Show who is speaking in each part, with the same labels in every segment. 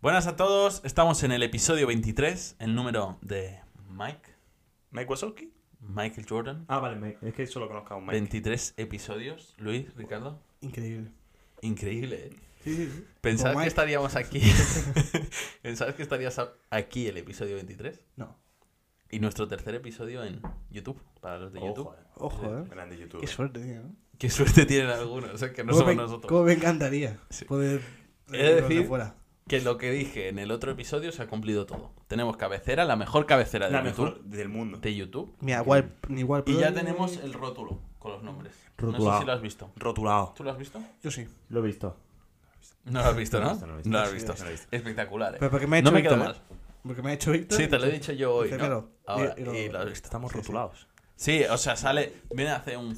Speaker 1: Buenas a todos, estamos en el episodio 23, el número de Mike,
Speaker 2: ¿Mike Wazowski?
Speaker 1: Michael Jordan.
Speaker 2: Ah, vale, Mike. Es que solo conozco a un Mike.
Speaker 1: 23 episodios, Luis, Ricardo.
Speaker 3: Increíble.
Speaker 1: Increíble, ¿eh?
Speaker 3: Sí, sí, sí.
Speaker 1: Pensad
Speaker 3: Como
Speaker 1: que
Speaker 3: Mike.
Speaker 1: estaríamos aquí. Pensad que estarías a- aquí el episodio 23
Speaker 3: No.
Speaker 1: y nuestro tercer episodio en YouTube, para los de YouTube.
Speaker 2: Ojo, eh.
Speaker 3: Ojo, ¿eh?
Speaker 2: Grande YouTube.
Speaker 3: Qué suerte, tío. ¿no?
Speaker 1: Qué suerte tienen algunos, es que no
Speaker 3: Cómo
Speaker 1: somos
Speaker 3: me,
Speaker 1: nosotros.
Speaker 3: cómo me encantaría
Speaker 1: Sí.
Speaker 3: poder
Speaker 1: He de
Speaker 3: recibirlo de
Speaker 1: decir-
Speaker 3: fuera.
Speaker 1: Que lo que dije en el otro episodio se ha cumplido todo. Tenemos cabecera, la mejor cabecera de,
Speaker 2: La
Speaker 1: YouTube,
Speaker 2: mejor del mundo.
Speaker 1: de YouTube.
Speaker 3: Mira, igual, igual
Speaker 1: Y ya tenemos el rótulo con los nombres. No sé
Speaker 4: Rotulado.
Speaker 1: si lo has visto.
Speaker 2: Rotulado.
Speaker 1: ¿Tú lo has visto?
Speaker 3: Yo sí.
Speaker 4: Lo he visto.
Speaker 1: No lo has visto, ¿no?
Speaker 4: No lo he visto,
Speaker 1: No lo
Speaker 4: no lo
Speaker 1: has
Speaker 4: he
Speaker 1: visto.
Speaker 4: visto. No lo he visto.
Speaker 1: Espectacular. ¿eh?
Speaker 3: Pero porque me ha hecho
Speaker 1: no me quedo
Speaker 3: Víctor,
Speaker 1: mal.
Speaker 3: ¿eh? Porque me ha hecho Víctor.
Speaker 1: Sí, te lo he dicho yo hoy. ¿no?
Speaker 3: Primero.
Speaker 1: Ahora,
Speaker 3: Y- y lo-
Speaker 1: y lo has visto.
Speaker 2: Estamos
Speaker 3: Sí, sí.
Speaker 2: rotulados.
Speaker 1: Sí, o sea, sale, viene a hacer un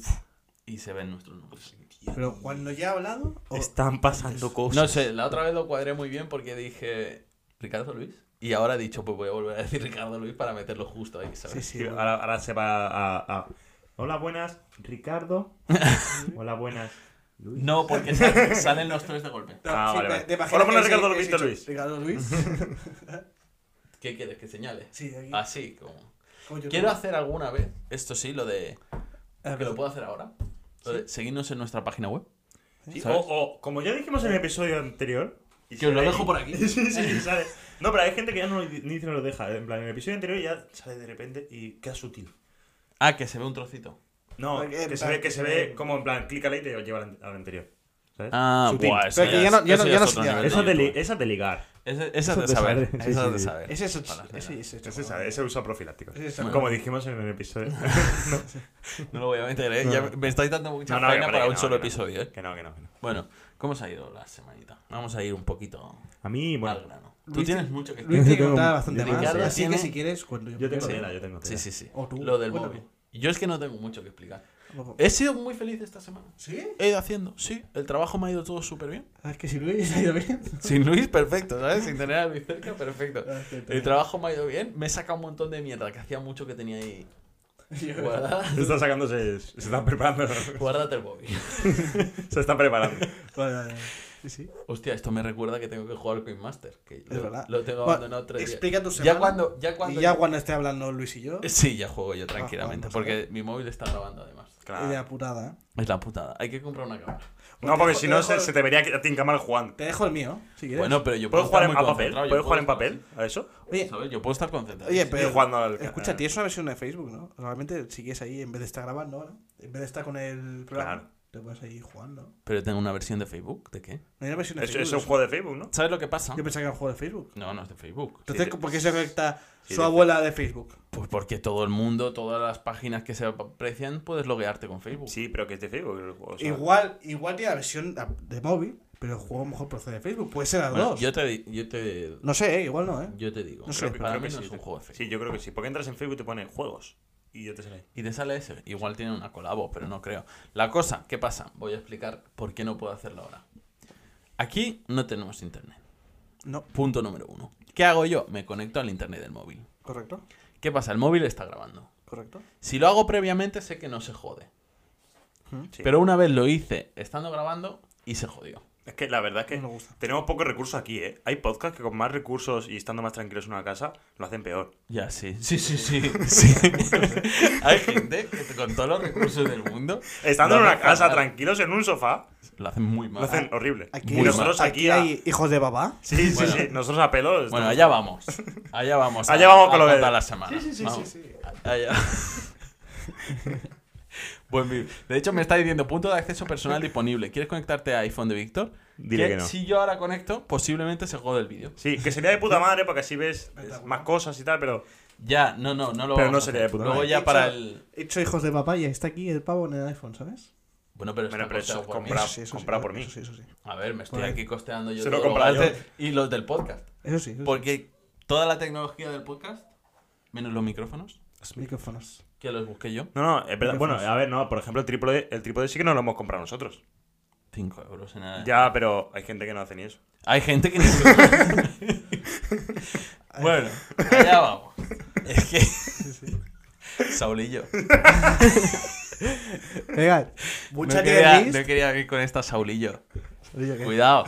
Speaker 1: y se ven nuestros nombres.
Speaker 3: Pero cuando ya ha hablado. o-
Speaker 2: Están pasando cosas.
Speaker 1: Oh. No sé, la otra vez lo cuadré muy bien porque dije Ricardo Luis. Y ahora he dicho, pues voy a volver a decir Ricardo Luis para meterlo justo ahí,
Speaker 3: Sí,
Speaker 1: ¿sabes?
Speaker 3: sí. bueno.
Speaker 4: ahora, ahora se va a, a- Hola, buenas, Ricardo. Hola, buenas. Luis.
Speaker 1: No, porque sal- salen los tres de este golpe.
Speaker 4: Ah, vale,
Speaker 3: me-
Speaker 4: vale.
Speaker 3: me imagino
Speaker 4: Ahora pone
Speaker 3: que sí,
Speaker 4: Ricardo
Speaker 3: que
Speaker 4: Luis,
Speaker 3: sí,
Speaker 4: Luis.
Speaker 3: sí. Ricardo Luis.
Speaker 1: ¿Qué quieres que señale?
Speaker 3: Sí, aquí.
Speaker 1: Así como.
Speaker 3: Como yo
Speaker 1: Quiero
Speaker 3: tengo.
Speaker 1: hacer alguna vez, esto sí, lo de.
Speaker 3: Ah,
Speaker 1: Que
Speaker 3: pero-
Speaker 1: lo puedo hacer ahora. Lo de seguirnos en nuestra página web.
Speaker 4: Sí, o,
Speaker 1: ¿Sabes?
Speaker 4: o, como ya dijimos en el episodio anterior. y
Speaker 1: Que os lo
Speaker 4: sale
Speaker 1: dejo
Speaker 4: ahí.
Speaker 1: por aquí.
Speaker 4: sí, sí, sale. No, pero hay gente que ya no, lo- ni se nos lo deja. En plan, en el episodio anterior ya sale de repente y queda sutil.
Speaker 1: Ah, que se ve un trocito.
Speaker 4: No,
Speaker 3: Porque, en
Speaker 4: que se,
Speaker 3: plan,
Speaker 4: ve, que se ve como en plan, clícale y te lleva al al anterior. ¿Sabes?
Speaker 1: Ah,
Speaker 4: Sutil.
Speaker 1: buah, eso
Speaker 3: Pero que ya no- ya
Speaker 1: eso
Speaker 3: no- ya
Speaker 1: es
Speaker 3: no
Speaker 1: otro
Speaker 3: se-
Speaker 1: nivel
Speaker 4: Esa es de, li-
Speaker 1: YouTube, ¿eh?
Speaker 4: esa es de ligar.
Speaker 1: Ese- Esa es
Speaker 4: eso
Speaker 1: de
Speaker 4: te
Speaker 1: saber.
Speaker 4: sabe. Sí,
Speaker 1: Esa es
Speaker 4: sí,
Speaker 1: de
Speaker 4: sí.
Speaker 1: saber.
Speaker 3: Ese es el
Speaker 1: Para la
Speaker 3: Ese ese-
Speaker 4: Es esa, ese uso profiláctico.
Speaker 3: Ese es el-
Speaker 4: Como dijimos en el episodio.
Speaker 1: No lo voy a meter, ¿eh? Ya me estáis dando mucha
Speaker 4: No, no,
Speaker 1: faena
Speaker 4: que
Speaker 1: para
Speaker 4: no,
Speaker 1: un
Speaker 4: que
Speaker 1: solo
Speaker 4: no.
Speaker 1: episodio, ¿eh?
Speaker 4: que no, que no, que no.
Speaker 1: Bueno, ¿cómo se ha ido la semanita? Vamos a ir un poquito
Speaker 4: A mí,
Speaker 1: al
Speaker 4: bueno.
Speaker 1: grano. Tú
Speaker 3: Luis-
Speaker 1: tienes mucho que
Speaker 3: Luis tiene que
Speaker 4: Yo
Speaker 3: contar
Speaker 4: tengo-
Speaker 3: bastante
Speaker 1: yo tengo-
Speaker 3: más.
Speaker 1: Ricardo
Speaker 3: Así
Speaker 1: tiene-
Speaker 3: que si quieres, cuando yo.
Speaker 4: Yo tengo
Speaker 3: Sí.
Speaker 4: tela, yo tengo
Speaker 1: Sí,
Speaker 4: tela.
Speaker 1: sí, sí.
Speaker 3: O tú,
Speaker 1: Lo del
Speaker 3: cuéntame.
Speaker 1: móvil. Yo es que no tengo mucho que explicar.
Speaker 3: Ojo.
Speaker 1: He sido muy feliz esta semana.
Speaker 3: ¿Sí?
Speaker 1: He ido haciendo, sí. El trabajo me ha ido todo súper bien.
Speaker 3: Ah, Es que si Luis ha ido bien.
Speaker 1: Sin Luis, perfecto, ¿sabes? Sin tener a Luis cerca, perfecto.
Speaker 3: Ah, es que
Speaker 1: El
Speaker 3: te-
Speaker 1: trabajo me ha ido bien. Me he sacado un montón de mierda que hacía mucho que tenía ahí guardada.
Speaker 4: Se está sacándose. Se están preparando. se
Speaker 1: Guárdate el móvil.
Speaker 4: están preparando.
Speaker 3: Vale, vale, vale. Sí, sí.
Speaker 1: Hostia, esto me recuerda que tengo que jugar al Queen Master. Que lo,
Speaker 3: verdad.
Speaker 1: lo tengo
Speaker 3: Bueno,
Speaker 1: abandonado tres días.
Speaker 3: explica tu
Speaker 1: Ya
Speaker 3: semana
Speaker 1: cuando, ya cuando
Speaker 3: Y ya cuando esté hablando Luis y yo,
Speaker 1: Sí, ya juego yo tranquilamente.
Speaker 3: Ah, vamos,
Speaker 1: porque mi móvil está grabando además.
Speaker 4: Claro.
Speaker 3: idea apurada, ¿eh?
Speaker 1: Es la putada. Hay que comprar una cámara.
Speaker 4: No, porque si no
Speaker 3: Te
Speaker 4: se,
Speaker 3: dejo-
Speaker 4: se te vería a ti en cámara jugando.
Speaker 3: Te dejo el mío, si quieres.
Speaker 1: Bueno, pero yo puedo
Speaker 4: ¿Puedo jugar en,
Speaker 1: estar
Speaker 4: a
Speaker 1: muy
Speaker 4: papel?
Speaker 1: concentrado, yo
Speaker 4: ¿Puedo jugar en
Speaker 1: estar
Speaker 4: papel? ¿A eso?
Speaker 3: oye,
Speaker 1: ¿Sabes? Yo puedo estar concentrado.
Speaker 3: oye,
Speaker 1: Sí,
Speaker 3: pero.
Speaker 4: Estoy jugando al-
Speaker 3: Escucha, tienes una versión de Facebook, ¿no? Normalmente, si quieres ahí, en vez de estar grabando, ¿no? en vez de estar con el programa,
Speaker 4: Claro.
Speaker 3: te puedes ahí jugando. No
Speaker 1: Pero tengo una versión de Facebook. ¿De qué?
Speaker 3: hay una versión de
Speaker 4: Es,
Speaker 3: Facebook.
Speaker 4: es un
Speaker 3: eso.
Speaker 4: juego de Facebook, ¿no?
Speaker 1: ¿Sabes lo que pasa?
Speaker 3: Yo pensaba que era un juego de Facebook.
Speaker 1: No, no es de Facebook.
Speaker 3: Entonces,
Speaker 4: te-
Speaker 3: ¿por qué se conecta
Speaker 4: sí,
Speaker 3: su
Speaker 4: te-
Speaker 3: abuela de Facebook?
Speaker 1: Pues porque todo el mundo, todas las páginas que se aprecian, puedes loguearte con Facebook.
Speaker 4: Sí, pero que es de Facebook. el juego, o sea,
Speaker 3: Igual, igual tiene la versión de móvil, pero el juego a lo mejor procede de Facebook. Puede ser las
Speaker 1: Bueno,
Speaker 3: dos.
Speaker 1: yo te, di- yo te,
Speaker 3: No sé, ¿eh? igual no, ¿eh?
Speaker 1: yo te digo.
Speaker 3: No sé,
Speaker 1: para
Speaker 4: creo
Speaker 1: mí
Speaker 4: que
Speaker 1: no
Speaker 4: sí,
Speaker 1: es un
Speaker 4: sí.
Speaker 1: juego de Facebook.
Speaker 4: Sí, yo creo que sí. Porque entras en Facebook y te pone juegos. Y yo te sale.
Speaker 1: Y te sale ese. Igual tiene una colabo, pero no creo. La cosa, ¿qué pasa? Voy a explicar por qué no puedo hacerlo ahora. Aquí no tenemos internet.
Speaker 3: No,
Speaker 1: Punto número uno. ¿Qué hago yo? Me conecto al internet del móvil.
Speaker 3: correcto,
Speaker 1: ¿Qué pasa? El móvil está grabando.
Speaker 3: correcto.
Speaker 1: Si lo hago previamente, sé que no se jode.
Speaker 4: Sí.
Speaker 1: Pero una vez lo hice estando grabando y se jodió.
Speaker 4: Es que la verdad es que
Speaker 3: No me gusta.
Speaker 4: tenemos pocos recursos aquí, ¿eh? Hay podcasts que con más recursos y estando más tranquilos en una casa lo hacen peor.
Speaker 1: Ya, sí. Sí, sí, sí. sí. Hay gente que con todos los recursos del mundo
Speaker 4: Estando
Speaker 1: lo
Speaker 4: en una
Speaker 1: hace
Speaker 4: casa,
Speaker 1: fatal.
Speaker 4: tranquilos en un sofá,
Speaker 1: Lo hacen muy mal.
Speaker 4: lo hacen horrible.
Speaker 3: Aquí,
Speaker 4: y nosotros aquí,
Speaker 3: aquí
Speaker 4: a-
Speaker 3: hay hijos de babá.
Speaker 4: Sí, sí,
Speaker 1: Bueno.
Speaker 4: sí. Nosotros a pelos.
Speaker 1: Bueno,
Speaker 4: estamos-
Speaker 1: allá vamos. Allá vamos.
Speaker 4: Pues Allá vamos con lo de-
Speaker 1: contar la semana.
Speaker 3: Sí, sí, sí,
Speaker 1: Vamos.
Speaker 3: sí, sí.
Speaker 1: Allá. Buen vivir. De hecho, me está diciendo punto de acceso personal disponible. ¿Quieres conectarte a iPhone de Víctor?
Speaker 4: Dile que no.
Speaker 1: Si yo ahora conecto, posiblemente se jode el vídeo.
Speaker 4: Sí, que sería de puta madre porque así ves más cosas y tal, pero
Speaker 1: Ya, no, no, no lo
Speaker 4: Pero
Speaker 1: vamos
Speaker 4: no
Speaker 1: a
Speaker 4: sería
Speaker 1: hacer.
Speaker 4: de puta
Speaker 1: Luego
Speaker 4: madre.
Speaker 1: ya
Speaker 3: Hecho-
Speaker 1: para el...
Speaker 3: Hecho hijos de papá y está aquí el pavo en el iPhone, ¿sabes?
Speaker 1: Bueno, pero,
Speaker 4: Bueno,
Speaker 1: está
Speaker 4: pero eso
Speaker 1: costeado por mí.
Speaker 4: compra-
Speaker 3: eso sí, eso
Speaker 4: comprado
Speaker 3: sí,
Speaker 4: por
Speaker 3: eso
Speaker 4: mí.
Speaker 3: sí, eso sí.
Speaker 1: A ver, me estoy
Speaker 3: Por ahí.
Speaker 1: aquí costeando yo
Speaker 4: Se lo
Speaker 1: todo
Speaker 4: compra
Speaker 1: lo
Speaker 4: yo.
Speaker 1: grande y los del podcast.
Speaker 3: Eso sí. eso sí.
Speaker 1: Porque toda la tecnología del podcast, menos los micrófonos,
Speaker 3: Micrófonos.
Speaker 1: que los busqué yo,
Speaker 4: No, no, es verdad. Bueno,
Speaker 3: Micrófonos.
Speaker 4: a ver, no, por ejemplo, el trípode, el trípode sí que no lo hemos comprado nosotros.
Speaker 1: 5 euros en el...
Speaker 4: Ya, pero hay gente que no hace ni eso.
Speaker 1: Hay gente que ni... bueno, allá vamos. Es que,
Speaker 3: Sí, sí.
Speaker 1: Saulillo.
Speaker 3: Venga,
Speaker 1: No
Speaker 3: mucha
Speaker 1: quería,
Speaker 3: tier list.
Speaker 1: no quería ir con esta Saulillo.
Speaker 3: Oye, ¿qué?
Speaker 1: Cuidado.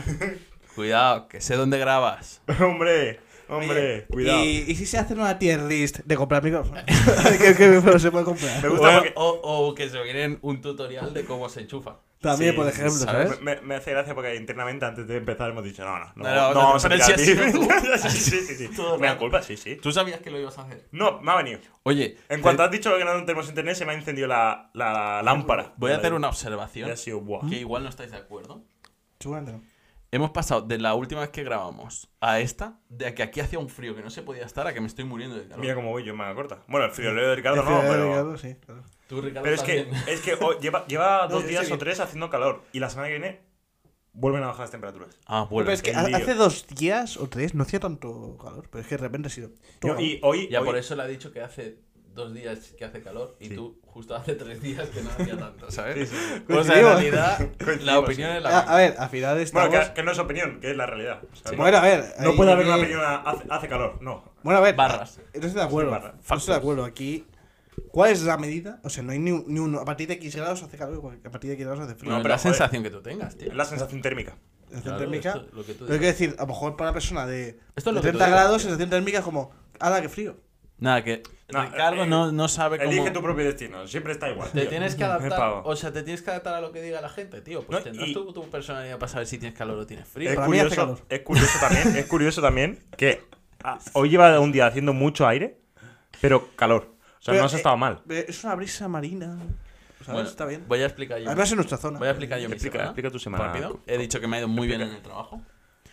Speaker 1: Cuidado, que sé dónde grabas.
Speaker 4: hombre, hombre,
Speaker 3: Oye,
Speaker 4: cuidado.
Speaker 3: ¿Y, y si se hace una tier list de comprar micrófonos? ¿Qué, qué micrófono se puede comprar?
Speaker 4: Me gusta
Speaker 1: O,
Speaker 4: porque.
Speaker 1: o- o que se vienen un tutorial de cómo se enchufa.
Speaker 3: También,
Speaker 4: Sí,
Speaker 3: por ejemplo,
Speaker 1: ¿sabes?
Speaker 3: ¿sabes?
Speaker 4: Me, me hace gracia porque internamente antes de empezar hemos dicho, no, no, no,
Speaker 1: No, no,
Speaker 4: no,
Speaker 1: no,
Speaker 4: vamos a
Speaker 1: pero
Speaker 4: tirar
Speaker 1: si has
Speaker 4: a ti.
Speaker 1: sido tú.
Speaker 4: sí, sí, sí, sí.
Speaker 1: Todo el
Speaker 4: Me da
Speaker 1: rato.
Speaker 4: culpa, sí, sí.
Speaker 1: ¿Tú sabías que lo ibas a hacer?
Speaker 4: No, me ha venido.
Speaker 1: Oye,
Speaker 4: En
Speaker 1: te-
Speaker 4: cuanto has dicho que no tenemos internet, se me ha encendido la, la lámpara.
Speaker 1: voy a hacer una
Speaker 4: Y
Speaker 1: observación
Speaker 4: ha sido, buah.
Speaker 1: que igual no estáis de acuerdo.
Speaker 3: Seguramente no.
Speaker 1: Hemos pasado de la última vez que grabamos a esta, de a que aquí hacía un frío que no se podía estar, a que me estoy muriendo de calor.
Speaker 4: Mira cómo voy yo en manga corta. Bueno, el friolero de Ricardo
Speaker 3: Es que,
Speaker 4: no, pero.
Speaker 3: Ricardo, sí, claro.
Speaker 1: Tú, Ricardo,
Speaker 4: Pero es que,
Speaker 1: también.
Speaker 4: es que hoy lleva, lleva
Speaker 3: No,
Speaker 4: dos
Speaker 3: yo
Speaker 4: días
Speaker 3: sé
Speaker 4: o
Speaker 3: que-
Speaker 4: tres haciendo calor. Y la semana que viene vuelven a bajar las temperaturas.
Speaker 1: Ah,
Speaker 3: Pero
Speaker 1: bueno.
Speaker 3: es que
Speaker 4: el
Speaker 3: ha-
Speaker 4: lío.
Speaker 3: hace dos días o tres no hacía tanto calor, pero es que de repente ha sido.
Speaker 4: Yo- y hoy.
Speaker 1: Ya
Speaker 4: hoy-
Speaker 1: por eso le ha dicho que hace dos días que hace calor y
Speaker 4: Sí.
Speaker 1: tú justo hace tres días que no hacía tanto,
Speaker 4: Sí,
Speaker 1: ¿sabes?
Speaker 4: sí.
Speaker 1: O sea, en
Speaker 3: Coincidimos.
Speaker 1: realidad, la
Speaker 4: Coincidimos,
Speaker 1: opinión es la
Speaker 3: A,
Speaker 1: misma.
Speaker 3: a ver, al final estamos.
Speaker 4: Bueno, que, que no es opinión, que es la realidad. O sea,
Speaker 1: Sí.
Speaker 4: no-
Speaker 3: Bueno, a ver.
Speaker 4: no
Speaker 3: ahí-
Speaker 4: puede haber una
Speaker 3: aquí-
Speaker 4: opinión, a- hace, hace calor, no.
Speaker 3: Bueno, a ver.
Speaker 1: Barras.
Speaker 3: No estoy de acuerdo.
Speaker 4: barras.
Speaker 3: No estoy de acuerdo. Aquí. ¿Cuál es la medida? O sea, no hay ni, un- ni uno. A partir de X grados hace calor, a partir de X grados hace frío.
Speaker 1: No,
Speaker 4: No,
Speaker 1: pero
Speaker 4: pero
Speaker 1: la
Speaker 4: joder.
Speaker 1: sensación que tú tengas, tío.
Speaker 4: Es la sensación térmica.
Speaker 3: Sensación
Speaker 1: Claro,
Speaker 3: térmica.
Speaker 1: esto es lo que tú
Speaker 3: pero hay que
Speaker 1: dices.
Speaker 3: decir, a lo mejor para una persona de,
Speaker 1: Esto es lo
Speaker 3: de
Speaker 1: que tú
Speaker 3: 30
Speaker 1: dices,
Speaker 3: grados,
Speaker 1: tío.
Speaker 3: sensación térmica es como, ¡hala, qué frío!
Speaker 1: Nada, que
Speaker 4: No,
Speaker 1: Ricardo
Speaker 4: eh,
Speaker 1: no, no sabe cómo.
Speaker 4: Elige tu propio destino, siempre está igual.
Speaker 1: Te
Speaker 4: tío.
Speaker 1: tienes que
Speaker 4: Me
Speaker 1: adaptar.
Speaker 4: pago.
Speaker 1: O sea, te tienes que adaptar a lo que diga la gente, tío. Pues
Speaker 4: No,
Speaker 1: tendrás
Speaker 4: y-
Speaker 1: tú tu personalidad para saber si tienes calor o tienes frío.
Speaker 4: Es
Speaker 3: Para mí hace
Speaker 4: curioso,
Speaker 3: calor.
Speaker 4: es curioso también, es curioso también que ah, hoy lleva un día haciendo mucho aire, pero calor. O sea,
Speaker 3: Pero,
Speaker 4: no has
Speaker 3: eh,
Speaker 4: estado mal.
Speaker 3: Eh, Es una brisa marina. ¿Sabes?
Speaker 1: Bueno,
Speaker 3: Está bien.
Speaker 1: Voy a explicar yo.
Speaker 3: Además, en nuestra zona.
Speaker 1: Voy a explicar yo mi
Speaker 4: Explica-
Speaker 1: semana.
Speaker 4: explica tu semana.
Speaker 1: Rápido. He dicho que me ha ido muy bien en el trabajo.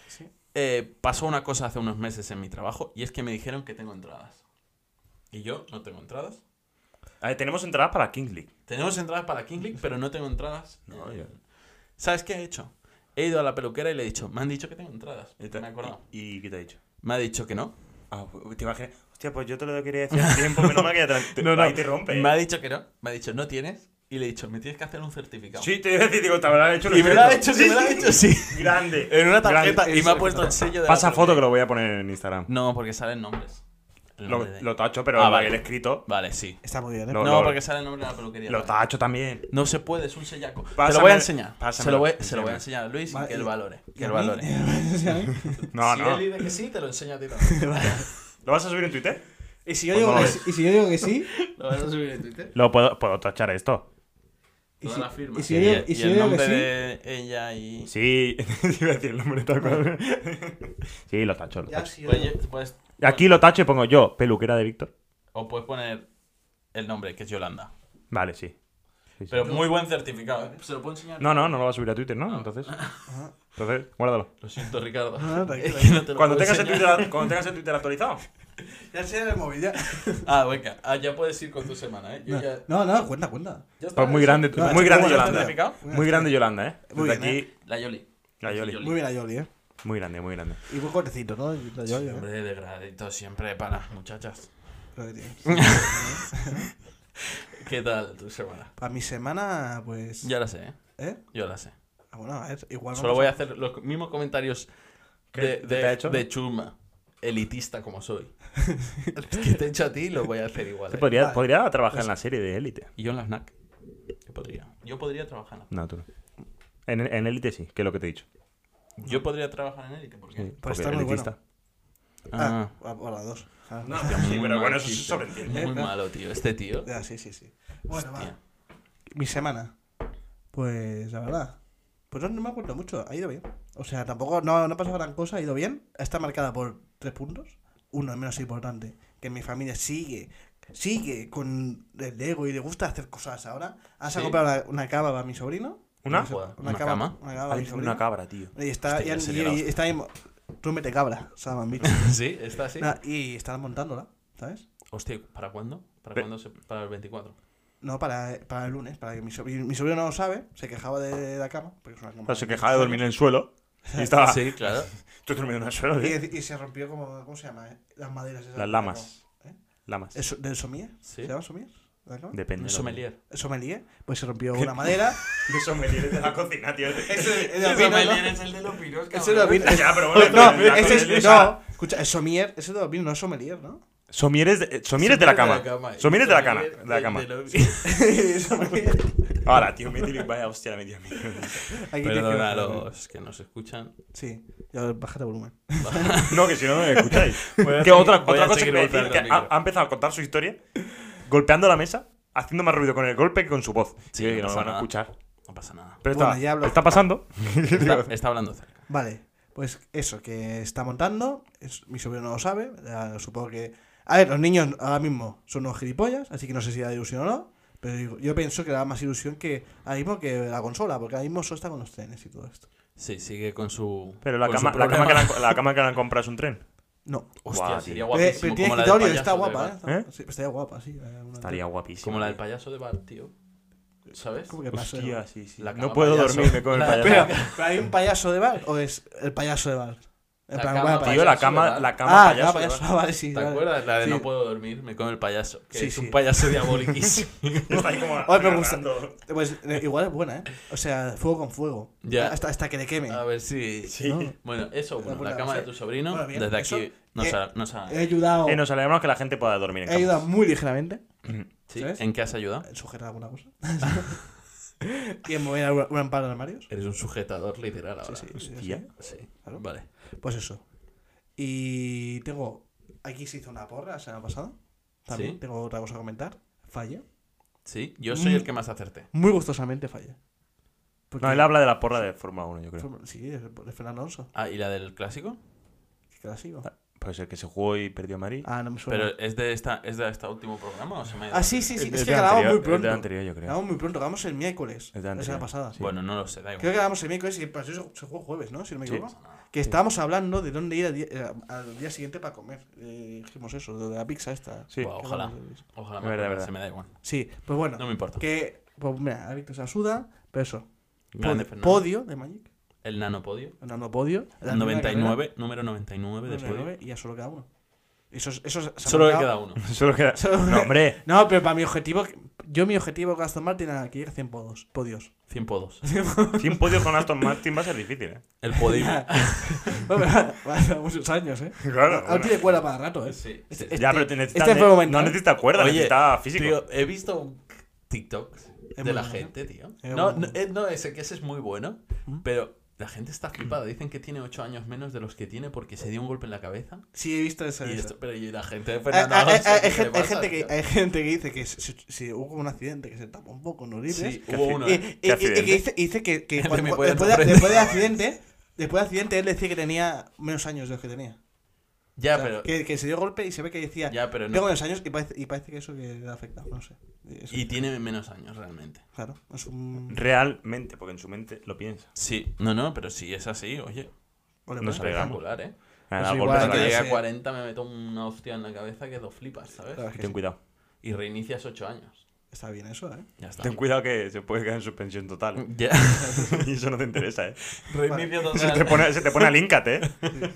Speaker 3: Sí.
Speaker 1: Eh, pasó una cosa hace unos meses en mi trabajo y es que me dijeron que tengo entradas. Y yo no tengo entradas.
Speaker 4: A ver, tenemos entradas para King League.
Speaker 1: Tenemos entradas para King League, pero no tengo entradas.
Speaker 4: No,
Speaker 1: Eh,
Speaker 4: ya.
Speaker 1: ¿Sabes qué he hecho? He ido a la peluquera y le he dicho, me han dicho que tengo entradas.
Speaker 4: Y
Speaker 1: Me he acordado.
Speaker 4: ¿Y, y qué te ha dicho?
Speaker 1: Me ha dicho que no.
Speaker 4: Ah, te imaginas. Hostia, pues yo te lo quería decir hace tiempo, menos mal que ya te, la- te- ahí te rompe. ¿eh?
Speaker 1: Me ha dicho que no. Me ha dicho, no tienes. Y le he dicho, me tienes que hacer un certificado.
Speaker 4: Sí, te iba a decir, digo, te habrá hecho
Speaker 1: Y me lo ha hecho, sí,
Speaker 4: sí,
Speaker 1: me lo ha
Speaker 4: sí.
Speaker 1: hecho, sí.
Speaker 4: Grande.
Speaker 1: En una tarjeta
Speaker 4: Grande.
Speaker 1: y me ha puesto el sello de. la
Speaker 4: Pasa foto que
Speaker 1: peluquera.
Speaker 4: lo voy a poner en Instagram.
Speaker 1: No, porque salen nombres. El
Speaker 4: Lo,
Speaker 1: nombre de-
Speaker 4: lo tacho, pero
Speaker 1: Ah,
Speaker 4: lo-
Speaker 1: vale.
Speaker 4: el escrito.
Speaker 1: Vale, sí.
Speaker 3: Está muy bien, ¿eh?
Speaker 4: No,
Speaker 1: No,
Speaker 4: lo-
Speaker 1: porque sale el nombre de la peluquería.
Speaker 4: Lo tacho también.
Speaker 1: No se puede, es un sellaco. te lo
Speaker 4: Pásame-
Speaker 1: voy a enseñar. Se lo
Speaker 4: pásamelo,
Speaker 1: voy, se lo voy a enseñar
Speaker 4: enséñame.
Speaker 1: a Luis y
Speaker 3: Vale,
Speaker 1: que él
Speaker 3: y-
Speaker 1: valore.
Speaker 3: ¿Y
Speaker 1: Que
Speaker 3: a
Speaker 1: él
Speaker 3: mí?
Speaker 1: valore.
Speaker 3: O sea, ¿eh?
Speaker 4: No,
Speaker 1: si
Speaker 4: no.
Speaker 1: él dice que sí, te lo enseño a ti también.
Speaker 4: ¿Lo vas a subir en Twitter?
Speaker 3: ¿Y, si yo
Speaker 4: Pues
Speaker 3: digo
Speaker 4: no lo
Speaker 3: que,
Speaker 4: ves.
Speaker 3: sí- y si yo digo que sí.
Speaker 1: lo vas a subir en Twitter.
Speaker 4: Lo puedo, puedo tachar esto.
Speaker 3: Y
Speaker 1: Toda
Speaker 3: si,
Speaker 1: la firma.
Speaker 3: y si yo digo, y
Speaker 1: y
Speaker 3: si yo
Speaker 1: el
Speaker 3: digo que
Speaker 1: nombre
Speaker 3: sí.
Speaker 1: de ella y.
Speaker 4: Sí, te iba a decir el nombre tal cual. Sí, lo tacho. lo
Speaker 3: Ya,
Speaker 1: pues,
Speaker 4: tacho.
Speaker 3: si yo digo-
Speaker 1: Oye, puedes-
Speaker 4: Aquí lo tacho y pongo yo, peluquera de Víctor.
Speaker 1: O puedes poner el nombre, que es Yolanda.
Speaker 4: Vale, sí. Sí, sí.
Speaker 1: Pero Ah. muy buen certificado. ¿eh? Se lo puedo enseñar.
Speaker 4: No, no, no lo vas a subir a Twitter, ¿no? Entonces, entonces guárdalo.
Speaker 1: Lo siento, Ricardo.
Speaker 3: No, no, tranquilo.
Speaker 1: Es que no te lo
Speaker 4: Cuando
Speaker 1: puedo
Speaker 4: tengas, el
Speaker 1: enseñar.
Speaker 4: Twitter, cuando tengas el Twitter actualizado.
Speaker 3: Ya enseñaré el móvil, ya.
Speaker 1: Ah, venga. Ah, ya puedes ir con tu semana, ¿eh? Yo ya-
Speaker 3: No, no, cuenta, cuenta.
Speaker 1: ya está,
Speaker 4: Pues muy
Speaker 1: eso.
Speaker 4: grande,
Speaker 3: No,
Speaker 4: muy grande
Speaker 1: ¿Cómo lo has
Speaker 4: Yolanda.
Speaker 1: certificado?
Speaker 4: Muy grande Yolanda, ¿eh?
Speaker 3: Muy
Speaker 4: Desde
Speaker 3: bien,
Speaker 4: aquí,
Speaker 1: La Yoli.
Speaker 4: la Yoli.
Speaker 3: Muy bien a Yoli, ¿eh?
Speaker 4: Muy grande, muy grande.
Speaker 3: Y muy cortecito, ¿no? La Yoli, ¿eh?
Speaker 1: Hombre, degradito siempre para las muchachas.
Speaker 3: Lo que tiene.
Speaker 1: ¿Qué tal tu semana?
Speaker 3: Para mi semana, pues.
Speaker 1: Ya la sé, ¿eh?
Speaker 3: ¿Eh?
Speaker 1: Yo la sé.
Speaker 3: Ah, Bueno, a ver, igual.
Speaker 1: Solo voy a hacer los mismos comentarios
Speaker 4: ¿Qué?
Speaker 1: de,
Speaker 4: ¿Te
Speaker 1: de,
Speaker 4: ha hecho?
Speaker 1: de Chuma, elitista como soy. Es que te he hecho a ti, lo voy a hacer igual.
Speaker 4: Te
Speaker 1: ¿eh?
Speaker 4: podría,
Speaker 3: Vale.
Speaker 4: podría trabajar en la serie de Élite.
Speaker 1: ¿Y yo en la FNAC? Yo podría. Yo podría trabajar en la
Speaker 4: No, tú no. En, en Élite sí, que es lo que te he dicho.
Speaker 1: FNAC. Yo podría trabajar en Elite, ¿por
Speaker 4: Sí,
Speaker 1: qué?
Speaker 4: porque
Speaker 3: está muy
Speaker 4: elitista.
Speaker 1: Ah,
Speaker 3: Ah, o o las dos. Ah,
Speaker 4: No,
Speaker 1: muy
Speaker 4: sí, pero
Speaker 1: mal
Speaker 4: bueno, eso se
Speaker 1: chiste.
Speaker 4: sobreentiende.
Speaker 1: Muy malo, tío. Este tío.
Speaker 3: Ya, sí, sí, sí. Bueno,
Speaker 1: Hostia.
Speaker 3: va. Mi semana. Pues, la verdad. Pues no, no me acuerdo mucho, ha ido bien. O sea, tampoco, no, no ha pasado gran cosa, ha ido bien. Está marcada por tres puntos. Uno, el menos importante, que mi familia sigue, sigue con el ego y le gusta hacer cosas ahora. Has
Speaker 1: Sí.
Speaker 3: comprado una, una cava para mi sobrino.
Speaker 4: ¿Una?
Speaker 1: Joder,
Speaker 3: Una,
Speaker 1: ¿una
Speaker 3: cava,
Speaker 1: cama?
Speaker 3: Una cava para mi sobrino.
Speaker 4: una cabra, tío.
Speaker 3: Y está,
Speaker 1: Hostia,
Speaker 3: y,
Speaker 1: sería la
Speaker 3: y- y
Speaker 1: hostia.
Speaker 3: está ahí, tú mete cabra, o sea, me han dicho.
Speaker 1: Sí, está así.
Speaker 3: Nah, y están montándola, ¿sabes?
Speaker 1: Hostia, ¿para cuándo? ¿Para
Speaker 4: Pe-
Speaker 1: cuándo? Se... Para el 24.
Speaker 3: No, para, para el lunes, para que mi sobrino, mi sobrino no lo sabe, se quejaba de la cama. Porque es una cama
Speaker 4: O sea, se quejaba de dormir en el suelo. Y estaba.
Speaker 1: Sí, claro.
Speaker 4: Estoy durmiendo en el suelo, tío.
Speaker 3: Y, y se rompió como, ¿cómo se llama? eh? Las maderas esas.
Speaker 4: Las lamas.
Speaker 3: ¿Eh?
Speaker 4: Lamas.
Speaker 3: ¿Es- ¿Del somier?
Speaker 1: Sí.
Speaker 3: ¿Se llama somier? ¿La cama?
Speaker 4: Depende.
Speaker 1: Un
Speaker 4: de lo que-
Speaker 1: sommelier.
Speaker 3: ¿El sommelier? Pues se rompió una madera.
Speaker 4: De sommelier de la cocina, tío.
Speaker 3: Ese
Speaker 1: El sommelier
Speaker 3: es
Speaker 1: es el de los piros,
Speaker 3: Ese es el vino.
Speaker 4: Ya, pero bueno,
Speaker 3: No,
Speaker 4: pero la
Speaker 3: ese
Speaker 4: sommelier es-
Speaker 3: es. No, escucha, el somier, ese es de vino, no es sommelier, ¿no?
Speaker 4: Somieres de, eh, somieres de la cama. Somieres de la cama. De la cama.
Speaker 1: Sommelier
Speaker 3: Sommelier.
Speaker 2: Ahora, tío, me tiene vaya hostia la media.
Speaker 3: Aquí tienes que
Speaker 1: Perdona a
Speaker 3: bajar el volumen.
Speaker 1: los que nos escuchan.
Speaker 3: Sí, ya, bájate el volumen.
Speaker 4: No, que si no, no me escucháis.
Speaker 1: Voy a
Speaker 4: que otra,
Speaker 1: seguir- voy
Speaker 4: otra
Speaker 1: a
Speaker 4: cosa que
Speaker 1: seguir
Speaker 4: voy a decir,
Speaker 1: golpeando
Speaker 4: que
Speaker 1: el
Speaker 4: ha,
Speaker 1: micro.
Speaker 4: ha empezado a contar su historia golpeando la mesa, haciendo más ruido con el golpe que con su voz.
Speaker 1: Sí,
Speaker 4: Yo
Speaker 1: no
Speaker 4: digo, no
Speaker 1: pasa
Speaker 4: me van a
Speaker 1: nada.
Speaker 4: escuchar.
Speaker 1: No pasa nada.
Speaker 4: Pero
Speaker 3: Bueno,
Speaker 4: está,
Speaker 3: ya hablo.
Speaker 4: está pasando.
Speaker 1: Está, está hablando cerca.
Speaker 3: Vale, pues eso, que está montando, es- mi sobrino no lo sabe, ya supongo que... A ver, los niños ahora mismo son unos gilipollas, así que no sé si da ilusión o no, pero digo, yo pienso que da más ilusión que ahora mismo que la consola, porque ahora mismo solo está con los trenes y todo esto.
Speaker 1: Sí, sigue con su.
Speaker 4: Pero la
Speaker 1: con Pues su
Speaker 4: cama, la, cama
Speaker 1: problema.
Speaker 4: que le han, la cama que le han comprado es un tren.
Speaker 3: No.
Speaker 1: Hostia, sería
Speaker 4: Guau, tío.
Speaker 3: Pero,
Speaker 1: guapísimo.
Speaker 3: pero tiene
Speaker 1: como la
Speaker 3: escritorio,
Speaker 1: del payaso
Speaker 3: está
Speaker 1: de
Speaker 3: guapa, ¿eh?
Speaker 1: Bart.
Speaker 3: Está-
Speaker 4: ¿Eh?
Speaker 3: sí, estaría guapa, sí. eh, una-
Speaker 4: Estaría guapísimo.
Speaker 1: Como la del payaso de Bart, tío. ¿Sabes?
Speaker 3: ¿Cómo que pasa?
Speaker 4: Hostia, sí, sí.
Speaker 1: La
Speaker 4: No
Speaker 1: cama
Speaker 4: puedo
Speaker 1: payaso.
Speaker 4: dormirme con el
Speaker 1: La-
Speaker 4: payaso.
Speaker 3: Pero, ¿pero ¿hay un payaso de bar o es el payaso de bar? En
Speaker 1: La
Speaker 3: plan,
Speaker 1: cama
Speaker 3: bueno,
Speaker 1: payaso.
Speaker 4: Tío, la
Speaker 1: ¿verdad?
Speaker 4: cama, la cama
Speaker 3: Ah,
Speaker 4: payaso.
Speaker 3: payaso, payaso,
Speaker 4: ¿verdad?
Speaker 3: ah, vale, sí.
Speaker 1: ¿Te
Speaker 3: vale.
Speaker 1: acuerdas? La de
Speaker 3: Sí.
Speaker 1: no puedo dormir, me come el payaso. Que
Speaker 3: Sí,
Speaker 1: es
Speaker 3: sí.
Speaker 1: un payaso diabóliquísimo.
Speaker 4: Está ahí como
Speaker 3: Ay, me gusta.
Speaker 4: agarrando.
Speaker 3: Pues eh, igual es buena, ¿eh? O sea, fuego con fuego.
Speaker 1: Ya.
Speaker 3: Hasta, hasta que le quemen.
Speaker 1: A ver si.
Speaker 4: Sí.
Speaker 3: No.
Speaker 1: Bueno, eso, bueno,
Speaker 3: puta,
Speaker 1: la cama
Speaker 3: sí.
Speaker 1: de tu sobrino.
Speaker 3: Bueno, bien,
Speaker 1: desde
Speaker 3: eso,
Speaker 1: aquí nos
Speaker 3: eh,
Speaker 1: ha. nos ha-
Speaker 3: He ayudado.
Speaker 4: Eh, nos alegramos que la gente pueda dormir en
Speaker 3: he
Speaker 4: cama.
Speaker 3: ayudado muy ligeramente.
Speaker 1: ¿sí?
Speaker 3: ¿sabes?
Speaker 1: ¿En qué has ayudado?
Speaker 3: Sujetar alguna cosa. y en mover algún- un amparo de armarios.
Speaker 1: Eres un sujetador literal ahora.
Speaker 3: Sí, sí, sí,
Speaker 4: Hostia.
Speaker 3: sí.
Speaker 1: Sí,
Speaker 3: Claro.
Speaker 1: Vale.
Speaker 3: Pues eso. Y tengo. Aquí se hizo una porra la semana pasada. También
Speaker 1: Sí.
Speaker 3: tengo otra cosa que comentar. Falla.
Speaker 1: Sí, yo soy
Speaker 3: Mm.
Speaker 1: el que más acerté.
Speaker 3: Muy gustosamente falla. Porque-
Speaker 4: No, él habla de la porra de Fórmula 1, yo creo.
Speaker 3: Sí, es de Fernando Alonso.
Speaker 1: Ah, ¿y la del clásico?
Speaker 3: Que la sigo.
Speaker 4: Puede ser que se jugó y perdió Madrid.
Speaker 3: Ah, no me suena.
Speaker 1: Pero es de esta, es de este último programa o se me ha ido?
Speaker 3: Ah, sí, sí, sí.
Speaker 4: El-
Speaker 3: Es
Speaker 4: el
Speaker 3: que
Speaker 4: del
Speaker 3: grabamos
Speaker 4: anterior-
Speaker 3: muy
Speaker 4: El del
Speaker 3: pronto.
Speaker 4: anterior, yo creo.
Speaker 3: Grabamos muy pronto, grabamos el miércoles.
Speaker 4: El de
Speaker 3: la
Speaker 4: antes,
Speaker 3: semana
Speaker 4: sí.
Speaker 3: pasada.
Speaker 4: Sí.
Speaker 1: Bueno, no lo sé, da igual.
Speaker 3: Creo que grabamos el miércoles y para eso se jugó jueves, ¿no? Si no me
Speaker 4: Sí.
Speaker 3: equivoco.
Speaker 1: No pasa nada.
Speaker 3: Que estábamos hablando de dónde ir al día, eh, al día siguiente para comer. Eh, dijimos eso, lo de la pizza esta.
Speaker 4: Sí.
Speaker 1: Buah,
Speaker 3: Que
Speaker 1: ojalá.
Speaker 3: hablamos de eso.
Speaker 1: Ojalá me
Speaker 4: Es verdad,
Speaker 1: acuerde,
Speaker 4: verdad.
Speaker 1: se me da igual.
Speaker 3: Sí, pues bueno.
Speaker 1: No me importa.
Speaker 3: Que, pues mira, a Víctor se la suda, pero eso.
Speaker 1: Grande
Speaker 3: Pod-
Speaker 1: Fernando.
Speaker 3: podio de Magic.
Speaker 1: El nanopodio.
Speaker 3: No, no, podio. La primera
Speaker 1: 99, número 99
Speaker 3: carrera,
Speaker 1: de podio.
Speaker 3: 99, y ya solo queda uno. Eso, es- eso es- se ha
Speaker 1: Solo le
Speaker 3: marcado-
Speaker 1: queda uno.
Speaker 4: Solo queda.
Speaker 3: Solo-
Speaker 4: No, hombre.
Speaker 3: No, pero para mi objetivo, yo mi objetivo con Aston Martin era que llegue a 100 podos, podios.
Speaker 1: 100 podos.
Speaker 4: 100 podios con Aston Martin va a ser difícil, ¿eh?
Speaker 1: El podio.
Speaker 3: Bueno, va- va a ser muchos años, ¿eh?
Speaker 4: Claro,
Speaker 3: Aún
Speaker 4: bueno.
Speaker 3: tiene cuerda para rato, ¿eh?
Speaker 1: Sí, sí.
Speaker 3: Este-
Speaker 4: ya, pero te necesita
Speaker 3: este
Speaker 4: ne-
Speaker 3: fue mental.
Speaker 4: No necesita cuerda,
Speaker 1: Oye,
Speaker 4: necesita físico.
Speaker 1: Tío, he visto un TikTok de
Speaker 3: muy
Speaker 1: la
Speaker 3: bueno.
Speaker 1: gente, tío.
Speaker 3: Es
Speaker 1: No,
Speaker 3: muy
Speaker 1: no, eh, no, ese que ese es muy bueno,
Speaker 3: ¿Mm?
Speaker 1: pero la gente está flipada. Dicen que tiene 8 años menos de los que tiene porque se dio un golpe en la cabeza.
Speaker 3: Sí, he visto esa.
Speaker 1: Y
Speaker 3: esa.
Speaker 1: esto- pero y la gente de
Speaker 3: Ah,
Speaker 1: Fernando
Speaker 3: ah, ah,
Speaker 1: Alonso,
Speaker 3: ah,
Speaker 1: ¿qué
Speaker 3: Hay
Speaker 1: le
Speaker 3: gen- hay
Speaker 1: pasa,
Speaker 3: gente que
Speaker 1: tío?
Speaker 3: hay gente que dice que si, si hubo un accidente que se tapó un poco en los libres.
Speaker 1: Sí, hubo uno.
Speaker 3: Y,
Speaker 1: ¿eh?
Speaker 3: y- y- y que
Speaker 4: accidente?
Speaker 3: dice, y dice que, que
Speaker 1: El de
Speaker 3: cuando-
Speaker 1: mi polla en tu
Speaker 3: después, de,
Speaker 1: frente.
Speaker 3: después del accidente, después del accidente, él decía que tenía menos años de los que tenía.
Speaker 1: Ya,
Speaker 3: O sea,
Speaker 1: pero.
Speaker 3: que, que se dio golpe y se ve que decía,
Speaker 1: Ya, pero
Speaker 3: tengo
Speaker 1: no.
Speaker 3: menos años y parece, y parece que eso que le ha afectado. No sé. Eso,
Speaker 1: Y tiene menos años realmente.
Speaker 3: claro, es un.
Speaker 4: Realmente, porque en su mente lo piensa.
Speaker 1: Sí, no, no, pero si es así, oye,
Speaker 3: Ole,
Speaker 4: no
Speaker 3: ole.
Speaker 4: sé.
Speaker 1: espectacular, ¿eh?
Speaker 4: Nada, golpes
Speaker 3: Eso igual,
Speaker 4: a la
Speaker 1: Cuando
Speaker 3: que-
Speaker 4: cabeza.
Speaker 1: llegué
Speaker 3: sí.
Speaker 1: a 40 me meto una hostia en la cabeza que lo flipas, ¿sabes?
Speaker 3: Claro, es que
Speaker 4: Ten
Speaker 3: sí.
Speaker 4: cuidado.
Speaker 1: Y reinicias 8 años.
Speaker 3: Está bien eso, ¿eh?
Speaker 1: Ya está.
Speaker 4: Ten cuidado que se puede quedar en suspensión total.
Speaker 1: Ya.
Speaker 4: y eso no te interesa, ¿eh?
Speaker 1: Reinicio
Speaker 4: Se te
Speaker 1: total.
Speaker 4: pone, se te pone a Linkat, ¿eh?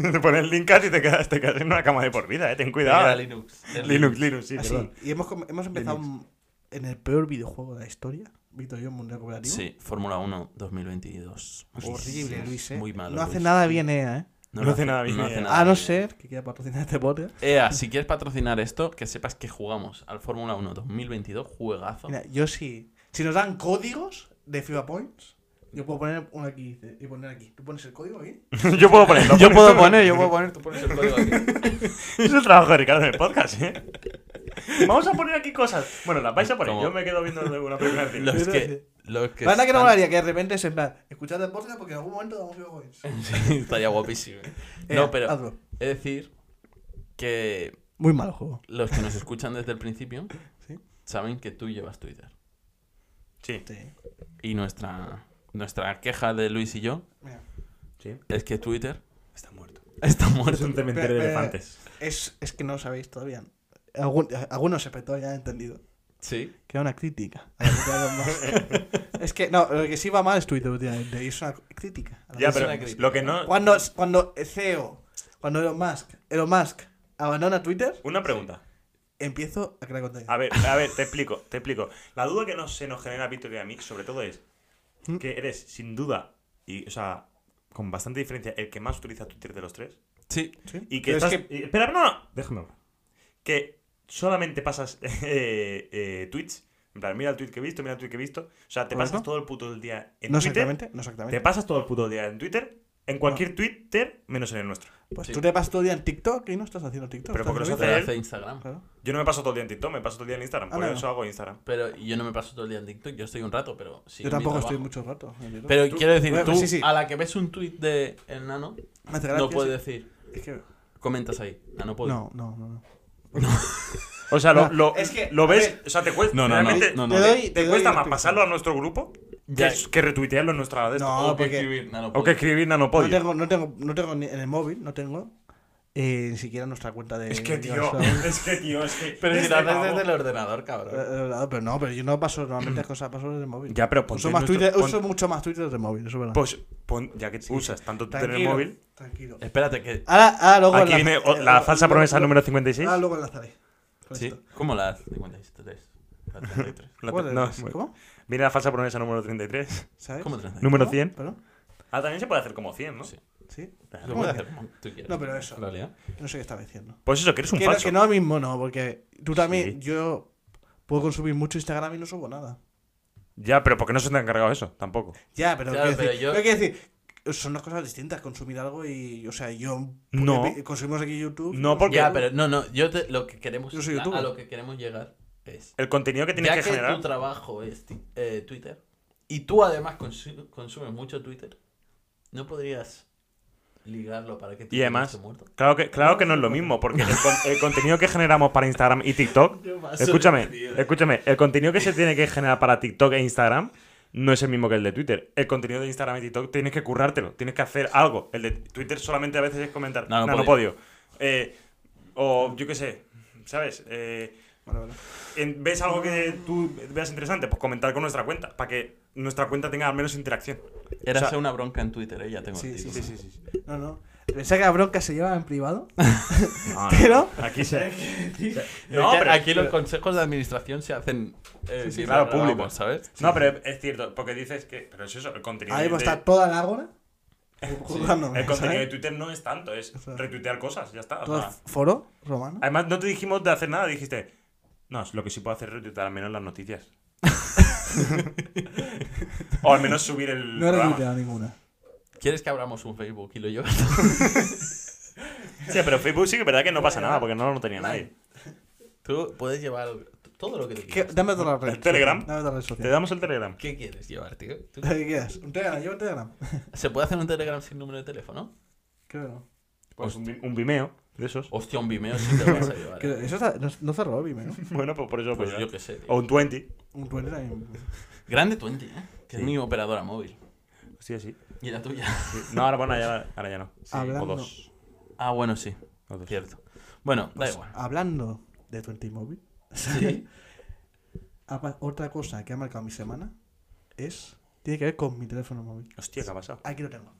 Speaker 4: Se te pone el Linkat y te quedas, te quedas en una cama de por vida, ¿eh? Ten
Speaker 1: Era
Speaker 4: cuidado.
Speaker 1: Linux. El
Speaker 4: Linux, Linux, sí,
Speaker 1: Ah,
Speaker 3: Así,
Speaker 4: perdón.
Speaker 3: Y hemos, com- hemos empezado un- en el peor videojuego de la historia. Víctor y yo en Mundial Cooperativo.
Speaker 1: Sí, Fórmula 1 2022.
Speaker 3: Horrible, Luis, ¿eh?
Speaker 1: Pues Muy malo.
Speaker 3: no hace
Speaker 1: Luis.
Speaker 3: nada bien EA, ¿eh?
Speaker 4: No hace nada bien.
Speaker 3: A Ah, no
Speaker 1: bien.
Speaker 3: ser que quiera patrocinar este podcast.
Speaker 1: Ea, si quieres patrocinar esto, que sepas que jugamos al Fórmula 1 2022, juegazo.
Speaker 3: Mira, yo sí. Si nos dan códigos de FIBA Points, yo puedo poner uno aquí dice, y poner aquí. ¿Tú pones el código aquí?
Speaker 4: yo puedo ponerlo.
Speaker 1: yo puedo poner, yo puedo poner, tú pones el código aquí.
Speaker 4: Es el trabajo de Ricardo en el podcast, ¿eh? Vamos a poner aquí cosas. Bueno, las vais a poner.
Speaker 1: Como-
Speaker 4: Yo me quedo viendo una película de cine.
Speaker 1: Los que. Los que
Speaker 3: La verdad que no
Speaker 1: están-
Speaker 3: molaría que de repente se en plan, escuchad el podcast porque en algún momento damos FIBA Points.
Speaker 1: Sí, estaría guapísimo. ¿eh?
Speaker 3: Eh,
Speaker 1: No, pero
Speaker 3: hazlo.
Speaker 1: es decir que
Speaker 3: Muy mal juego.
Speaker 1: los que nos escuchan desde el principio
Speaker 3: Sí.
Speaker 1: saben que tú llevas Twitter.
Speaker 4: Sí.
Speaker 3: Sí.
Speaker 1: Y nuestra, nuestra queja de Luis y yo
Speaker 3: Mira,
Speaker 4: Sí.
Speaker 1: es que Twitter
Speaker 4: Está muerto.
Speaker 1: está
Speaker 4: Es
Speaker 1: muerto.
Speaker 4: un cementerio
Speaker 3: Pero-
Speaker 4: de elefantes.
Speaker 3: es, es que no lo sabéis todavía. Algun- algunos se petó, ya han entendido.
Speaker 1: Sí.
Speaker 3: Que era una crítica. a la que te hagan más. es que, no, lo que sí va mal es Twitter últimamente. Y es una crítica. a la
Speaker 4: Ya,
Speaker 3: que
Speaker 1: Es
Speaker 4: pero
Speaker 1: una crítica.
Speaker 4: lo que no...
Speaker 3: Cuando, cuando CEO, cuando Elon Musk, Elon Musk abandona Twitter,
Speaker 4: Una pregunta.
Speaker 3: empiezo a crear contenido.
Speaker 4: A ver, a ver, te explico, te explico. La duda que nos, se nos genera a Víctor y a mí, sobre todo, es
Speaker 3: ¿Mm?
Speaker 4: que eres, sin duda, y, o sea, con bastante diferencia, el que más utiliza Twitter de los tres.
Speaker 1: Sí.
Speaker 3: ¿Sí?
Speaker 4: Y que
Speaker 3: Pero
Speaker 4: estás...
Speaker 3: es que
Speaker 4: y- espera, no, no. Déjame hablar. Que solamente pasas eh, eh, tweets En plan, mira el tweet que he visto, mira el tweet que he visto. O sea, te
Speaker 3: ¿Correcto?
Speaker 4: pasas todo el puto el día en
Speaker 3: No
Speaker 4: Twitter.
Speaker 3: exactamente, no
Speaker 4: Te
Speaker 3: exactamente.
Speaker 4: pasas todo el puto día en Twitter, en cualquier Twitter, menos en el nuestro.
Speaker 3: Pues
Speaker 1: Sí.
Speaker 3: tú te pasas todo el día en TikTok y no estás haciendo TikTok.
Speaker 4: Pero
Speaker 3: estás
Speaker 4: porque
Speaker 3: en
Speaker 4: los
Speaker 1: Pero
Speaker 3: Twitter.
Speaker 4: hace él.
Speaker 1: hace Instagram.
Speaker 3: Claro.
Speaker 4: Yo no me paso todo el día en TikTok, me paso todo el día en Instagram.
Speaker 3: Ah,
Speaker 4: Por
Speaker 3: no.
Speaker 4: eso hago Instagram.
Speaker 1: Pero yo no me paso todo el día en TikTok, yo estoy un rato, pero sí.
Speaker 3: Yo tampoco estoy mucho rato. en TikTok.
Speaker 1: Pero
Speaker 4: Tú-
Speaker 1: quiero decir,
Speaker 3: Bueno,
Speaker 1: tú
Speaker 3: sí, sí.
Speaker 1: a la que ves un tweet de el nano,
Speaker 3: Me hace gracia,
Speaker 1: no puedes decir,
Speaker 3: sí. Es que-
Speaker 1: comentas ahí, nano puedo.
Speaker 3: No, no, no. no.
Speaker 4: O sea, lo,
Speaker 3: No,
Speaker 4: lo-
Speaker 3: Ah, es que,
Speaker 4: lo
Speaker 3: a
Speaker 4: ves.
Speaker 3: ver.
Speaker 4: o sea, te cuesta.
Speaker 1: No, no, no,
Speaker 4: realmente,
Speaker 1: no, no.
Speaker 4: te-
Speaker 3: Te doy-
Speaker 4: te
Speaker 3: te doy
Speaker 4: cuesta
Speaker 3: una
Speaker 4: más
Speaker 3: explicación.
Speaker 4: pasarlo a nuestro grupo
Speaker 1: Ya.
Speaker 4: que, que retuitearlo en nuestra de esto.
Speaker 3: No,
Speaker 1: O que
Speaker 3: Ah, porque-
Speaker 1: escribir, nano
Speaker 4: O que
Speaker 1: puedo.
Speaker 4: escribir
Speaker 3: No
Speaker 4: nanopollo.
Speaker 3: tengo, no tengo, no tengo ni- en el móvil, no tengo eh, ni siquiera nuestra cuenta de.
Speaker 4: Es que,
Speaker 3: de
Speaker 4: tío.
Speaker 3: WhatsApp.
Speaker 4: es que, tío. Es que.
Speaker 1: Pero si
Speaker 4: este
Speaker 1: lo haces
Speaker 4: pavo-
Speaker 1: desde el ordenador, cabrón.
Speaker 3: Eh, eh, Pero no, pero yo no paso normalmente cosas, paso desde el móvil.
Speaker 4: Ya, pero ponte
Speaker 3: uso, más
Speaker 4: nuestro-
Speaker 3: Twitter,
Speaker 4: pon-
Speaker 3: uso mucho más Twitter desde el móvil, eso es verdad.
Speaker 4: Pues pon- ya que usas tanto Twitter en el
Speaker 3: Tranquilo,
Speaker 4: móvil. Eh,
Speaker 3: Tranquilo.
Speaker 1: Espérate que...
Speaker 3: Ahora, ahora luego.
Speaker 4: Aquí
Speaker 3: enlaza-
Speaker 4: viene o-
Speaker 3: eh,
Speaker 4: la falsa
Speaker 3: luego- Ah,
Speaker 4: promesa
Speaker 3: luego-
Speaker 4: número 56.
Speaker 3: Ahora luego enlazaré. con
Speaker 1: ¿Sí?
Speaker 3: esto.
Speaker 1: ¿Cómo la 53? La 33.
Speaker 4: La-
Speaker 3: ¿Cuál
Speaker 4: no,
Speaker 3: es? ¿Cómo?
Speaker 4: Viene la falsa promesa número 33.
Speaker 3: ¿Sabes?
Speaker 1: ¿Cómo 33?
Speaker 4: Número
Speaker 3: ¿Cómo?
Speaker 4: 100.
Speaker 3: ¿Perdón?
Speaker 4: Ah, también se puede hacer como 100, ¿no?
Speaker 1: Sí.
Speaker 3: ¿Sí?
Speaker 1: Lo
Speaker 3: ¿Cómo
Speaker 1: puedes
Speaker 3: que?
Speaker 1: hacer como tú quieras.
Speaker 3: No, pero eso.
Speaker 1: En realidad.
Speaker 3: No sé qué estaba diciendo.
Speaker 4: Pues eso, que eres un
Speaker 3: Que no,
Speaker 4: falso.
Speaker 3: que no ahora mismo no, porque tú también,
Speaker 4: Sí.
Speaker 3: yo puedo consumir mucho Instagram y no subo nada.
Speaker 4: Ya, pero porque no se te ha encargado eso, tampoco.
Speaker 3: Ya, pero,
Speaker 1: Claro,
Speaker 3: quiero
Speaker 1: pero
Speaker 3: decir,
Speaker 1: yo-
Speaker 3: pero quiero decir, son dos cosas distintas, consumir algo y, o sea, yo... porque
Speaker 4: No.
Speaker 3: vi- Consumimos aquí YouTube.
Speaker 4: No, porque-
Speaker 1: Ya, pero no, no, yo te- lo que queremos...
Speaker 3: Yo soy
Speaker 1: a- a
Speaker 3: youtuber.
Speaker 1: lo que queremos llegar es...
Speaker 4: El contenido que tienes
Speaker 1: ya
Speaker 4: que, generar.
Speaker 1: tu trabajo es ti- eh, Twitter y tú además consu- consumes mucho Twitter, no podrías ligarlo para que Twitter
Speaker 4: además-
Speaker 1: no esté muerto.
Speaker 4: Claro que, claro que no es lo mismo, porque el, con- el contenido que generamos para Instagram y TikTok.
Speaker 1: Yo paso de
Speaker 4: Escúchame,
Speaker 1: ti, eh.
Speaker 4: escúchame, el contenido que se tiene que generar para TikTok e Instagram no es el mismo que el de Twitter. El contenido de Instagram y TikTok tienes que currártelo, tienes que hacer algo. El de Twitter solamente a veces es comentar. No,
Speaker 1: Nanopodio.
Speaker 4: no podio. Eh, o yo qué sé, ¿sabes? Eh,
Speaker 3: Vale, vale.
Speaker 4: en- ¿Ves algo que tú veas interesante? Pues comentar con nuestra cuenta, para que nuestra cuenta tenga al menos interacción.
Speaker 1: Era
Speaker 4: O sea-
Speaker 1: ser una bronca en Twitter, eh, ya tengo el
Speaker 3: Sí, sí,
Speaker 1: título.
Speaker 3: sí, sí, sí. No, no. Pensé que la bronca se lleva en privado.
Speaker 4: No, no,
Speaker 3: Pero-
Speaker 4: Aquí se.
Speaker 1: No,
Speaker 4: No, pero-
Speaker 1: aquí los consejos de administración se hacen eh,
Speaker 4: Sí, sí,
Speaker 1: bien
Speaker 4: claro,
Speaker 1: grabados,
Speaker 4: públicos.
Speaker 1: ¿sabes?
Speaker 4: No, pero es- es cierto, porque dices que. Pero es eso, el contenido.
Speaker 3: Ahí pues
Speaker 4: Eh,
Speaker 3: va
Speaker 4: de-
Speaker 3: a estar toda la ágora. juzgándome,
Speaker 4: el contenido de
Speaker 3: ¿sabes? Pues
Speaker 4: Twitter no es tanto, es
Speaker 3: sea,
Speaker 4: retuitear cosas, ya está. o
Speaker 3: Todo
Speaker 4: sea.
Speaker 3: es foro romano.
Speaker 4: además, no te dijimos de hacer nada, dijiste. No, lo que sí puedo hacer es retuitear al menos las noticias. o al menos subir el.
Speaker 3: No he
Speaker 4: programa.
Speaker 3: retuiteado ninguna.
Speaker 1: ¿Quieres que abramos un Facebook y lo llevas?
Speaker 4: Sí, pero Facebook sí que es verdad que no pasa nada, porque no lo tenía nadie.
Speaker 1: Tú puedes llevar todo lo que tú
Speaker 3: ¿Qué?
Speaker 1: quieras.
Speaker 3: Dame otra red. social.
Speaker 4: Telegram?
Speaker 3: Dame otra red
Speaker 4: Te
Speaker 3: social.
Speaker 4: damos el Telegram.
Speaker 1: ¿Qué quieres llevar, tío? ¿Tú-
Speaker 3: ¿Qué quieres? ¿Un Telegram? ¿Llevo un Telegram?
Speaker 1: ¿Se puede hacer un Telegram sin número de teléfono?
Speaker 3: Creo que no.
Speaker 4: Pues un, vi- un Vimeo, de esos.
Speaker 1: Hostia, un Vimeo sí te lo vas a llevar.
Speaker 3: Creo-
Speaker 1: eh.
Speaker 3: Eso está- no, no cerró Vimeo.
Speaker 4: Bueno, pues por eso.
Speaker 1: Pues
Speaker 4: pues,
Speaker 1: yo
Speaker 4: ya.
Speaker 1: qué sé, tío.
Speaker 4: o un 20.
Speaker 3: Un Twitter también.
Speaker 1: Grande 20, ¿eh? Que es
Speaker 4: Sí.
Speaker 1: mi operadora móvil.
Speaker 4: Sí, sí.
Speaker 1: Y la tuya.
Speaker 4: sí. No, ahora, bueno, ya, ahora ya no. Sí,
Speaker 3: Hablando.
Speaker 4: o dos.
Speaker 1: Ah, bueno, sí.
Speaker 4: o dos.
Speaker 1: Cierto. Bueno,
Speaker 3: Pues,
Speaker 1: da igual.
Speaker 3: Hablando de 20 Mobile,
Speaker 1: Sí.
Speaker 3: apa- otra cosa que ha marcado mi semana es. Tiene que ver con mi teléfono móvil.
Speaker 4: Hostia, ¿qué ha pasado?
Speaker 3: Aquí lo tengo.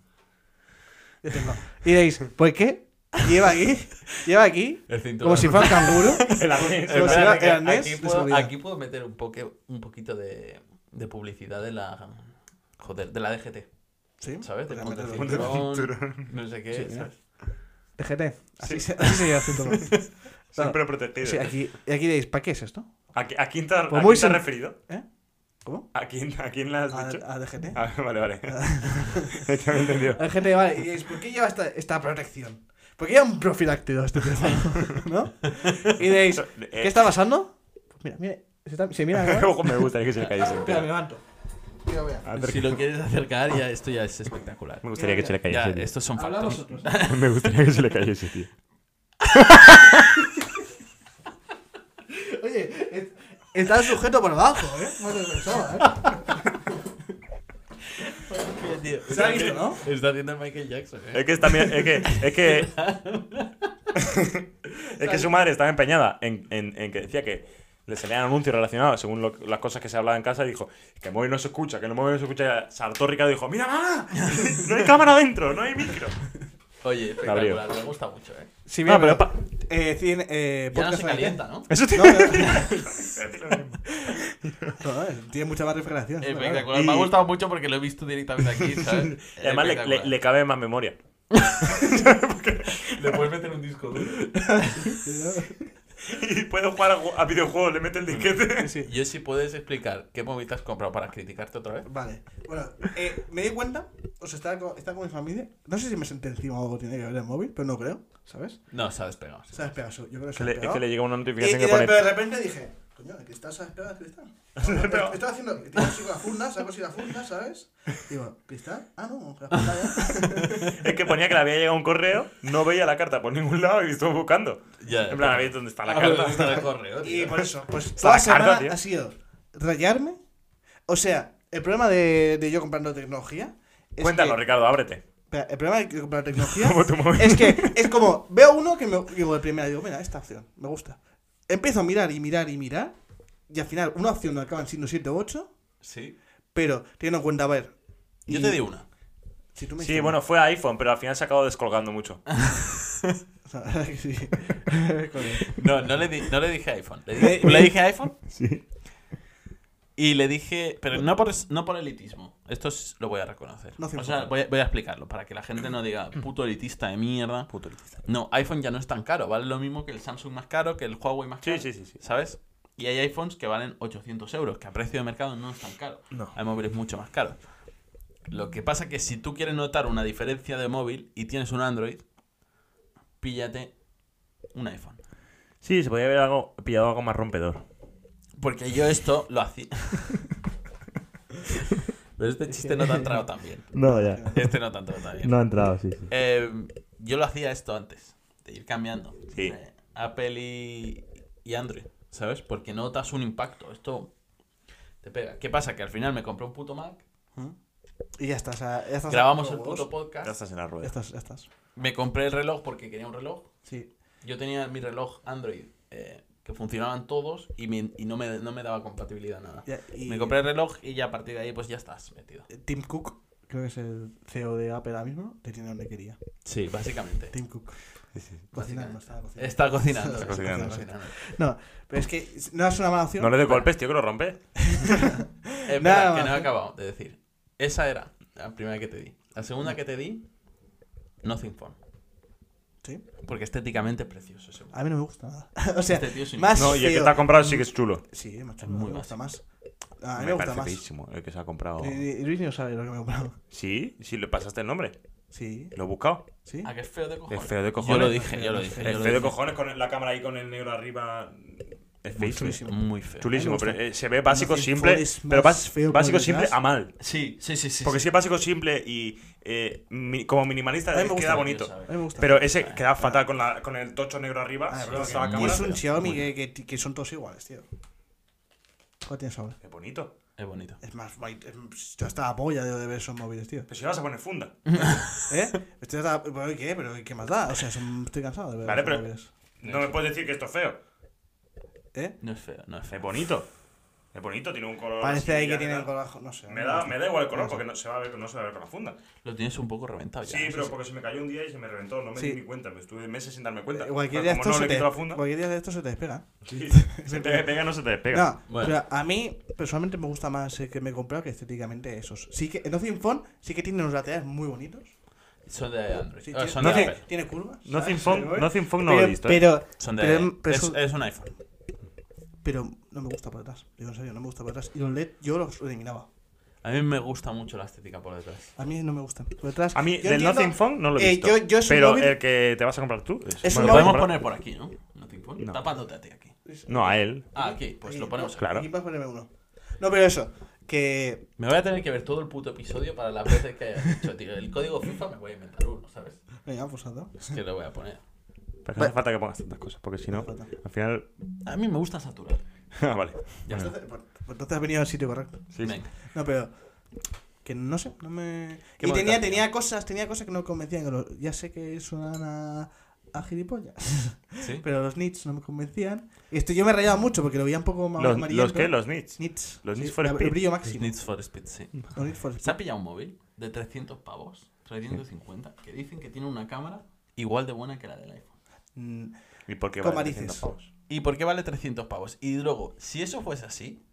Speaker 3: Lo tengo. Y diréis, ¿por qué? Lleva aquí, lleva aquí,
Speaker 1: El cinturón.
Speaker 3: como si fuera un canguro.
Speaker 4: El arnés.
Speaker 3: Como si
Speaker 1: Espérate,
Speaker 3: fuera el
Speaker 1: que
Speaker 3: arnés
Speaker 1: aquí,
Speaker 3: de
Speaker 1: puedo,
Speaker 3: seguridad.
Speaker 1: aquí puedo meter un, poque, un poquito de, de publicidad de la. Joder, de la DGT.
Speaker 3: ¿Sí?
Speaker 1: ¿Sabes? De
Speaker 3: Podría
Speaker 1: ponte el
Speaker 3: meterlo.
Speaker 1: cinturón, No sé qué.
Speaker 3: Sí, mira.
Speaker 1: ¿sabes?
Speaker 3: DGT. Así,
Speaker 4: Sí.
Speaker 3: se, así se lleva el cinturón.
Speaker 4: Siempre protegido.
Speaker 3: Sí, aquí, y aquí diréis, ¿para qué es esto?
Speaker 4: ¿A, qui- a quién te, has-
Speaker 3: Pues
Speaker 4: a
Speaker 3: muy
Speaker 4: quién te has
Speaker 3: sen-
Speaker 4: referido?
Speaker 3: ¿Eh? ¿Cómo?
Speaker 4: ¿A quién, ¿A quién la has
Speaker 3: ¿A,
Speaker 4: dicho?
Speaker 3: a DGT?
Speaker 4: Ah, vale, vale. ya me he entendido.
Speaker 3: Hay gente que vale, y diréis, ¿por qué lleva esta, esta protección? ¿Por qué lleva un profiláctido este teléfono? ¿No? Y diréis, ¿qué está pasando? Pues mira, mira, se, está- se mira. ¿no?
Speaker 4: Ojo, me gustaría que se cayese.
Speaker 3: Espera, me levanto. Mira, mira.
Speaker 4: A ver,
Speaker 1: Si lo quieres acercar, ya esto ya es espectacular.
Speaker 4: Me gustaría que se le
Speaker 1: Ya,
Speaker 4: cayese. tío.
Speaker 1: estos son
Speaker 3: Habla
Speaker 1: factos.
Speaker 3: vosotros.
Speaker 4: Me gustaría que se le cayese, tío.
Speaker 3: Oye, es- está el sujeto por abajo, ¿eh? No te lo pensaba, ¿eh? Se ha visto, ¿no?
Speaker 1: Está haciendo el Michael Jackson, ¿eh?
Speaker 4: Es que, está, mi- es que, es que, es que su madre estaba empeñada en, en- en que decía que le salían anuncios relacionados según lo- las cosas que se hablaban en casa y dijo que el móvil no se escucha, que el móvil no se escucha. Saltó Ricardo y dijo, mira, mamá, no hay cámara adentro, no hay micro.
Speaker 1: Oye,
Speaker 4: Gabriel.
Speaker 1: espectacular. Me gusta mucho, ¿eh?
Speaker 3: Sí,
Speaker 4: mira, pero pa-
Speaker 3: eh, cien, eh,
Speaker 1: Ya no
Speaker 3: podcast
Speaker 1: se
Speaker 3: de la
Speaker 1: calienta, ¿no?
Speaker 4: Eso te-
Speaker 3: No, No, eh, tiene mucha más refrigeración. sí, claro.
Speaker 1: Espectacular. Me ha gustado mucho porque lo he visto directamente aquí, ¿sabes?
Speaker 4: Y además le, le- le cabe más memoria.
Speaker 1: le puedes meter un disco duro.
Speaker 3: Sí, ¿no?
Speaker 4: y puedo jugar a, ju- a videojuegos, le mete el disquete.
Speaker 3: Sí.
Speaker 1: Yo si puedes explicar qué móvil te has comprado para criticarte otra vez.
Speaker 3: Vale. Bueno, eh, me di cuenta, o sea, estaba con, estaba con mi familia. No sé si me senté encima o algo tiene que ver el móvil, pero no creo, ¿sabes?
Speaker 1: No, se ha despegado.
Speaker 3: Se ha despegado su- Yo creo
Speaker 4: Que
Speaker 3: que se ha
Speaker 4: le- es
Speaker 3: despegado.
Speaker 4: que le llega una
Speaker 3: Y, y
Speaker 4: notificación
Speaker 3: de,
Speaker 4: que pone.
Speaker 3: pero de repente dije, coño, el cristal se ha despegado el cristal.
Speaker 4: despegado.
Speaker 3: Estaba haciendo, estaba así con la funda, saco así la funda, ¿sabes? Digo, ¿cristal? Ah, no, la pantalla.
Speaker 4: Es que ponía que le había llegado un correo, no veía la carta por ningún lado y estuvo buscando.
Speaker 1: Ya,
Speaker 4: En plan, a ver dónde está la
Speaker 1: Ah, pero
Speaker 4: carta.
Speaker 1: está el correo,
Speaker 3: Y
Speaker 1: tío.
Speaker 3: por eso, pues
Speaker 4: Está
Speaker 3: toda
Speaker 4: la
Speaker 3: la semana
Speaker 4: carta, tío.
Speaker 3: ha sido rayarme. O sea, el problema de, de yo comprando tecnología. es
Speaker 4: Cuéntalo,
Speaker 3: que-
Speaker 4: Ricardo, ábrete.
Speaker 3: espera, el problema de yo comprando tecnología
Speaker 4: Como tu móvil.
Speaker 3: es que es como veo uno que me digo de primera, digo, mira, esta opción, me gusta. Empiezo a mirar y mirar y mirar. Y al final, una opción no acaban siendo 7 o 8.
Speaker 1: Sí.
Speaker 3: Pero teniendo en cuenta, a ver.
Speaker 1: Yo
Speaker 3: y-
Speaker 1: te di una.
Speaker 3: Si tú me
Speaker 4: Sí,
Speaker 3: dices-
Speaker 4: bueno, fue a iPhone, pero al final se ha acabado descolgando mucho.
Speaker 3: O sea, que sí. Joder.
Speaker 1: No, no le, di- no le dije iPhone. Le, di-
Speaker 3: Me-
Speaker 1: le dije iPhone
Speaker 4: Sí.
Speaker 1: y le dije. Pero no por, es- no por elitismo. Esto es- lo voy a reconocer.
Speaker 3: No hace
Speaker 1: o sea,
Speaker 3: falta.
Speaker 1: voy a, voy a explicarlo para que la gente no diga puto elitista de mierda. Puto elitista. No, iPhone ya no es tan caro. Vale lo mismo que el Samsung más caro, que el Huawei más
Speaker 4: Sí,
Speaker 1: caro.
Speaker 4: sí, sí, sí.
Speaker 1: ¿Sabes? Y hay iPhones que valen 800 euros, que a precio de mercado no es tan caro.
Speaker 4: No.
Speaker 1: Hay móviles mucho más caros. Lo que pasa que si tú quieres notar una diferencia de móvil y tienes un Android, píllate un iPhone.
Speaker 4: Sí, se podía haber algo, pillado algo más rompedor.
Speaker 1: Porque yo esto lo hacía. Pero este chiste no te ha entrado tan bien.
Speaker 5: No, ya.
Speaker 1: Este no te ha entrado tan bien.
Speaker 5: No ha entrado, sí, sí.
Speaker 1: Eh, yo lo hacía esto antes, de ir cambiando.
Speaker 4: Sí.
Speaker 1: Eh, Apple y, y Android, ¿sabes? Porque notas un impacto. Esto te pega. ¿Qué pasa? Que al final me compré un puto Mac,
Speaker 3: Y ya estás. a- Ya estás
Speaker 1: grabamos
Speaker 3: a-
Speaker 1: el puto podcast,
Speaker 4: Ya estás en la
Speaker 3: Ya
Speaker 4: rueda.
Speaker 3: estás, ya estás.
Speaker 1: me compré el reloj porque quería un reloj.
Speaker 3: Sí.
Speaker 1: Yo tenía mi reloj Android eh, que funcionaban todos y, mi- y no, me, no me daba compatibilidad nada.
Speaker 3: Ya- y-
Speaker 1: Me compré el reloj y ya a partir de ahí pues ya estás metido.
Speaker 3: Tim Cook, creo que es el CEO de Apple ahora mismo, te tiene donde quería.
Speaker 1: Sí, básicamente.
Speaker 3: Tim Cook. Cocinando, estaba cocinando.
Speaker 1: Está cocinando.
Speaker 3: Está
Speaker 4: cocinando,
Speaker 1: cocinando.
Speaker 3: No, pero es que no es una mala opción.
Speaker 4: No le dé golpes, tío, que lo rompe.
Speaker 1: Eh, espera,
Speaker 3: Nada
Speaker 1: que
Speaker 3: más,
Speaker 1: no he
Speaker 3: ¿eh?
Speaker 1: acabado de decir. Esa era la primera que te di. La segunda que te di, Nothing Phone.
Speaker 3: Sí.
Speaker 1: Porque estéticamente es precioso ese móvil.
Speaker 4: ¿Ah,
Speaker 3: A mí no me gusta nada. o sea,
Speaker 1: Este tío es un-
Speaker 3: más
Speaker 4: No, y el que
Speaker 3: feo.
Speaker 4: te ha comprado sí que es chulo.
Speaker 3: Sí, es más
Speaker 1: Es muy
Speaker 3: chulo, me gusta más. Ah, A mí me,
Speaker 4: me
Speaker 3: gusta
Speaker 4: parece
Speaker 3: más.
Speaker 4: feísimo el que se ha comprado.
Speaker 3: Ni- ni- Luis no sabe lo que me he comprado.
Speaker 4: Sí, sí, le pasaste el nombre.
Speaker 3: Sí,
Speaker 4: Lo he buscado.
Speaker 3: sí.
Speaker 1: Ah, que es feo de cojones.
Speaker 4: Es feo de
Speaker 1: Yo lo
Speaker 4: cojones.
Speaker 1: dije, yo lo dije.
Speaker 4: El
Speaker 1: yo lo
Speaker 4: feo de
Speaker 1: dije.
Speaker 4: cojones con la cámara ahí con el negro arriba. Es feísimo.
Speaker 3: feísimo.
Speaker 1: Muy feo.
Speaker 4: Chulísimo,
Speaker 3: Me gusta.
Speaker 4: pero eh, se ve básico
Speaker 3: Nothing
Speaker 4: simple.
Speaker 3: Phone es
Speaker 4: Pero
Speaker 3: más
Speaker 4: bas-
Speaker 3: feo por
Speaker 4: básico
Speaker 3: detrás.
Speaker 4: simple a mal.
Speaker 1: Sí, sí, sí, sí.
Speaker 4: Porque
Speaker 1: sí.
Speaker 4: si es básico simple y eh, mi- como minimalista
Speaker 3: A mí me
Speaker 4: eh,
Speaker 3: gusta
Speaker 4: queda
Speaker 3: lo que
Speaker 4: bonito.
Speaker 1: ¿sabes?
Speaker 3: A mí me gusta.
Speaker 4: Pero eh, ese queda fatal con, la, con el tocho negro arriba.
Speaker 3: Ah,
Speaker 4: se
Speaker 3: pero
Speaker 4: nota la
Speaker 3: y
Speaker 4: cámara.
Speaker 3: es un Xiaomi que, que, que son todos iguales, tío. ¿Cuál tienes ahora?
Speaker 4: Es bonito.
Speaker 1: Es bonito.
Speaker 3: Es más, guay- es- yo hasta la polla de, de ver esos móviles, tío.
Speaker 4: Pero si le vas a poner funda.
Speaker 3: ¿Eh? Estoy hasta, bueno, ¿qué? ¿Pero qué más da? O sea, son- estoy cansado de ver
Speaker 4: Vale,
Speaker 3: esos
Speaker 4: pero-
Speaker 3: móviles.
Speaker 4: No me puedes decir que esto es feo.
Speaker 3: ¿Eh?
Speaker 1: No es feo, no es
Speaker 4: Es
Speaker 1: feo.
Speaker 4: bonito. Es bonito, tiene un color.
Speaker 3: Parece
Speaker 4: así,
Speaker 3: ahí que
Speaker 4: ya,
Speaker 3: tiene el
Speaker 4: tal.
Speaker 3: color, no sé.
Speaker 4: Me da, me da igual el color
Speaker 3: No sé.
Speaker 4: porque no se, va a ver, no se va a ver con la funda.
Speaker 1: Lo tienes un poco reventado ya.
Speaker 4: Sí, pero porque se me cayó un día y se me reventó. No me
Speaker 3: Sí.
Speaker 4: di ni cuenta. Me estuve meses sin darme cuenta.
Speaker 3: Eh,
Speaker 4: Pero
Speaker 3: Cualquier día,
Speaker 4: como
Speaker 3: esto
Speaker 4: no
Speaker 3: se
Speaker 4: le
Speaker 3: te,
Speaker 4: quito la funda.
Speaker 3: cualquier día de esto se te despega.
Speaker 4: Sí. Se te pega, no se te despega.
Speaker 3: No,
Speaker 1: Bueno.
Speaker 3: pero a mí personalmente me gusta más el que me he comprado que estéticamente esos. Sí que, el Nothing Phone sí que tiene unos laterales muy bonitos.
Speaker 1: Son de Android.
Speaker 3: Sí,
Speaker 1: Eh,
Speaker 3: tiene,
Speaker 1: son de
Speaker 3: tiene,
Speaker 1: Apple.
Speaker 3: tiene curvas. Ah,
Speaker 4: Nothing
Speaker 3: ¿sabes?
Speaker 4: Phone-
Speaker 3: Pero-
Speaker 4: Nothing Phone no lo he
Speaker 3: pero-
Speaker 4: visto, ¿eh?
Speaker 3: Pero,
Speaker 1: Son de
Speaker 3: pero- pero
Speaker 1: es-
Speaker 3: son-
Speaker 1: es un iPhone.
Speaker 3: pero no me gusta por atrás. Digo en serio, no me gusta por atrás. Y los LED yo los eliminaba.
Speaker 1: A mí me gusta mucho la estética por detrás.
Speaker 3: A mí no me gustan. Por detrás,
Speaker 4: A mí,
Speaker 3: yo
Speaker 4: del
Speaker 3: entiendo-
Speaker 4: Nothing Phone no lo he
Speaker 3: eh,
Speaker 4: visto.
Speaker 3: yo- yo es un
Speaker 4: pero
Speaker 3: móvil-
Speaker 4: el que te vas a comprar tú.
Speaker 3: Es
Speaker 1: Lo
Speaker 3: un
Speaker 4: bueno,
Speaker 1: podemos
Speaker 4: comprar-
Speaker 1: poner por aquí, ¿no? No te importa.
Speaker 4: No. Eh,
Speaker 1: Tapándote a ti aquí.
Speaker 4: No, a él.
Speaker 1: Ah, aquí, pues lo ponemos aquí.
Speaker 4: Claro.
Speaker 3: Aquí puedes ponerme eh, uno. No, pero eso, que
Speaker 1: Me voy a tener que ver todo el puto episodio para las veces que haya dicho, tío. El código FIFA me voy a inventar uno, ¿sabes?
Speaker 3: venga, pues hazlo.
Speaker 1: Es que lo voy a poner.
Speaker 4: Pero no hace falta que pongas tantas cosas, porque si no,
Speaker 3: No hace falta.
Speaker 4: al final.
Speaker 1: A mí me gusta saturar.
Speaker 4: ah, vale.
Speaker 1: Ya está.
Speaker 3: Entonces, pues, pues entonces has venido al sitio correcto.
Speaker 4: Sí, sí.
Speaker 1: Venga.
Speaker 3: No, pero que no sé, no me
Speaker 1: Qué
Speaker 3: y tenía
Speaker 1: montaña.
Speaker 3: tenía cosas, tenía cosas que no me convencían, que los- ya sé que suenan a, a gilipollas,
Speaker 1: ¿Sí?
Speaker 3: pero los nits no me convencían. Y esto yo me rayaba mucho porque lo veía un poco más
Speaker 4: ¿Los,
Speaker 3: amarillento.
Speaker 4: los qué? ¿Los Nits?
Speaker 3: nits,
Speaker 4: los
Speaker 3: Sí,
Speaker 4: nits for
Speaker 3: la-
Speaker 4: speed.
Speaker 3: el brillo máximo.
Speaker 1: Needs for Speed, sí.
Speaker 3: Los nits for
Speaker 1: ¿Se ha
Speaker 3: speed.
Speaker 1: pillado un móvil de 300 pavos? 350. Que dicen que tiene una cámara igual de buena que la del iPhone.
Speaker 3: Mm,
Speaker 4: ¿Y por qué
Speaker 3: Con
Speaker 4: vale
Speaker 3: varices.
Speaker 4: 300 pavos?
Speaker 1: ¿Y por qué vale 300 pavos? Y luego, si eso fuese así,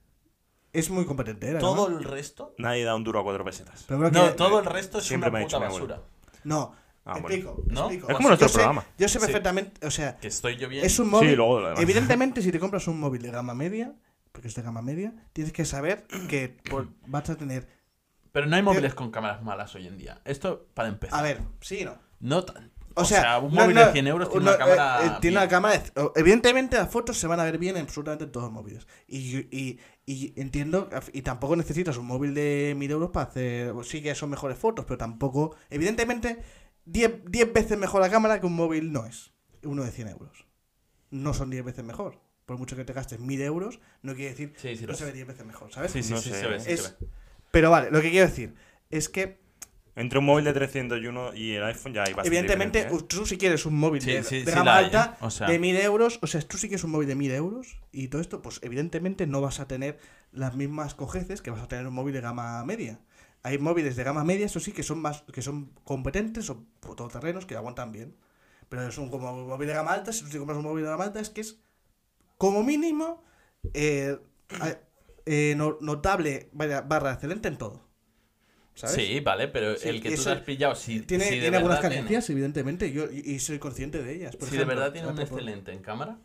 Speaker 3: Es muy competente, era,
Speaker 1: todo
Speaker 3: ¿no?
Speaker 1: el resto...
Speaker 4: Nadie da un duro a cuatro pesetas.
Speaker 3: Pero creo
Speaker 1: No,
Speaker 3: que-
Speaker 1: todo el resto es
Speaker 4: Siempre
Speaker 1: una
Speaker 4: me ha dicho
Speaker 1: puta
Speaker 4: mi abuelo.
Speaker 1: basura.
Speaker 3: no,
Speaker 4: Ah, bueno.
Speaker 3: explico,
Speaker 1: ¿No?
Speaker 3: explico.
Speaker 4: Es como nuestro
Speaker 3: yo sé-
Speaker 4: programa.
Speaker 3: yo sé
Speaker 1: Sí.
Speaker 3: perfectamente, o sea,
Speaker 1: Que estoy yo bien.
Speaker 3: es un móvil.
Speaker 4: luego lo demás.
Speaker 3: Evidentemente, si te compras un móvil de gama media, porque es de gama media, tienes que saber que por- vas a tener.
Speaker 1: Pero no hay móviles con cámaras malas hoy en día. Esto para empezar.
Speaker 3: A ver, sí y no.
Speaker 1: No tan-
Speaker 3: O sea,
Speaker 1: un
Speaker 3: no,
Speaker 1: móvil
Speaker 3: no,
Speaker 1: de 100 euros tiene
Speaker 3: no,
Speaker 1: una cámara.
Speaker 3: eh, eh, tiene una
Speaker 1: bien.
Speaker 3: cámara. de- Evidentemente, las fotos se van a ver bien en absolutamente todos los móviles. Y, y, y entiendo. Y tampoco necesitas un móvil de 1000 euros para hacer. Sí que son mejores fotos, pero tampoco. Evidentemente, 10, 10 veces mejor la cámara que un móvil no es. Uno de 100 euros. No son 10 veces mejor. Por mucho que te gastes 1000 euros, no quiere decir
Speaker 1: Sí, sí, lo
Speaker 3: no se
Speaker 1: sé.
Speaker 3: ve 10 veces mejor, ¿sabes?
Speaker 1: Sí, sí,
Speaker 4: No
Speaker 1: sí,
Speaker 4: sé.
Speaker 1: se ve, sí,
Speaker 3: Es-
Speaker 1: se ve.
Speaker 3: Pero vale, lo que quiero decir es que,
Speaker 4: Entre un móvil de 301 y el iPhone ya hay bastante
Speaker 3: evidentemente,
Speaker 4: diferencia, ¿eh?
Speaker 3: tú si quieres un móvil
Speaker 1: Sí,
Speaker 3: de,
Speaker 1: sí,
Speaker 3: de
Speaker 1: sí
Speaker 3: gama
Speaker 1: la hay,
Speaker 3: alta
Speaker 1: ¿eh? O sea.
Speaker 3: de 1000 euros, o sea, tú si quieres un móvil de 1000 euros y todo esto, pues evidentemente no vas a tener las mismas cojeces que vas a tener un móvil de gama media. Hay móviles de gama media, eso sí, que son más que son competentes o todoterrenos que aguantan bien. Pero es un como un móvil de gama alta, si tú te compras un móvil de gama alta, es que es como mínimo eh, a- eh, no- notable vaya- barra excelente en todo. ¿Sabes?
Speaker 1: Sí, vale, pero
Speaker 3: Sí,
Speaker 1: el que
Speaker 3: y
Speaker 1: tú
Speaker 3: eso-
Speaker 1: te has pillado, si,
Speaker 3: Tiene,
Speaker 1: si de
Speaker 3: tiene algunas
Speaker 1: verdad
Speaker 3: carencias, evidentemente, yo, y, y soy consciente de ellas. Por
Speaker 1: si de
Speaker 3: ejemplo, ¿Mm?
Speaker 1: verdad tiene
Speaker 3: no
Speaker 1: un
Speaker 3: te puedo-
Speaker 1: excelente en cámara,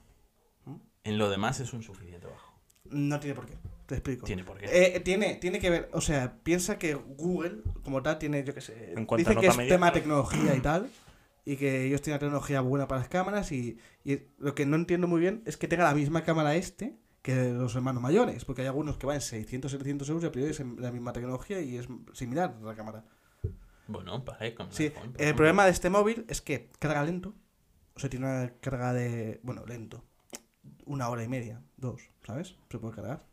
Speaker 1: en lo demás es un suficiente bajo.
Speaker 3: No tiene por qué, te explico.
Speaker 1: Tiene por qué.
Speaker 3: Eh, tiene, tiene que ver, o sea, piensa que Google, como tal, tiene, yo qué sé,
Speaker 4: En cuanto a
Speaker 3: dice que
Speaker 4: nota
Speaker 3: es
Speaker 4: media,
Speaker 3: tema
Speaker 4: claro.
Speaker 3: tecnología y tal, y que ellos tienen tecnología buena para las cámaras, y, y lo que no entiendo muy bien es que tenga la misma cámara este que los hermanos mayores, porque hay algunos que van en 600, 700 euros y a priori es en la misma tecnología y es similar la cámara.
Speaker 1: Bueno, vale, con
Speaker 3: Sí,
Speaker 1: iPhone, por
Speaker 3: el
Speaker 1: ejemplo.
Speaker 3: problema de este móvil es que carga lento. O sea, tiene una carga de. Bueno, lento. Una hora y media, dos, ¿sabes? Se puede cargar.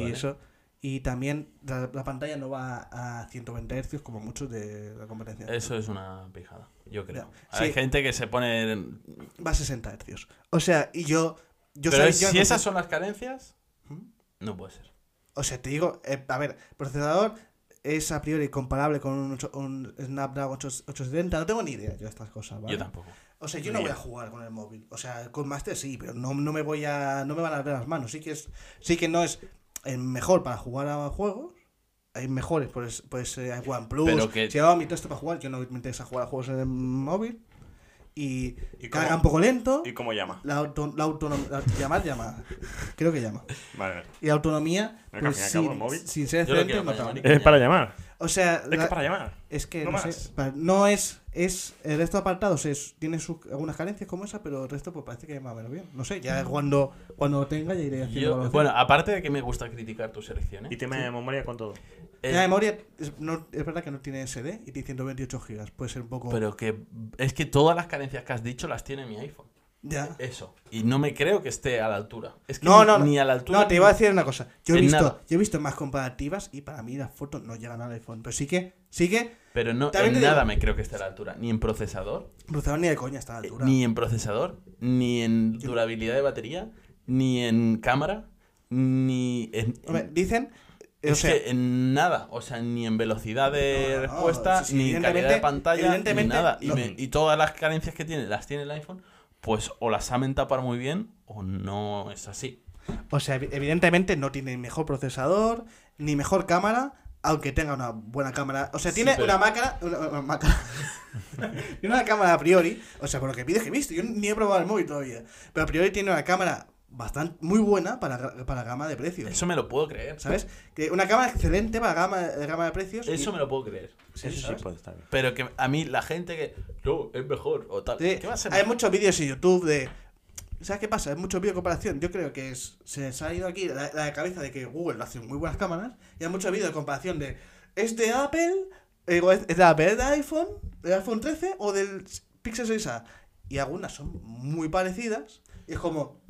Speaker 1: Mm, Vale.
Speaker 3: eso. Y también la, la pantalla no va a 120 Hz como muchos de la competencia.
Speaker 1: Eso es una pijada, yo creo.
Speaker 3: Ya, sí.
Speaker 1: Hay gente que se pone. en-
Speaker 3: Va a 60 Hz. O sea, y yo. yo
Speaker 1: Pero
Speaker 3: soy-
Speaker 1: si
Speaker 3: yo no-
Speaker 1: esas son las carencias,
Speaker 3: ¿Mm?
Speaker 1: no puede ser.
Speaker 3: O sea, te digo, eh, a ver, procesador es a priori comparable con un, ocho- un Snapdragon 8 870. No tengo ni idea yo de estas cosas, ¿vale?
Speaker 1: Yo tampoco.
Speaker 3: O sea, yo no
Speaker 4: Ni
Speaker 3: voy
Speaker 4: yo.
Speaker 3: a jugar con el móvil. O sea, con Master sí, pero no, no me voy a. no me van a ver las manos. Sí que es. Sí que no es el mejor para jugar a juegos. Hay mejores, pues, pues eh, hay OnePlus,
Speaker 1: Pero que-
Speaker 3: Xiaomi, todo esto para jugar. Yo no me interesa jugar a juegos en el móvil. Y,
Speaker 4: ¿Y
Speaker 3: carga
Speaker 4: cómo-
Speaker 3: un poco lento.
Speaker 4: ¿eh? ¿Y cómo llama?
Speaker 3: La, auto, la autonomía. llamar, llama. Creo que llama.
Speaker 4: Vale.
Speaker 3: Y la autonomía.
Speaker 4: No, que al
Speaker 3: pues,
Speaker 4: fin y al cabo
Speaker 3: sin,
Speaker 4: el móvil.
Speaker 3: sin ser
Speaker 1: Yo lo
Speaker 3: excelente,
Speaker 1: quiero para
Speaker 3: notable.
Speaker 1: llamar y-
Speaker 4: Es para llamar.
Speaker 3: O sea,
Speaker 4: Es que
Speaker 3: la-
Speaker 4: para llamar.
Speaker 3: es que no,
Speaker 4: No
Speaker 3: sé,
Speaker 4: más.
Speaker 3: pa- no es, es el resto de apartados es, tiene sus- algunas carencias como esa, pero el resto pues parece que va a ver bien. No sé, ya cuando, cuando lo tenga ya iré haciendo
Speaker 1: Yo-
Speaker 3: evaluación.
Speaker 1: bueno, aparte de que me gusta criticar tus elecciones,
Speaker 4: Y tema de memoria con todo.
Speaker 1: eh,
Speaker 3: la memoria es, no- es verdad que no tiene SD y tiene 128 GB, puede ser un poco
Speaker 1: pero que es que todas las carencias que has dicho las tiene mi iPhone.
Speaker 3: ya.
Speaker 1: Eso. Y no me creo que esté a la altura. Es que
Speaker 3: No,
Speaker 1: ni-
Speaker 3: no, no.
Speaker 1: eh, ni a la altura.
Speaker 3: No, te iba a decir una cosa. Yo he
Speaker 1: En
Speaker 3: visto,
Speaker 1: nada.
Speaker 3: yo he visto más comparativas y para mí las fotos no llegan al iPhone, pero sí que sí que
Speaker 1: Pero no,
Speaker 3: También
Speaker 1: en
Speaker 3: te digo-
Speaker 1: nada me creo que esté a la altura. Ni en procesador,
Speaker 3: procesador ni de coña está a la
Speaker 1: eh,
Speaker 3: altura.
Speaker 1: ni en procesador, ni en
Speaker 3: Yo-
Speaker 1: durabilidad de batería, ni en cámara, ni en,
Speaker 3: Hombre, dicen eh, o
Speaker 1: Es
Speaker 3: sea,
Speaker 1: que en nada, o sea, ni en velocidad de
Speaker 3: No, no, no,
Speaker 1: respuesta,
Speaker 3: sí, sí,
Speaker 1: ni calidad de
Speaker 3: evidentemente-
Speaker 1: pantalla, ni
Speaker 3: evidentemente
Speaker 1: nada. Y,
Speaker 3: no.
Speaker 1: me- y todas las carencias que tiene, las tiene el iPhone, pues o las saben tapar muy bien o no es así.
Speaker 3: O sea, evi- evidentemente no tiene mejor procesador, ni mejor cámara, aunque tenga una buena cámara. O sea,
Speaker 1: Sí,
Speaker 3: tiene
Speaker 1: pero-
Speaker 3: una máquina. Una, una máquina. tiene una cámara a priori. O sea, por lo que pides que he visto. Yo ni he probado el móvil todavía. Pero a priori tiene una cámara bastante muy buena para, gra- para gama de precios.
Speaker 1: Eso me lo puedo creer.
Speaker 3: ¿Sabes? Que una cámara excelente para gama, gama de precios. y-
Speaker 1: Eso me lo puedo creer.
Speaker 3: Sí,
Speaker 4: Eso
Speaker 3: ¿sabes?
Speaker 4: sí puede estar bien.
Speaker 1: Pero que a mí la gente que, no, es mejor o tal.
Speaker 3: Sí,
Speaker 1: ¿Qué va a ser?
Speaker 3: Hay
Speaker 1: mejor?
Speaker 3: muchos vídeos en YouTube de. ¿Sabes qué pasa? Hay muchos vídeos de comparación. Yo creo que es- se les ha ido aquí la, la cabeza de que Google hace muy buenas cámaras. Y hay muchos vídeos de comparación de. ¿Es de Apple? Eh, o ¿Es es de Apple? ¿Es de iPhone? ¿Del iPhone 13? ¿O del Pixel 6A? Y algunas son muy parecidas. Y es como.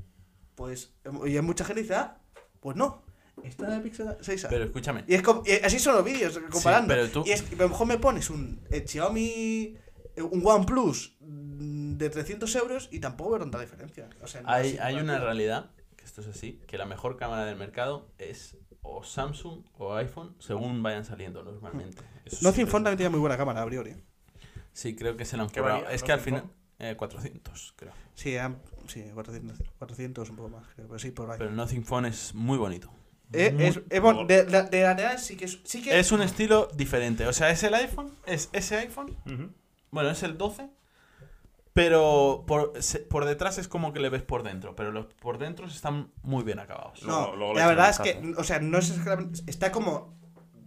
Speaker 3: Pues. Y hay mucha gente que dice, ah, pues no. Esta de Pixel 6A.
Speaker 1: Pero escúchame.
Speaker 3: Y es como- y así son los vídeos, comparando.
Speaker 1: pero tú-
Speaker 3: Y es, y a lo mejor me pones un eh, Xiaomi, eh, un OnePlus mm, de 300 euros y tampoco veo tanta diferencia. O sea, no
Speaker 1: Hay,
Speaker 3: es
Speaker 1: hay una
Speaker 3: comparativa.
Speaker 1: realidad, que esto es así, que la mejor cámara del mercado es o Samsung o iPhone, según vayan saliendo normalmente. Eso sí
Speaker 3: Nothing
Speaker 1: que-
Speaker 3: Phone también tiene muy buena cámara, a priori.
Speaker 1: Sí, creo que se la han
Speaker 4: ¿Qué
Speaker 1: currado.
Speaker 4: valía?
Speaker 1: Es que al
Speaker 4: ¿Nothing
Speaker 1: final... eh, 400, creo.
Speaker 3: Sí, han- sí 400, 400, un poco más, creo. Pero sí, por ahí.
Speaker 1: Pero el Nothing Phone es muy bonito.
Speaker 3: Eh,
Speaker 1: Muy-
Speaker 3: es, es bon- de, la- de lateral sí que es. Sí que
Speaker 1: Es un estilo diferente. O sea, es el iPhone, es ese iPhone, Bueno, es el 12. Pero por, se- por detrás es como que le ves por dentro. Pero los por dentro están muy bien acabados.
Speaker 4: Luego-
Speaker 3: No,
Speaker 4: luego le
Speaker 3: la
Speaker 4: echan
Speaker 3: verdad
Speaker 4: un
Speaker 3: es que, o sea, no es exactamente- está como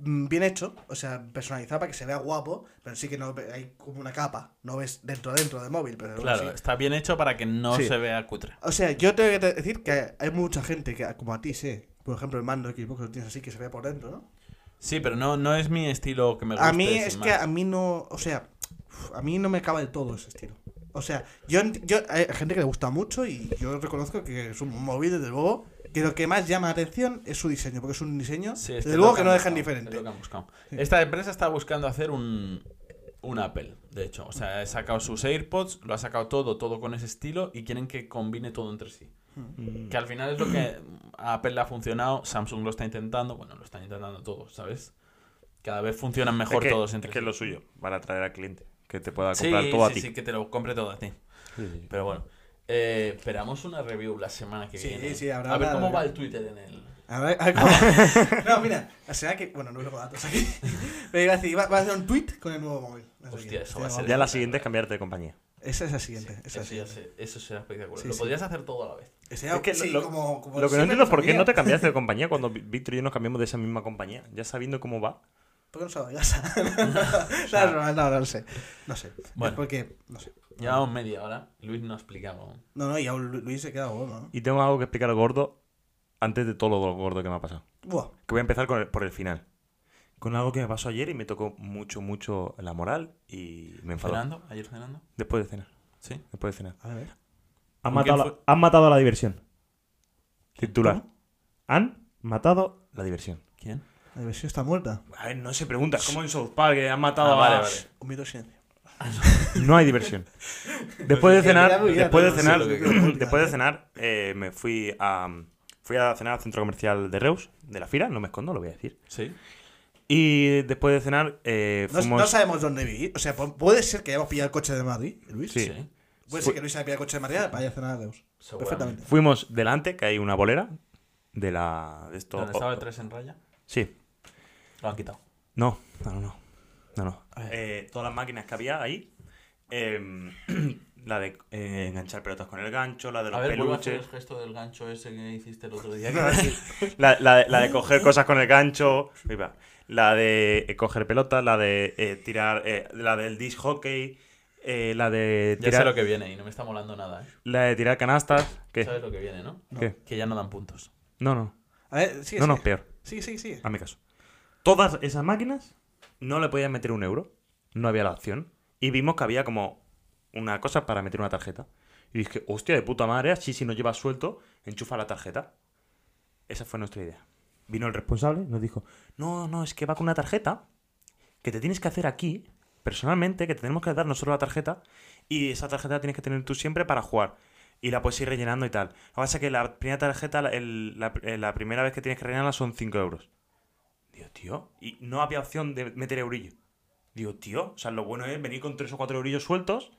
Speaker 3: mm, bien hecho, o sea, personalizado para que se vea guapo, pero sí que no ve- hay como una capa, no ves dentro dentro del móvil, pero aún
Speaker 1: Claro,
Speaker 3: así.
Speaker 1: está bien hecho para que no
Speaker 3: Sí.
Speaker 1: se vea cutre.
Speaker 3: O sea, yo tengo que decir que hay mucha gente que como a ti sé, por ejemplo, el mando de Xbox lo tienes así que se ve por dentro, ¿no?
Speaker 1: Sí, pero no, no es mi estilo que me gusta.
Speaker 3: A mí es que a mí no, o sea, uf, a mí no me acaba del todo ese estilo. O sea, yo, ent- yo hay gente que le gusta mucho y yo reconozco que es un móvil desde luego, que lo que más llama la atención es su diseño, porque es un diseño
Speaker 1: Sí, es
Speaker 3: desde
Speaker 1: es
Speaker 3: luego
Speaker 1: lo
Speaker 3: que
Speaker 1: han buscado,
Speaker 3: no dejan
Speaker 1: es lo
Speaker 3: diferente.
Speaker 1: que han buscado.
Speaker 3: Sí.
Speaker 1: Esta empresa está buscando hacer un, un Apple, de hecho. O sea, ha sacado sus AirPods, lo ha sacado todo, todo con ese estilo y quieren que combine todo entre sí.
Speaker 3: Hmm.
Speaker 1: Que al final es lo que a Apple le ha funcionado, Samsung lo está intentando, bueno, lo están intentando todos, ¿sabes? Cada vez funcionan mejor
Speaker 4: es que,
Speaker 1: todos entre
Speaker 4: es que es
Speaker 1: sí.
Speaker 4: lo suyo, para atraer al cliente. Que te pueda
Speaker 1: Sí,
Speaker 4: comprar todo
Speaker 1: sí,
Speaker 4: a
Speaker 1: sí,
Speaker 4: ti.
Speaker 1: que te lo compre todo a ti.
Speaker 4: Sí, sí.
Speaker 1: Pero bueno, eh, esperamos una review la semana que
Speaker 3: Sí,
Speaker 1: viene.
Speaker 3: sí, habrá
Speaker 1: a ver
Speaker 3: una
Speaker 1: cómo va
Speaker 3: review.
Speaker 1: el Twitter en el...
Speaker 3: A ver, a ver cómo- no, mira, o sea que, bueno, no tengo datos aquí. Pero iba a decir, va, va a hacer un tweet con el nuevo móvil. No sé
Speaker 1: Hostia,
Speaker 3: qué.
Speaker 1: eso va a
Speaker 3: Hostia,
Speaker 1: ser-
Speaker 4: Ya la siguiente es cambiarte de compañía.
Speaker 3: Esa es la siguiente. esa
Speaker 1: Eso,
Speaker 3: es
Speaker 1: ya
Speaker 3: la
Speaker 1: sé, eso será espectacular.
Speaker 3: Sí,
Speaker 1: lo
Speaker 3: sí.
Speaker 1: podrías hacer todo a la vez.
Speaker 3: siguiente.
Speaker 4: Es que
Speaker 3: Sí,
Speaker 4: lo-
Speaker 3: como- como
Speaker 4: Lo que no
Speaker 3: siempre
Speaker 4: entiendo es por qué
Speaker 3: compañía.
Speaker 4: no te cambiaste de compañía cuando Vi- Víctor y yo nos cambiamos de esa misma compañía, ya sabiendo cómo va.
Speaker 3: ¿Por qué no se va a casa? no, no, no, no lo sé. No sé.
Speaker 1: Bueno.
Speaker 3: Es porque, no sé.
Speaker 1: Llevamos media hora. Luis no ha explicado. aún.
Speaker 3: No, no, y aún Lu- Luis se queda bueno, ¿no?
Speaker 4: Y tengo algo que explicar gordo antes de todo lo gordo que me ha pasado.
Speaker 3: Buah.
Speaker 4: Que voy a empezar con el- por el final. Con algo que me pasó ayer y me tocó mucho, mucho la moral y me enfadó.
Speaker 1: ¿Cenando? ¿Ayer cenando?
Speaker 4: Después de cenar.
Speaker 1: Sí.
Speaker 4: Después de cenar.
Speaker 3: A ver.
Speaker 4: Han
Speaker 1: ¿Con quién
Speaker 4: matado, la- han matado la diversión. Titular. Han matado la diversión.
Speaker 1: ¿Quién?
Speaker 3: La versión está muerta.
Speaker 4: A ver, no se pregunta. ¿Cómo en South Park eh, han matado
Speaker 1: Ah, vale,
Speaker 4: a-
Speaker 1: vale.
Speaker 3: Un mito de silencio.
Speaker 4: No hay diversión. Después de
Speaker 3: Sí, ya
Speaker 4: cenar,
Speaker 3: voy, ya
Speaker 4: después de
Speaker 3: no sé
Speaker 4: cenar,
Speaker 3: lo que creo.
Speaker 4: después de cenar, eh, me fui a fui a cenar al centro comercial de Reus, de la Fira, no me escondo, lo voy a decir.
Speaker 1: Sí.
Speaker 4: Y después de cenar eh,
Speaker 3: No,
Speaker 4: fuimos
Speaker 3: no sabemos dónde vivir. O sea, pu- puede ser que hayamos pillado el coche de Madrid, Luis.
Speaker 4: Sí.
Speaker 3: Puede
Speaker 4: Sí.
Speaker 3: ser que Luis haya pillado el coche de Madrid para ir a cenar a Deus.
Speaker 1: Seguramente.
Speaker 3: Perfectamente.
Speaker 4: fuimos delante, que hay una bolera de la de esto.
Speaker 1: ¿Dónde estaba el 3 en raya?
Speaker 4: Sí.
Speaker 1: Lo han quitado.
Speaker 4: No, no, no, no. No, no.
Speaker 1: A ver.
Speaker 4: Eh, todas las máquinas que había ahí. em, la de eh, enganchar pelotas con el gancho, la de los
Speaker 1: A ver, vuelvo a hacer
Speaker 4: peluches.
Speaker 1: el gesto del gancho ese que hiciste el otro día.
Speaker 4: La, la de, la de coger cosas con el gancho. ahí va. La de eh, coger pelota, la de eh, tirar. eh, la del disc hockey. eh, la de
Speaker 1: ya sé
Speaker 4: tirar.
Speaker 1: lo que viene y no me está molando nada. ¿eh?
Speaker 4: La de tirar canastas. ¿Qué?
Speaker 1: ¿Sabes lo que viene, no?
Speaker 4: ¿Qué?
Speaker 1: Que ya no dan puntos.
Speaker 4: No, no.
Speaker 3: A ver, sigue,
Speaker 4: No, no, Ah.
Speaker 3: sigue.
Speaker 4: peor.
Speaker 3: Sigue, sigue, sigue.
Speaker 4: A mi caso. Todas esas máquinas no le podías meter un euro. No había la opción. Y vimos que había como una cosa para meter una tarjeta. Y dije, hostia, de puta madre, así si no llevas suelto, enchufa la tarjeta. Esa fue nuestra idea. Vino el responsable, nos dijo, no, no, es que va con una tarjeta que te tienes que hacer aquí, personalmente, que te tenemos que dar nosotros la tarjeta, y esa tarjeta la tienes que tener tú siempre para jugar. Y la puedes ir rellenando y tal. Lo que pasa es que la primera tarjeta, la, el- la- eh, la primera vez que tienes que rellenarla son 5 euros. Digo, tío, y no había opción de meter eurillo. Digo, tío, o sea, lo bueno es venir con 3 o 4 eurillos sueltos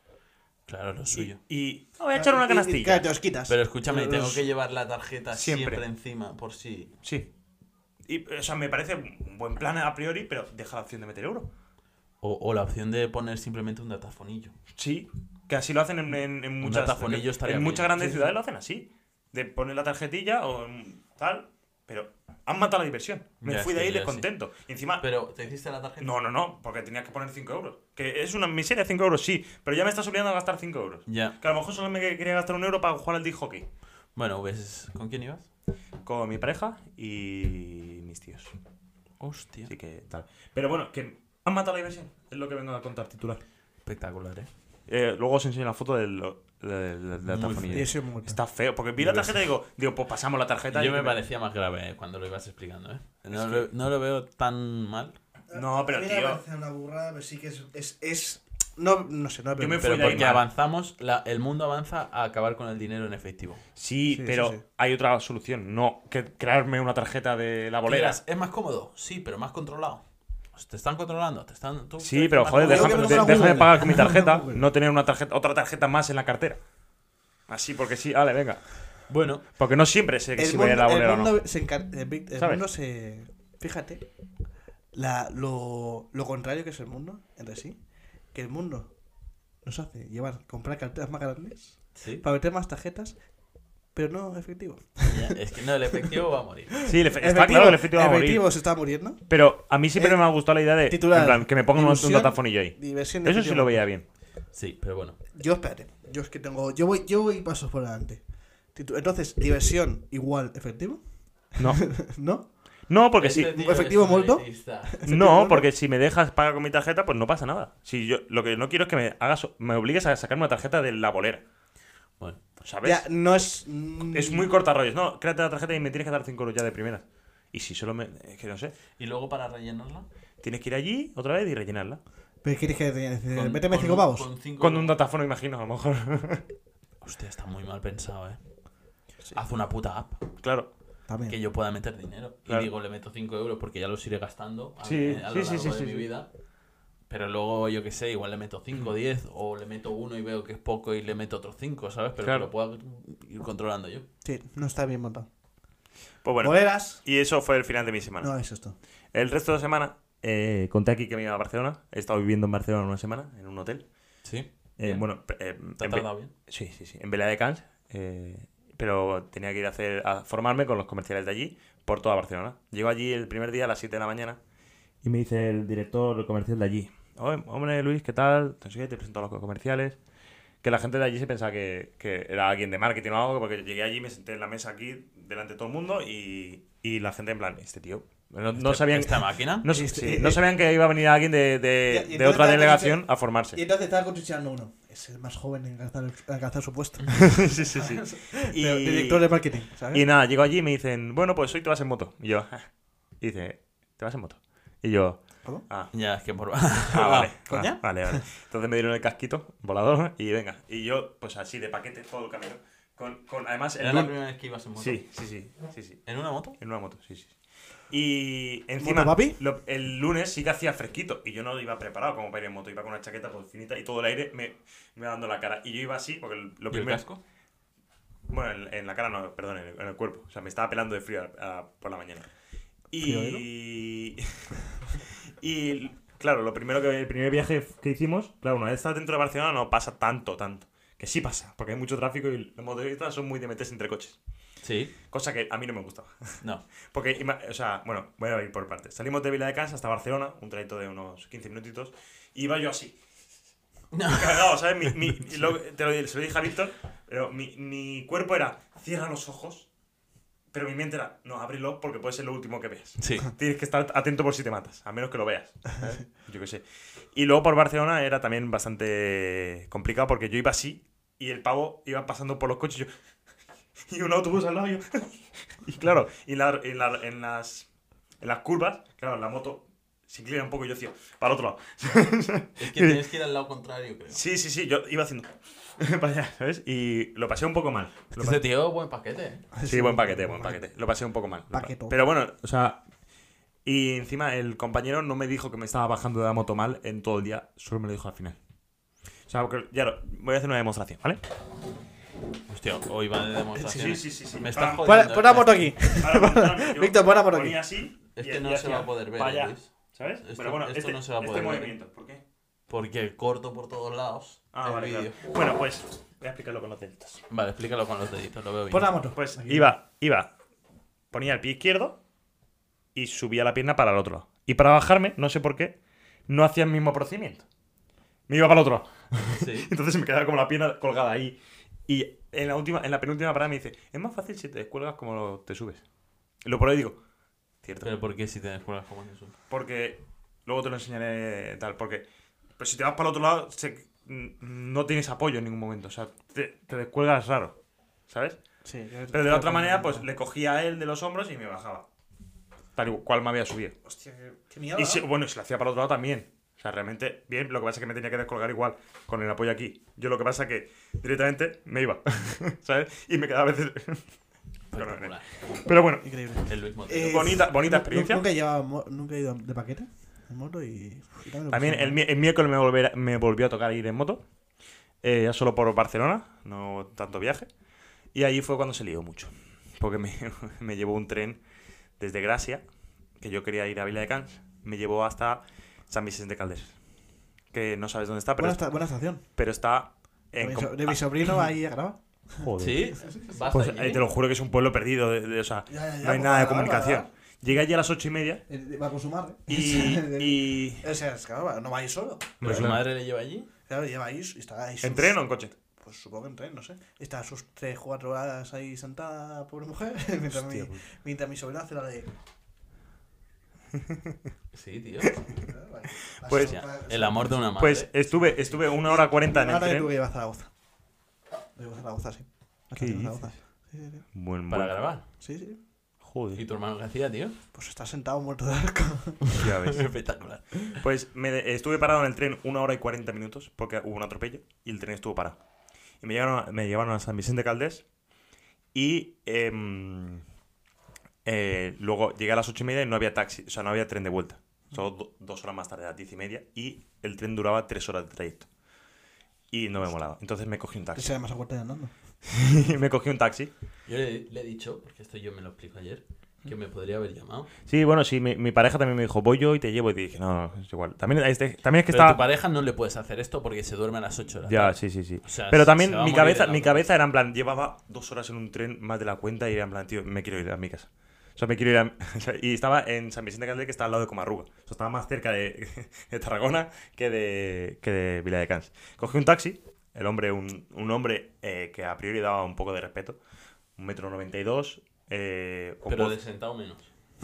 Speaker 1: Claro, lo
Speaker 4: y...
Speaker 1: suyo.
Speaker 4: y "Ah, voy a echar una
Speaker 3: Y- y- Claro,
Speaker 4: canastilla.
Speaker 3: te los quitas.
Speaker 1: Pero escúchame,
Speaker 3: Los-
Speaker 1: tengo que llevar la tarjeta siempre,
Speaker 4: Siempre.
Speaker 1: encima, por si.
Speaker 4: Sí. Y, o sea, me parece un buen plan a priori, pero deja la opción de meter euro.
Speaker 1: O, o la opción de poner simplemente un datafonillo.
Speaker 4: Sí, que así lo hacen en, en- en muchas,
Speaker 1: datafonillo estaría
Speaker 4: en
Speaker 1: bien.
Speaker 4: muchas grandes
Speaker 1: Sí, sí.
Speaker 4: ciudades, lo hacen así. De poner la tarjetilla o en tal, pero han matado la diversión. Me
Speaker 1: Ya
Speaker 4: fui
Speaker 1: sí,
Speaker 4: de ahí
Speaker 1: ya sí.
Speaker 4: descontento. Y encima,
Speaker 1: Pero, ¿te hiciste la tarjeta?
Speaker 4: no, no, no, porque tenías que poner 5 euros. Que es una miseria 5 euros, sí, pero ya me estás obligando a gastar 5 euros.
Speaker 1: Ya.
Speaker 4: Que a lo mejor solo me quería gastar un euro para jugar al disc hockey.
Speaker 1: Bueno, ¿ves? ¿con quién ibas?
Speaker 4: Con mi pareja y mis tíos.
Speaker 1: Hostia.
Speaker 4: Así que tal. Pero bueno, que han matado la diversión. Es lo que vengo a contar titular.
Speaker 1: Espectacular, ¿eh?
Speaker 4: Eh, luego os enseño la foto del, del, del- de la
Speaker 1: Muy
Speaker 4: tarjonilla.
Speaker 1: feo.
Speaker 3: Y eso es muerto.
Speaker 4: Está feo, porque vi la tarjeta y digo, digo, pues pasamos la tarjeta. y-
Speaker 1: Yo me parecía más grave eh, cuando lo ibas explicando, ¿eh? No, lo, no lo veo tan mal.
Speaker 4: No, pero
Speaker 3: A mí me
Speaker 4: tío.
Speaker 3: parece una burrada, pero sí que es. es, es- No, no sé, no
Speaker 4: Yo me fui
Speaker 1: Pero
Speaker 4: de ahí
Speaker 1: porque
Speaker 4: mal.
Speaker 1: avanzamos, la- el mundo avanza a acabar con el dinero en efectivo.
Speaker 4: Sí,
Speaker 3: Sí,
Speaker 4: pero
Speaker 3: sí, sí.
Speaker 4: hay otra solución, no que crearme una tarjeta de la bolera.
Speaker 1: Dirás, ¿Es más cómodo? Sí, pero más controlado. Pues Te están controlando, te están... tú
Speaker 4: Sí,
Speaker 1: crees
Speaker 4: pero
Speaker 1: que
Speaker 4: joder,
Speaker 1: más-
Speaker 3: Yo
Speaker 4: déjame,
Speaker 3: quiero
Speaker 4: de-
Speaker 3: una
Speaker 4: déjame
Speaker 3: Google.
Speaker 4: pagar con mi tarjeta,
Speaker 3: Google.
Speaker 4: no tener una tarjeta, otra tarjeta más en la cartera. Así, porque sí, vale, venga.
Speaker 1: Bueno,
Speaker 4: Porque no siempre sé que
Speaker 3: El
Speaker 4: si voy a
Speaker 3: mundo,
Speaker 4: la
Speaker 3: el
Speaker 4: bolera o no.
Speaker 3: mundo se encar- el Big- el
Speaker 4: ¿Sabes?
Speaker 3: mundo se. Fíjate. la- lo, lo contrario que es el mundo entre sí. Que el mundo nos hace llevar, comprar carteras más grandes
Speaker 1: Sí.
Speaker 3: para meter más tarjetas, pero no efectivo.
Speaker 1: Ya, Es que no, el efectivo va a morir.
Speaker 4: Sí, el efe- está claro que el efectivo va a morir.
Speaker 3: efectivo se está muriendo.
Speaker 4: Pero a mí siempre
Speaker 3: Eh,
Speaker 4: me ha gustado la idea de en
Speaker 3: titular,
Speaker 4: plan, que me pongan unos- un
Speaker 3: ilusión,
Speaker 4: datafonillo ahí.
Speaker 3: Diversión
Speaker 4: Eso sí
Speaker 3: efectivo.
Speaker 4: lo veía bien.
Speaker 1: Sí, pero bueno.
Speaker 3: Yo espérate, yo es que tengo, yo voy, yo voy pasos por delante. Titu- Entonces, diversión igual efectivo,
Speaker 4: No,
Speaker 3: ¿no?
Speaker 4: no porque si,
Speaker 1: Este tío
Speaker 3: efectivo
Speaker 1: es un
Speaker 3: molto.
Speaker 1: elitista.
Speaker 4: no, porque si me dejas pagar con mi tarjeta, pues no pasa nada. Si yo, lo que no quiero es que me hagas, me obligues a sacar una tarjeta de la bolera.
Speaker 1: Bueno,
Speaker 4: ¿Sabes?
Speaker 3: Ya, no es. mm,
Speaker 4: Es muy corta rollos. No, créate la tarjeta y me tienes que dar 5 euros ya de primera. Y si solo me. Es que no sé.
Speaker 1: y luego para rellenarla.
Speaker 4: Tienes que ir allí otra vez y rellenarla.
Speaker 3: ¿Pero quieres que te-
Speaker 4: Eh,
Speaker 3: te-
Speaker 1: con-
Speaker 3: méteme
Speaker 1: con
Speaker 3: cinco
Speaker 1: un-
Speaker 3: pavos?
Speaker 1: Con cinco
Speaker 4: Con un datafono, imagino, a lo mejor.
Speaker 1: Hostia, está muy mal pensado, eh. Haz una puta app
Speaker 4: claro.
Speaker 3: También.
Speaker 1: que yo pueda meter dinero.
Speaker 4: Claro.
Speaker 1: Y digo, le meto 5 euros porque ya los iré gastando a,
Speaker 4: Sí,
Speaker 1: a lo largo
Speaker 4: sí, sí, sí,
Speaker 1: de
Speaker 4: sí,
Speaker 1: mi
Speaker 4: sí.
Speaker 1: vida. Pero luego, yo qué sé, igual le meto 5, 10 o le meto uno y veo que es poco y le meto otros 5, ¿sabes? Pero
Speaker 4: Claro.
Speaker 1: que lo pueda ir controlando yo.
Speaker 3: Sí, no está bien montado.
Speaker 4: Pues bueno.
Speaker 3: Boleras.
Speaker 4: Y eso fue el final de mi semana.
Speaker 3: No es esto.
Speaker 4: El resto de semana, eh, conté aquí que me iba a Barcelona. He estado viviendo en Barcelona una semana, en un hotel.
Speaker 1: Sí.
Speaker 4: Eh,
Speaker 1: Bien.
Speaker 4: bueno, pe- eh,
Speaker 1: ¿Te ha
Speaker 4: en Be-
Speaker 1: tratado bien?
Speaker 4: Sí, sí, sí. En Viladecans. Eh, pero tenía que ir a, hacer, a formarme con los comerciales de allí por toda Barcelona. Llego allí el primer día a las 7 de la mañana y me dice el director comercial de allí. "Oye, Hombre, Luis, ¿qué tal? No sé qué, te presento a los comerciales. Que la gente de allí se pensaba que, que era alguien de marketing o algo, porque llegué allí, me senté en la mesa aquí delante de todo el mundo y, y la gente en plan, este tío. No, no sabían,
Speaker 1: ¿Esta máquina?
Speaker 4: no, sí,
Speaker 3: Este-
Speaker 4: no sabían que iba a venir alguien de, de-
Speaker 3: Ya, y
Speaker 4: de
Speaker 3: entonces
Speaker 4: otra
Speaker 3: te-
Speaker 4: delegación a
Speaker 3: Y
Speaker 4: formarse.
Speaker 3: entonces estaba cochicheando uno. Es el más joven en alcanzar, en alcanzar su puesto.
Speaker 4: sí, sí, sí. Y-
Speaker 3: Pero Director de ¿eh? marketing, ¿sabes?
Speaker 4: Y nada, llego allí y me dicen, bueno, pues hoy te vas en moto. Y yo, "Ah". y dice, te vas en moto. Y yo,
Speaker 3: ¿Cómo?
Speaker 4: ah,
Speaker 1: Ya, es que por.
Speaker 4: ah, vale,
Speaker 3: ¿coña?
Speaker 4: ah, vale, vale. Entonces me dieron el casquito volador y venga. Y yo, pues así de paquete todo el camino. Con, con- además,
Speaker 1: Era
Speaker 4: en
Speaker 1: la
Speaker 4: un-
Speaker 1: primera vez que ibas en moto.
Speaker 4: Sí, sí, sí, sí, sí.
Speaker 1: ¿En una moto?
Speaker 4: En una moto, sí, sí. Y encima,
Speaker 3: ¿Moto, papi?
Speaker 4: lo- el lunes sí que hacía fresquito y yo no iba preparado como para ir en moto. Iba con una chaqueta pues, finita y todo el aire me, me iba dando la cara. Y yo iba así porque lo
Speaker 1: ¿Y el
Speaker 4: primero.
Speaker 1: casco?
Speaker 4: Bueno, en, en la cara no, perdón, en el, en el cuerpo. O sea, me estaba pelando de frío ah, por la mañana. Y. y. Claro, lo primero que. El primer viaje que hicimos, claro, una vez estás dentro de Barcelona no pasa tanto, tanto. Que sí pasa, porque hay mucho tráfico y los motoristas son muy de meterse entre coches.
Speaker 1: Sí.
Speaker 4: Cosa que a mí no me gustaba.
Speaker 1: No.
Speaker 4: Porque, ima- o sea, bueno, voy a ir por partes. Salimos de Vila de Cans hasta Barcelona, un trayecto de unos 15 minutitos, y iba yo así.
Speaker 1: No.
Speaker 4: Cargado, ¿sabes? Mi- mi- lo- te lo, se lo dije a Víctor, pero mi, mi cuerpo era, cierra los ojos, pero mi mente era, no, ábrelo porque puede ser lo último que veas.
Speaker 1: Sí.
Speaker 4: Tienes que estar atento por si te matas, a menos que lo veas. ¿sabes? Yo qué sé. Y luego por Barcelona era también bastante complicado porque yo iba así y el pavo iba pasando por los coches y yo... Y un autobús al lado y yo... Y claro, y en, la- en la- en las, en las curvas, claro, la moto se inclina un poco y yo decía, para el otro lado.
Speaker 1: Es que tienes que ir al lado contrario, creo.
Speaker 4: sí, sí, sí, yo iba haciendo... para allá, ¿sabes? Y lo pasé un poco mal.
Speaker 1: Es
Speaker 4: Lo
Speaker 1: que este tío, buen paquete. eh.
Speaker 3: Ah,
Speaker 4: Sí, buen paquete, buen paquete. Lo pasé un poco mal.
Speaker 3: Paqueto.
Speaker 4: Pero bueno, o sea. Y encima el compañero no me dijo que me estaba bajando de la moto mal en todo el día, solo me lo dijo al final. O sea, porque, ya lo- voy a hacer una demostración, ¿vale?
Speaker 1: Hostia, hoy va de demostraciones.
Speaker 4: Sí, sí, sí, sí.
Speaker 1: Me está
Speaker 4: Ah,
Speaker 1: jodiendo.
Speaker 3: Pon, pon Pues la
Speaker 1: ¿eh?
Speaker 3: moto aquí.
Speaker 4: Ahora, yo
Speaker 3: Víctor, ponla por aquí.
Speaker 4: ponía así
Speaker 1: Es
Speaker 4: y-
Speaker 1: que
Speaker 4: y
Speaker 1: no se
Speaker 4: hacía
Speaker 1: va a poder ver, ¿eh,
Speaker 4: pa' allá,
Speaker 1: Luis.
Speaker 4: ¿Sabes?
Speaker 1: Esto-
Speaker 4: Pero bueno,
Speaker 1: esto
Speaker 4: este,
Speaker 1: no se va a
Speaker 4: este
Speaker 1: poder ver.
Speaker 4: movimiento, ¿por qué?
Speaker 1: Porque corto por todos lados.
Speaker 4: Ah,
Speaker 1: el
Speaker 4: vale, claro.
Speaker 1: vídeo.
Speaker 4: Bueno, pues voy a explicarlo con los deditos.
Speaker 1: Vale, explícalo con los deditos, lo veo bien.
Speaker 3: Pon la moto.
Speaker 4: Pues
Speaker 3: Aquí.
Speaker 4: iba, iba, ponía el pie izquierdo y subía la pierna para el otro lado. Y para bajarme, no sé por qué, no hacía el mismo procedimiento. Me iba para el otro lado.
Speaker 1: Sí.
Speaker 4: Entonces me quedaba como la pierna colgada ahí. Y en la, última, en la penúltima parada me dice, es más fácil si te descuelgas como lo- te subes. Y lo por ahí digo, cierto.
Speaker 1: Pero ¿por qué si te descuelgas como Jesús?
Speaker 4: Porque luego te lo enseñaré tal, porque... Pero si te vas para el otro lado, se- n- no tienes apoyo en ningún momento. O sea, te, te descuelgas raro. ¿Sabes?
Speaker 3: Sí,
Speaker 4: Pero de la otra manera, pues le cogía a él de los hombros y me bajaba. Tal y cual me había subido.
Speaker 3: Hostia, qué- qué mierda.
Speaker 4: Y si- bueno, y se lo hacía para el otro lado también. O sea, realmente bien, lo que pasa es que me tenía que descolgar igual, con el apoyo aquí. Yo lo que pasa es que directamente me iba, ¿sabes? Y me quedaba a veces...
Speaker 1: Espectacular.
Speaker 4: Pero bueno,
Speaker 3: Increíble.
Speaker 1: El Luis Montero.
Speaker 3: Eh,
Speaker 4: bonita, bonita
Speaker 3: Nu-
Speaker 4: experiencia.
Speaker 3: Nunca he, llevado mo- nunca he ido de paquete en moto y. y también lo
Speaker 4: También
Speaker 3: pasé
Speaker 4: el,
Speaker 3: mal.
Speaker 4: mi- el miércoles me, volver- me volvió a tocar ir en moto, eh, ya solo por Barcelona, no tanto viaje. Y ahí fue cuando se lió mucho, porque me, me llevó un tren desde Gracia, que yo quería ir a Vila de Cans, me llevó hasta San Vicente de Calders, que no sabes dónde está, pero,
Speaker 3: buena,
Speaker 4: está,
Speaker 3: esta- buena estación.
Speaker 4: pero está
Speaker 3: De
Speaker 4: en...
Speaker 3: mi,
Speaker 4: com- ah.
Speaker 3: so- de mi sobrino va ahí a grabar.
Speaker 4: Eh,
Speaker 5: Joder.
Speaker 1: Sí, vas
Speaker 4: Pues
Speaker 1: allí.
Speaker 4: eh, te lo juro que es un pueblo perdido, de- de- o sea,
Speaker 3: Ya, ya, ya,
Speaker 4: no hay
Speaker 3: pues
Speaker 4: nada de
Speaker 3: nada, nada,
Speaker 4: comunicación. Llega allí a las ocho y media
Speaker 3: Eh, Va con su madre.
Speaker 4: y, y-
Speaker 3: O sea, es que claro, no va a ir solo.
Speaker 1: Pero su
Speaker 4: Pues, claro.
Speaker 1: madre le lleva allí.
Speaker 3: Claro, lleva ahí y está ahí. sus-
Speaker 4: ¿En tren o en coche?
Speaker 3: Pues supongo que en tren, no sé. Está sus 3, 4 horas ahí sentada, pobre mujer. mientras,
Speaker 4: Hostia,
Speaker 3: mi,
Speaker 4: pues.
Speaker 3: mientras mi sobrina hace la de.
Speaker 1: Sí, tío.
Speaker 3: la
Speaker 4: Pues
Speaker 1: O
Speaker 3: sopa-
Speaker 1: sea, el amor de una madre.
Speaker 4: Pues estuve, estuve una hora cuarenta en el
Speaker 3: Ahora que tuve que
Speaker 4: tren.
Speaker 3: iba a Zaragoza. Iba a Zaragoza, sí.
Speaker 4: ¿Qué
Speaker 3: Iba a
Speaker 4: dices?
Speaker 3: Zaragoza. Sí, sí, sí.
Speaker 4: Buen-
Speaker 1: para
Speaker 4: buen-
Speaker 1: grabar.
Speaker 3: Sí, sí.
Speaker 1: ¿Y
Speaker 4: Joder.
Speaker 1: tu hermano qué hacía, tío?
Speaker 3: Pues está sentado muerto de asco.
Speaker 4: Ya ves.
Speaker 1: Espectacular.
Speaker 4: Pues me de- estuve parado en el tren una hora y 40 minutos porque hubo un atropello y el tren estuvo parado. Y me llevaron a, me llevaron a San Vicente Caldés y em, eh, luego llegué a las ocho y media y no había taxi, o sea, no había tren de vuelta. Solo do- dos horas más tarde, a las diez y media, y el tren duraba tres horas de trayecto. Y no me molaba. Entonces me cogí un
Speaker 3: Que
Speaker 4: taxi.
Speaker 3: se más a cuarta de andando.
Speaker 4: me cogí un taxi.
Speaker 1: Yo le, le he dicho, porque esto yo me lo explico ayer, que me podría haber llamado.
Speaker 4: Sí, bueno, sí, mi, mi pareja también me dijo, voy yo y te llevo. Y dije, no, no, es igual. También, este- también es que
Speaker 1: Pero
Speaker 4: estaba...
Speaker 1: a tu pareja no le puedes hacer esto porque se duerme a las 8 horas.
Speaker 4: Ya, sí, sí, sí.
Speaker 1: O sea,
Speaker 4: pero
Speaker 1: se-
Speaker 4: también
Speaker 1: se va a
Speaker 4: mi
Speaker 1: morir de
Speaker 4: cabeza,
Speaker 1: la
Speaker 4: mi
Speaker 1: otra.
Speaker 4: cabeza era en plan, llevaba dos horas en un tren más de la cuenta y era en plan, tío, me quiero ir a mi casa. O sea, me quiero ir a... o sea, y estaba en San Vicente de Calderón, que está al lado de Comarruga. O sea, estaba más cerca de, de Tarragona que de, que de Vila de Cans. Cogí un taxi, el hombre, un, un hombre eh, que a priori daba un poco de respeto. Un metro noventa y dos. eh, con
Speaker 1: Pero
Speaker 4: voz-
Speaker 1: de sentado menos.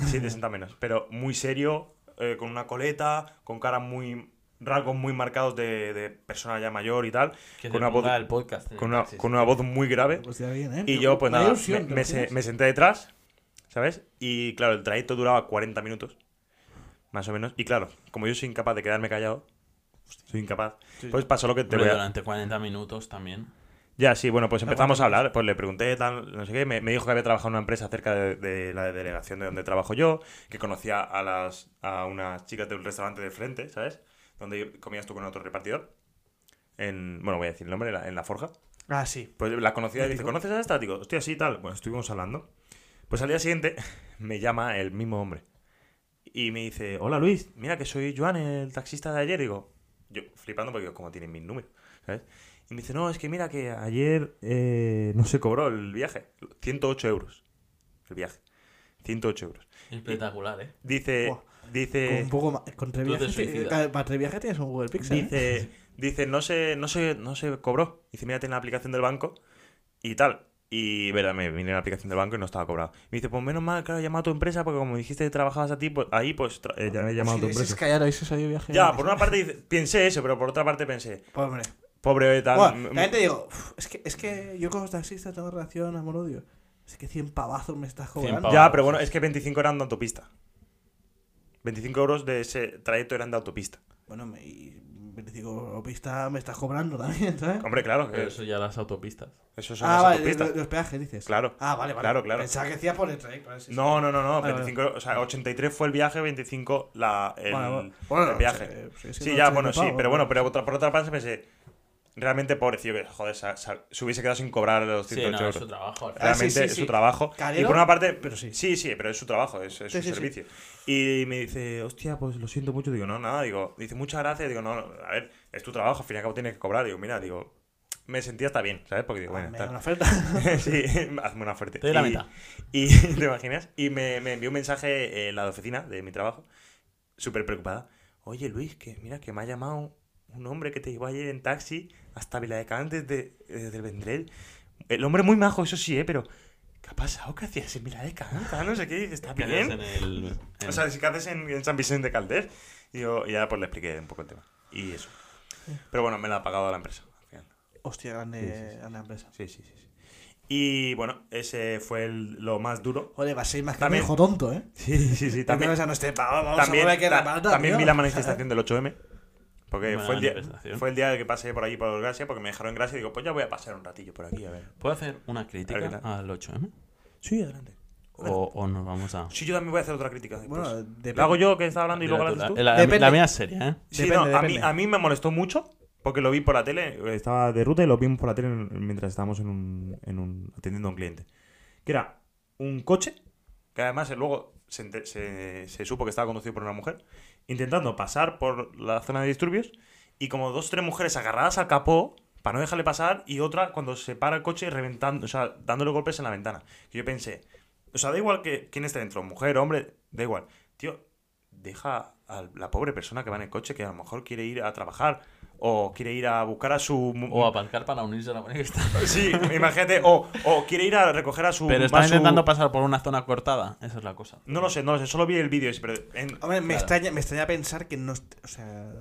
Speaker 4: Sí, de 60 menos. Pero muy serio, eh, con una coleta, con caras muy. rasgos muy marcados de, de persona ya mayor y tal.
Speaker 1: Que
Speaker 4: Con
Speaker 1: se
Speaker 4: una, voz,
Speaker 1: ponga el podcast. en el
Speaker 4: con, una,
Speaker 1: taxi.
Speaker 4: con una voz muy grave.
Speaker 3: Pues ya bien, ¿eh?
Speaker 4: Y yo, pues
Speaker 3: Me da
Speaker 4: nada,
Speaker 3: ilusión,
Speaker 4: me,
Speaker 3: ¿te
Speaker 4: me se-
Speaker 3: imaginas?
Speaker 4: me senté detrás, ¿sabes? Y claro, el trayecto duraba 40 minutos, más o menos. Y claro, como yo soy incapaz de quedarme callado, soy incapaz, pues pasó lo que te
Speaker 1: Hombre,
Speaker 4: voy a...
Speaker 1: durante 40 minutos también.
Speaker 4: Ya, sí, bueno, pues empezamos a hablar. Pues le pregunté tal, no sé qué. Me, me dijo que había trabajado en una empresa cerca de, de la delegación de donde trabajo yo, que conocía a las a unas chicas de un restaurante de frente, ¿sabes? Donde comías tú con otro repartidor. En, bueno, voy a decir el nombre, en la- en la forja.
Speaker 3: Ah, sí.
Speaker 4: Pues la conocía y dice, ¿conoces a esta? Digo, hostia, sí, tal. Bueno, estuvimos hablando. Pues al día siguiente me llama el mismo hombre. Y me dice, hola Luis, mira que soy Joan, el taxista de ayer. Digo, yo flipando porque digo, ¿cómo tienen mis números? ¿Sabes? Y me dice, no, es que mira que ayer eh, no se cobró el viaje. 108 euros. El viaje. 108 euros.
Speaker 1: Espectacular, ¿eh?
Speaker 4: Dice,
Speaker 3: Buah.
Speaker 4: dice...
Speaker 3: con un poco más. Con tres
Speaker 1: tú te
Speaker 3: viajes. eh,
Speaker 1: suicidas.
Speaker 3: eh, Para tres viajes tienes un Google Pixel. ¿eh?
Speaker 4: Dice, dice no, se, no, se, no se cobró. Dice, mírate en la aplicación del banco y tal. Y verdad, me vine a la aplicación del banco y no estaba cobrado. Me dice, pues menos mal, claro, llama a tu empresa porque como dijiste que trabajabas a ti, pues ahí pues tra- eh, ya me he llamado a
Speaker 3: Si
Speaker 4: tu
Speaker 3: hubieses
Speaker 4: empresa.
Speaker 3: callado, hubieses salido viaje.
Speaker 4: Ya, por una parte dice- pensé eso, pero por otra parte pensé,
Speaker 3: Pues, hombre.
Speaker 4: pobre tal.
Speaker 3: Bueno,
Speaker 4: m-
Speaker 3: también te digo, uf, es que, es que yo con los taxistas tengo relación amor-odio. Es que 100 pavazos me estás cobrando.
Speaker 1: pavazos.
Speaker 4: ya, pero bueno, es que 25 eran de autopista. 25 euros de ese trayecto eran de autopista.
Speaker 3: Bueno, me, y 25 pista me estás cobrando también, ¿sabes?
Speaker 4: Hombre, claro, que
Speaker 1: Pero eso ya las autopistas.
Speaker 4: eso son
Speaker 3: Ah,
Speaker 4: las
Speaker 3: vale,
Speaker 4: autopistas.
Speaker 3: los, los peajes dices.
Speaker 4: Claro.
Speaker 3: Ah, vale, vale.
Speaker 4: Claro, claro.
Speaker 3: Pensaba que decía por el trayecto. vale, sí, sí.
Speaker 4: No, no, no, no.
Speaker 3: Vale,
Speaker 4: 25, o sea, 83 fue el viaje, 25 la, el,
Speaker 3: Vale, vale. Bueno,
Speaker 4: el viaje.
Speaker 3: eh, sigue
Speaker 4: sí,
Speaker 3: siendo
Speaker 4: ya,
Speaker 3: 80
Speaker 4: bueno, sí,
Speaker 3: pavos,
Speaker 4: pero
Speaker 3: ¿no?
Speaker 4: bueno, pero otra- por otra parte pensé, realmente pobrecillo que, joder, se, se- se hubiese quedado sin cobrar los
Speaker 1: Sí,
Speaker 4: 108
Speaker 1: no, es su
Speaker 4: euros.
Speaker 1: trabajo. al final.
Speaker 4: Realmente
Speaker 3: Ah, sí, sí,
Speaker 4: es su
Speaker 3: sí.
Speaker 4: trabajo. Y
Speaker 3: Carero,
Speaker 4: por una parte,
Speaker 3: pero sí.
Speaker 4: Sí, sí, pero es su trabajo, es, es
Speaker 3: Sí,
Speaker 4: su
Speaker 3: sí, sí.
Speaker 4: servicio. Y me dice, hostia, pues lo siento mucho. Digo, no, nada, digo, dice, muchas gracias. Digo, no, no, a ver, es tu trabajo, al fin y al cabo tienes que cobrar. Digo, mira, digo, me sentía hasta bien, ¿sabes? Porque digo, bueno,
Speaker 3: Ah, me
Speaker 4: tal.
Speaker 3: da una oferta.
Speaker 4: sí, hazme una fuerte.
Speaker 1: Te doy la
Speaker 4: y,
Speaker 1: mitad.
Speaker 4: y- ¿Te imaginas? Y me, me envió un mensaje eh, la de oficina de mi trabajo, súper preocupada. Oye, Luis, que mira, que me ha llamado un hombre que te llevó ayer en taxi hasta Viladecán desde, desde el Vendrell. El hombre muy majo, eso sí, ¿eh? Pero, ¿qué ha pasado? ¿Qué hacías en Viladecán? Tal, No sé qué, dices, ¿estás
Speaker 1: Que hacen
Speaker 4: bien?
Speaker 1: el- en-
Speaker 4: O sea, ¿qué haces en, en San Vicente de Caldés? Y, yo, y ya pues le expliqué un poco el tema. Y eso. Pero bueno, me la ha pagado la empresa, al final.
Speaker 3: Hostia, grande, grande empresa.
Speaker 4: Sí, sí, sí. sí. Y bueno, ese fue el- lo más duro.
Speaker 3: Joder, va a ser más que
Speaker 4: También-
Speaker 3: un hijo tonto, ¿eh?
Speaker 4: Sí, sí, sí.
Speaker 3: También,
Speaker 4: También,
Speaker 3: no este pavo, vamos
Speaker 4: también,
Speaker 3: a ver qué
Speaker 4: ta-
Speaker 3: da pata,
Speaker 4: también
Speaker 3: tío.
Speaker 4: vi la manifestación del 8M. Porque
Speaker 1: Buena
Speaker 4: fue, el día,
Speaker 1: manifestación.
Speaker 4: fue el día que pasé por allí por Gracia, porque me dejaron en Gracia y digo, pues ya voy a pasar un ratillo por aquí, a ver.
Speaker 1: ¿Puedo hacer una
Speaker 4: A ver,
Speaker 1: crítica
Speaker 4: ¿qué tal?
Speaker 1: al 8M?
Speaker 4: Sí, adelante.
Speaker 1: O, o nos vamos a.
Speaker 4: Sí, yo también voy a hacer otra crítica. después.
Speaker 3: Bueno, depende.
Speaker 4: ¿Lo hago yo que estaba hablando y luego la haces
Speaker 1: la,
Speaker 4: tú?
Speaker 1: la- la
Speaker 3: Depende.
Speaker 1: mía es seria, ¿eh?
Speaker 4: Sí,
Speaker 3: Depende,
Speaker 4: no, a mí,
Speaker 3: depende.
Speaker 4: a mí me molestó mucho porque lo vi por la tele, estaba de ruta y lo vimos por la tele en- mientras estábamos en un, en un- atendiendo a un cliente. Que era un coche, que además eh, luego se, ente- se- se supo que estaba conducido por una mujer, intentando pasar por la zona de disturbios y como dos o tres mujeres agarradas al capó para no dejarle pasar y otra cuando se para el coche reventando, o sea, dándole golpes en la ventana. Y yo pensé, o sea, da igual que quién esté dentro, mujer, hombre, da igual. Tío, deja a la pobre persona que va en el coche que a lo mejor quiere ir a trabajar o quiere ir a buscar a su mu-
Speaker 1: O aparcar para unirse a la manifestación.
Speaker 4: Sí, imagínate, o, o quiere ir a recoger a su
Speaker 1: Pero
Speaker 4: a
Speaker 1: estás
Speaker 4: su-
Speaker 1: intentando pasar por una zona cortada. Esa es la cosa.
Speaker 4: No lo sé, no lo sé, solo vi el vídeo ese, pero en-
Speaker 3: Hombre, me,
Speaker 1: Claro.
Speaker 3: extraña, me extraña pensar que no. est- O sea.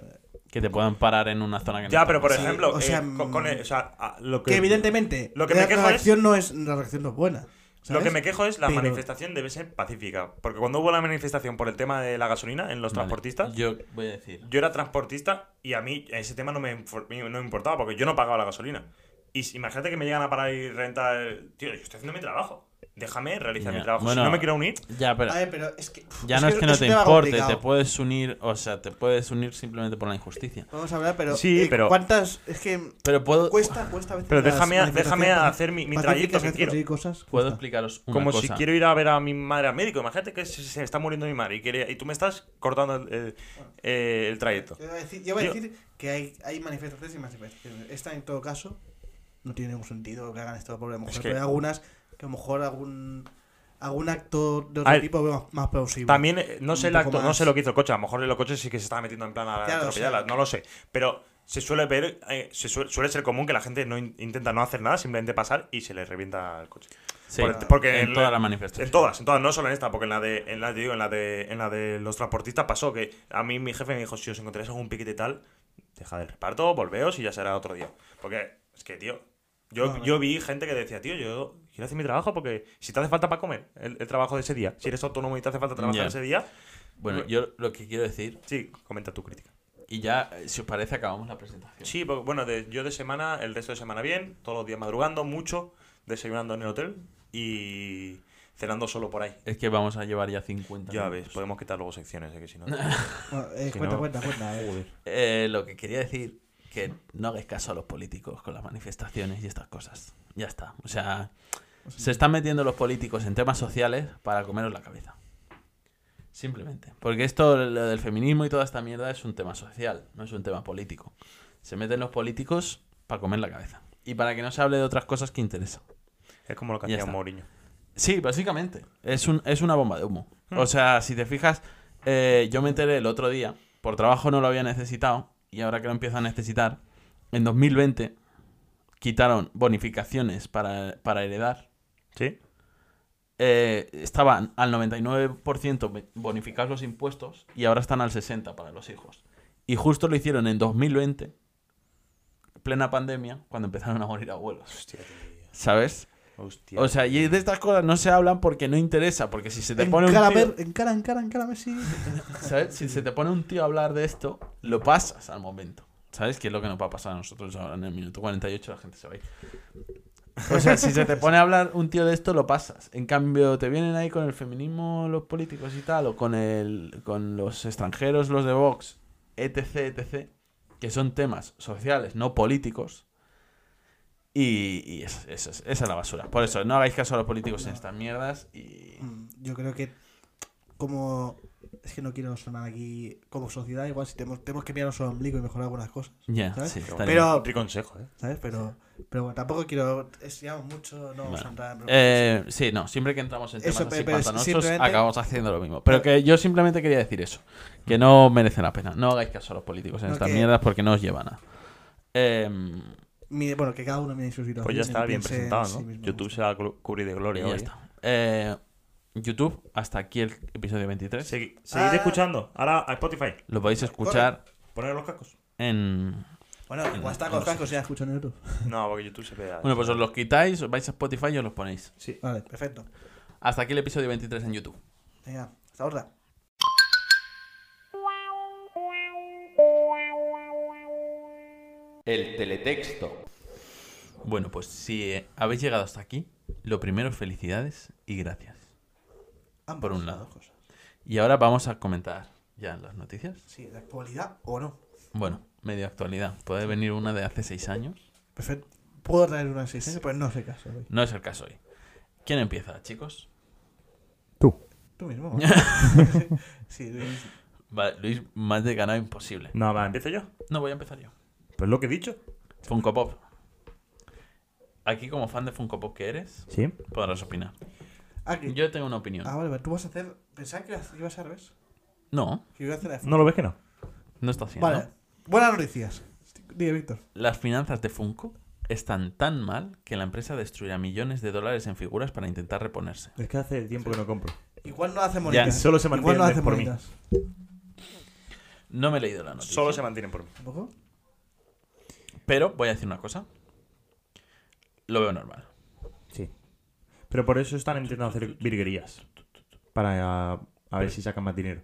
Speaker 1: Que te puedan parar en una zona que no
Speaker 4: Ya,
Speaker 1: está
Speaker 4: pero por
Speaker 3: Sí,
Speaker 4: ejemplo,
Speaker 3: o
Speaker 4: eh,
Speaker 3: sea, mm.
Speaker 4: con- con el- o sea, a- lo que,
Speaker 3: Que evidentemente.
Speaker 4: lo que
Speaker 3: la
Speaker 4: me quejo es-
Speaker 3: reacción no es. La reacción no es buena.
Speaker 4: Lo
Speaker 3: ¿sabes?
Speaker 4: que me quejo es la
Speaker 3: Pero-
Speaker 4: manifestación debe ser pacífica. Porque cuando hubo la manifestación por el tema de la gasolina en los
Speaker 1: Vale,
Speaker 4: transportistas, yo...
Speaker 1: Yo voy a decir.
Speaker 4: era transportista y a mí ese tema no me, infor- no me importaba porque yo no pagaba la gasolina. Y si- imagínate que me llegan a parar y rentar. Tío, yo estoy haciendo mi trabajo. Déjame realizar
Speaker 1: Ya,
Speaker 4: mi trabajo.
Speaker 1: bueno,
Speaker 4: si no me quiero unir,
Speaker 1: Ya, pero.
Speaker 3: A ver, pero es que. uf,
Speaker 1: Ya no es que no
Speaker 3: un
Speaker 1: te
Speaker 3: tema
Speaker 1: importe, te
Speaker 3: complicado.
Speaker 1: puedes unir, o sea, te puedes unir simplemente por la injusticia.
Speaker 3: Vamos a hablar, pero. eh,
Speaker 4: Sí, pero-
Speaker 3: ¿Cuántas.? Es que.
Speaker 1: Pero puedo,
Speaker 3: Cuesta, cuesta a veces.
Speaker 4: Pero
Speaker 3: las
Speaker 4: déjame- déjame
Speaker 3: manifestaciones
Speaker 4: hacer mi- mi
Speaker 3: pacíficas,
Speaker 4: trayecto que
Speaker 3: hacer
Speaker 4: quiero.
Speaker 3: conseguir Cosas,
Speaker 1: puedo
Speaker 3: cuesta.
Speaker 1: explicaros una
Speaker 4: como si
Speaker 1: cosa.
Speaker 4: quiero ir a ver a mi madre al médico. Imagínate que se, se está muriendo mi madre y, quiere, y tú me estás cortando el, el- eh, el trayecto.
Speaker 3: Yo iba a decir, yo iba a
Speaker 4: Yo-
Speaker 3: decir que hay, hay manifestaciones y manifestaciones. Esta, en todo caso, no tiene ningún sentido que hagan esto a la pobre mujer.
Speaker 4: que-
Speaker 3: Pero hay algunas que a lo mejor algún, algún acto de
Speaker 4: A
Speaker 3: otro
Speaker 4: ver,
Speaker 3: tipo veo más, más plausible.
Speaker 4: También, eh, no sé,
Speaker 3: Un
Speaker 4: el
Speaker 3: poco
Speaker 4: acto, no
Speaker 3: más.
Speaker 4: sé lo que hizo el coche. A lo mejor los coches sí que se estaba metiendo en plan a
Speaker 3: Claro,
Speaker 4: atropellarlas,
Speaker 3: o sea.
Speaker 4: no lo sé. Pero se suele ver, eh, se suele, suele ser común que la gente no in- intenta no hacer nada, simplemente pasar y se le revienta el coche.
Speaker 1: Sí,
Speaker 4: Por- porque
Speaker 1: en
Speaker 4: el-
Speaker 1: todas las
Speaker 4: En
Speaker 1: manifestaciones.
Speaker 4: todas, en todas, no solo en esta, porque en la de, en la, te digo, en la de, en la de los transportistas pasó que a mí mi jefe me dijo, si os encontráis algún piquete y tal, dejad el reparto, volveos y ya será otro día. Porque es que, tío, yo,
Speaker 3: No, no.
Speaker 4: yo vi gente que decía, tío, yo quiero hacer mi trabajo porque si te hace falta para comer el, el trabajo de ese día, si eres autónomo y te hace falta trabajar
Speaker 1: Ya.
Speaker 4: ese día,
Speaker 1: Bueno, yo lo que quiero decir,
Speaker 4: sí, comenta tu crítica.
Speaker 1: y ya, eh, si os parece, acabamos la presentación.
Speaker 4: Sí, porque, bueno, de- yo de semana, el resto de semana bien, todos los días madrugando mucho, desayunando en el hotel y cenando solo por ahí.
Speaker 1: Es que vamos a llevar ya 50
Speaker 4: Ya ves, pues.
Speaker 1: minutos.
Speaker 4: podemos quitar luego secciones, eh, que si no...
Speaker 3: Bueno, eh,
Speaker 4: Si
Speaker 3: cuenta,
Speaker 4: no-
Speaker 3: cuenta, cuenta, a ver.
Speaker 1: Eh, lo que quería decir, que no hagáis caso a los políticos con las manifestaciones y estas cosas. Ya está. O sea,
Speaker 4: Pues
Speaker 1: se están metiendo los políticos en temas sociales para comeros la cabeza. Simplemente. Porque esto, lo del feminismo y toda esta mierda es un tema social, no es un tema político. Se meten los políticos para comer la cabeza. Y para que no se hable de otras cosas que interesan.
Speaker 4: Es como lo que
Speaker 1: Ya
Speaker 4: hacía
Speaker 1: está.
Speaker 4: Mourinho.
Speaker 1: Sí, básicamente. Es, un, es una bomba de humo. O sea, si te fijas, eh, yo me enteré el otro día, por trabajo no lo había necesitado, y ahora que lo empiezo a necesitar, en 2020 quitaron bonificaciones para, para heredar.
Speaker 4: ¿Sí?
Speaker 1: Eh, estaban al 99% bonificados los impuestos y ahora están al 60% para los hijos. Y justo lo hicieron en 2020, plena pandemia, cuando empezaron a morir abuelos.
Speaker 4: Hostia, tío.
Speaker 1: ¿Sabes?
Speaker 4: Hostia.
Speaker 1: O sea, y de estas cosas no se hablan porque no interesa, porque si se te
Speaker 3: En
Speaker 1: pone un
Speaker 3: cara,
Speaker 1: tío,
Speaker 3: ver- en cara, en cara, en cara, Messi.
Speaker 1: ¿sabes? Si se te pone un tío a hablar de esto, lo pasas al momento. ¿Sabes qué es lo que nos va a pasar a nosotros ahora en el minuto 48? La gente se va a ir. O sea, si se te pone a hablar un tío de esto, lo pasas. En cambio, te vienen ahí con el feminismo los políticos y tal, o con, el, con los extranjeros, los de Vox, etc., etc., que son temas sociales, no políticos. Y, y es- eso es- esa es la basura. Por eso, no hagáis caso a los políticos en estas mierdas y...
Speaker 3: Mm, Yo creo que como... Es que no quiero sonar aquí como sociedad, igual si tenemos, tenemos que mirar nuestro ombligo y mejorar algunas cosas,
Speaker 1: Ya,
Speaker 3: ¿Sabes?
Speaker 1: sí, está bien.
Speaker 3: Pero,
Speaker 4: Qué consejo, ¿eh?
Speaker 3: ¿sabes? Pero, pero bueno, tampoco quiero... Estudiamos mucho, no vamos
Speaker 1: Vale.
Speaker 3: a entrar en bromas.
Speaker 1: Eh, sí, no, siempre que entramos en temas
Speaker 3: Eso,
Speaker 1: así
Speaker 3: pero- pero
Speaker 1: pantanosos,
Speaker 3: simplemente-
Speaker 1: acabamos haciendo lo mismo. Pero que yo simplemente quería decir eso, que no merece la pena. No hagáis caso a los políticos en
Speaker 3: No,
Speaker 1: estas
Speaker 3: que-
Speaker 1: mierdas porque no os llevan a... Em,
Speaker 3: Mire, bueno, que cada uno mire su situación.
Speaker 4: Pues ya
Speaker 3: y
Speaker 4: está bien
Speaker 3: piense en
Speaker 4: presentado,
Speaker 3: sí
Speaker 4: ¿no?
Speaker 3: mismo.
Speaker 4: YouTube se va a clu- cubrir de
Speaker 1: y
Speaker 4: gloria
Speaker 1: ya
Speaker 4: hoy.
Speaker 1: está. Eh, YouTube, hasta aquí el episodio 23.
Speaker 4: Segui-
Speaker 3: Ah.
Speaker 4: seguid escuchando. Ahora a Spotify.
Speaker 1: Lo podéis escuchar
Speaker 4: Poner los cascos.
Speaker 1: en...
Speaker 3: Bueno, igual está con los cascos, ya escucho en YouTube.
Speaker 4: No, porque YouTube se vea.
Speaker 1: Bueno, pues os los quitáis, os vais a Spotify y os los ponéis.
Speaker 4: Sí.
Speaker 3: Vale, perfecto.
Speaker 1: Hasta aquí el episodio 23 en YouTube.
Speaker 3: Venga, hasta ahora.
Speaker 5: El teletexto.
Speaker 1: Bueno, pues si eh, habéis llegado hasta aquí, lo primero, felicidades y gracias.
Speaker 3: Ambos,
Speaker 1: Por un
Speaker 3: las
Speaker 1: lado.
Speaker 3: dos cosas.
Speaker 1: Y ahora vamos a comentar ya las noticias.
Speaker 3: Sí, de actualidad o no.
Speaker 1: Bueno, medio actualidad. Puede venir una de hace seis años.
Speaker 3: Perfecto. Puedo traer una asistencia, pero no sé caso.
Speaker 4: Mm.
Speaker 3: güey.
Speaker 1: No es el caso hoy. ¿Quién empieza, chicos?
Speaker 3: Tú mismo. sí, sí.
Speaker 1: Va, Luis, más de ganado imposible.
Speaker 4: No, va, empiezo yo.
Speaker 1: No, voy a empezar yo.
Speaker 4: Pues lo que he dicho.
Speaker 1: Funko Pop. Aquí, como fan de Funko Pop que eres,
Speaker 4: Sí.
Speaker 1: podrás opinar.
Speaker 3: Ah, que-
Speaker 1: Yo tengo una opinión.
Speaker 3: ah, vale, vale, tú vas a hacer. Pensaba que ibas- que ibas a hacer, ¿ves?
Speaker 1: No,
Speaker 3: Que iba a hacer la-
Speaker 4: ¿No lo ves que no?
Speaker 1: no está haciendo.
Speaker 3: Vale, buenas noticias. Dime, Víctor.
Speaker 1: Las finanzas de Funko están tan mal que la empresa destruirá millones de dólares en figuras para intentar reponerse.
Speaker 4: Es que hace tiempo que no compro.
Speaker 3: Igual no hace monitas.
Speaker 4: solo se
Speaker 3: Igual no
Speaker 4: mantiene
Speaker 3: hace
Speaker 4: por mí.
Speaker 3: monitas.
Speaker 1: No me he leído la noticia.
Speaker 4: Solo se mantienen por mí.
Speaker 3: ¿Tampoco?
Speaker 1: Pero voy a decir una cosa. Lo veo normal.
Speaker 4: Sí. Pero por eso están intentando hacer virguerías. Para a, a ver si sacan más dinero.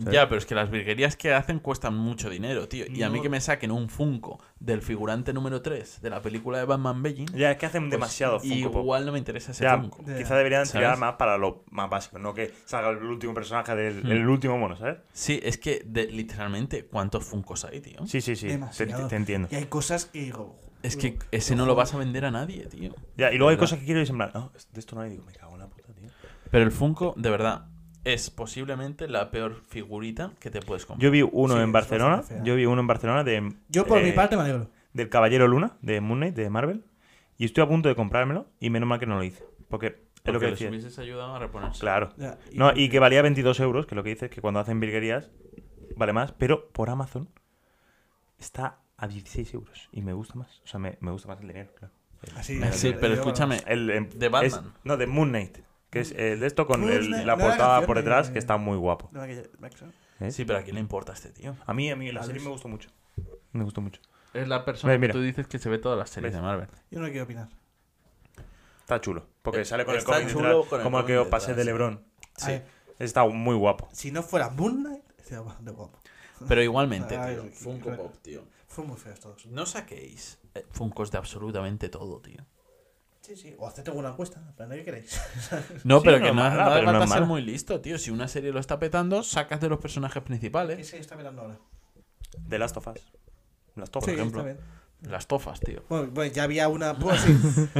Speaker 4: ¿Sabes?
Speaker 1: Ya, pero es que las virguerías que hacen cuestan mucho dinero, tío. Y a mí
Speaker 4: No.
Speaker 1: que me saquen un Funko del figurante número 3 de la película de Batman Begins,
Speaker 4: Ya, es que hacen demasiado Funko Pop.
Speaker 1: Pues igual no me interesa ese
Speaker 4: Ya,
Speaker 1: Funko.
Speaker 3: Ya.
Speaker 4: quizá deberían
Speaker 1: ¿Sabes?
Speaker 4: tirar más para lo más básico, no que salga el último personaje del
Speaker 1: Hmm.
Speaker 4: el último mono, ¿sabes?
Speaker 1: Sí, es que de- literalmente, ¿cuántos Funkos hay, tío?
Speaker 4: Sí, sí, sí. Te,
Speaker 3: Demasiado.
Speaker 4: te entiendo.
Speaker 3: Y hay cosas que digo.
Speaker 1: Es que ese no lo vas a vender a nadie, tío.
Speaker 4: Ya, y luego hay
Speaker 1: ¿Verdad?
Speaker 4: cosas que quiero y es en plan, "Ah, de esto no hay. Digo, me cago en la puta, tío.
Speaker 1: Pero el Funko, de verdad, es posiblemente la peor figurita que te puedes comprar.
Speaker 4: Yo vi uno
Speaker 3: Sí, es
Speaker 4: en Barcelona.
Speaker 3: bastante fea.
Speaker 4: Yo vi uno en Barcelona de.
Speaker 3: Yo por
Speaker 4: eh,
Speaker 3: mi parte me alegro.
Speaker 4: Del Caballero Luna, de Moon Knight, de Marvel. Y estoy a punto de comprármelo. Y menos mal que no lo hice. Porque es lo
Speaker 1: Porque
Speaker 4: que
Speaker 1: les
Speaker 4: decía.
Speaker 1: hubieses ayudado a reponerse.
Speaker 4: Claro.
Speaker 3: Ya, y-
Speaker 4: No, y que valía 22 euros, que lo que dice es que cuando hacen virguerías vale más, pero por Amazon está a 16 euros y me gusta más. O sea, me, me gusta más el dinero, claro. El-
Speaker 3: Así,
Speaker 4: me-
Speaker 1: Sí,
Speaker 3: el-
Speaker 1: pero
Speaker 3: el-
Speaker 1: escúchame.
Speaker 4: el- em-
Speaker 1: de Batman.
Speaker 4: es- no, de Moon Knight, que es el de esto con
Speaker 3: Moon
Speaker 4: el-
Speaker 3: Knight,
Speaker 4: la
Speaker 3: no era
Speaker 4: portada
Speaker 3: canción
Speaker 4: por
Speaker 3: de-
Speaker 4: detrás, que está muy guapo.
Speaker 3: No, aquella- Maxon.
Speaker 4: ¿eh?
Speaker 1: Sí, pero ¿a quién le importa a este tío?
Speaker 4: A mí, a mí, la
Speaker 3: Alex.
Speaker 4: serie me gustó mucho. Me gustó mucho.
Speaker 1: Es la persona
Speaker 4: Ve, mira.
Speaker 1: que tú dices que se ve todas las series de
Speaker 4: ¿Ves?
Speaker 1: Marvel.
Speaker 3: Yo no quiero opinar.
Speaker 4: Está chulo, porque
Speaker 1: Eh,
Speaker 4: sale con el
Speaker 1: está
Speaker 4: cómic
Speaker 1: chulo
Speaker 4: detrás,
Speaker 1: con el
Speaker 4: como el que
Speaker 1: cómic
Speaker 4: os pasé
Speaker 1: detrás.
Speaker 4: de Lebron.
Speaker 3: A
Speaker 1: Sí.
Speaker 3: ver,
Speaker 4: Está muy guapo.
Speaker 3: si no fuera Moon Knight, sería bastante guapo.
Speaker 1: Pero igualmente,
Speaker 3: Ay,
Speaker 1: tío.
Speaker 3: qué-
Speaker 1: Funko
Speaker 3: qué-
Speaker 1: Pop, tío.
Speaker 3: Fue muy feos todos.
Speaker 1: No saquéis eh, Funkos de absolutamente todo, tío.
Speaker 3: Sí, sí. O hacerte una encuesta. En plan, ¿de ¿qué queréis?
Speaker 1: No,
Speaker 4: Sí,
Speaker 1: pero
Speaker 4: no
Speaker 1: que
Speaker 4: es
Speaker 1: no,
Speaker 4: mala,
Speaker 1: no hace
Speaker 4: pero no es
Speaker 1: falta ser
Speaker 4: mala.
Speaker 1: muy listo, tío. Si una serie lo está petando, sacas de los personajes
Speaker 3: ¿Qué
Speaker 1: principales.
Speaker 3: se está mirando ahora?
Speaker 4: De Last of Us. Last of Us,
Speaker 3: Sí,
Speaker 4: por ejemplo.
Speaker 3: está bien.
Speaker 1: Las tofas, tío.
Speaker 3: Bueno, bueno, ya había una. Pues sí.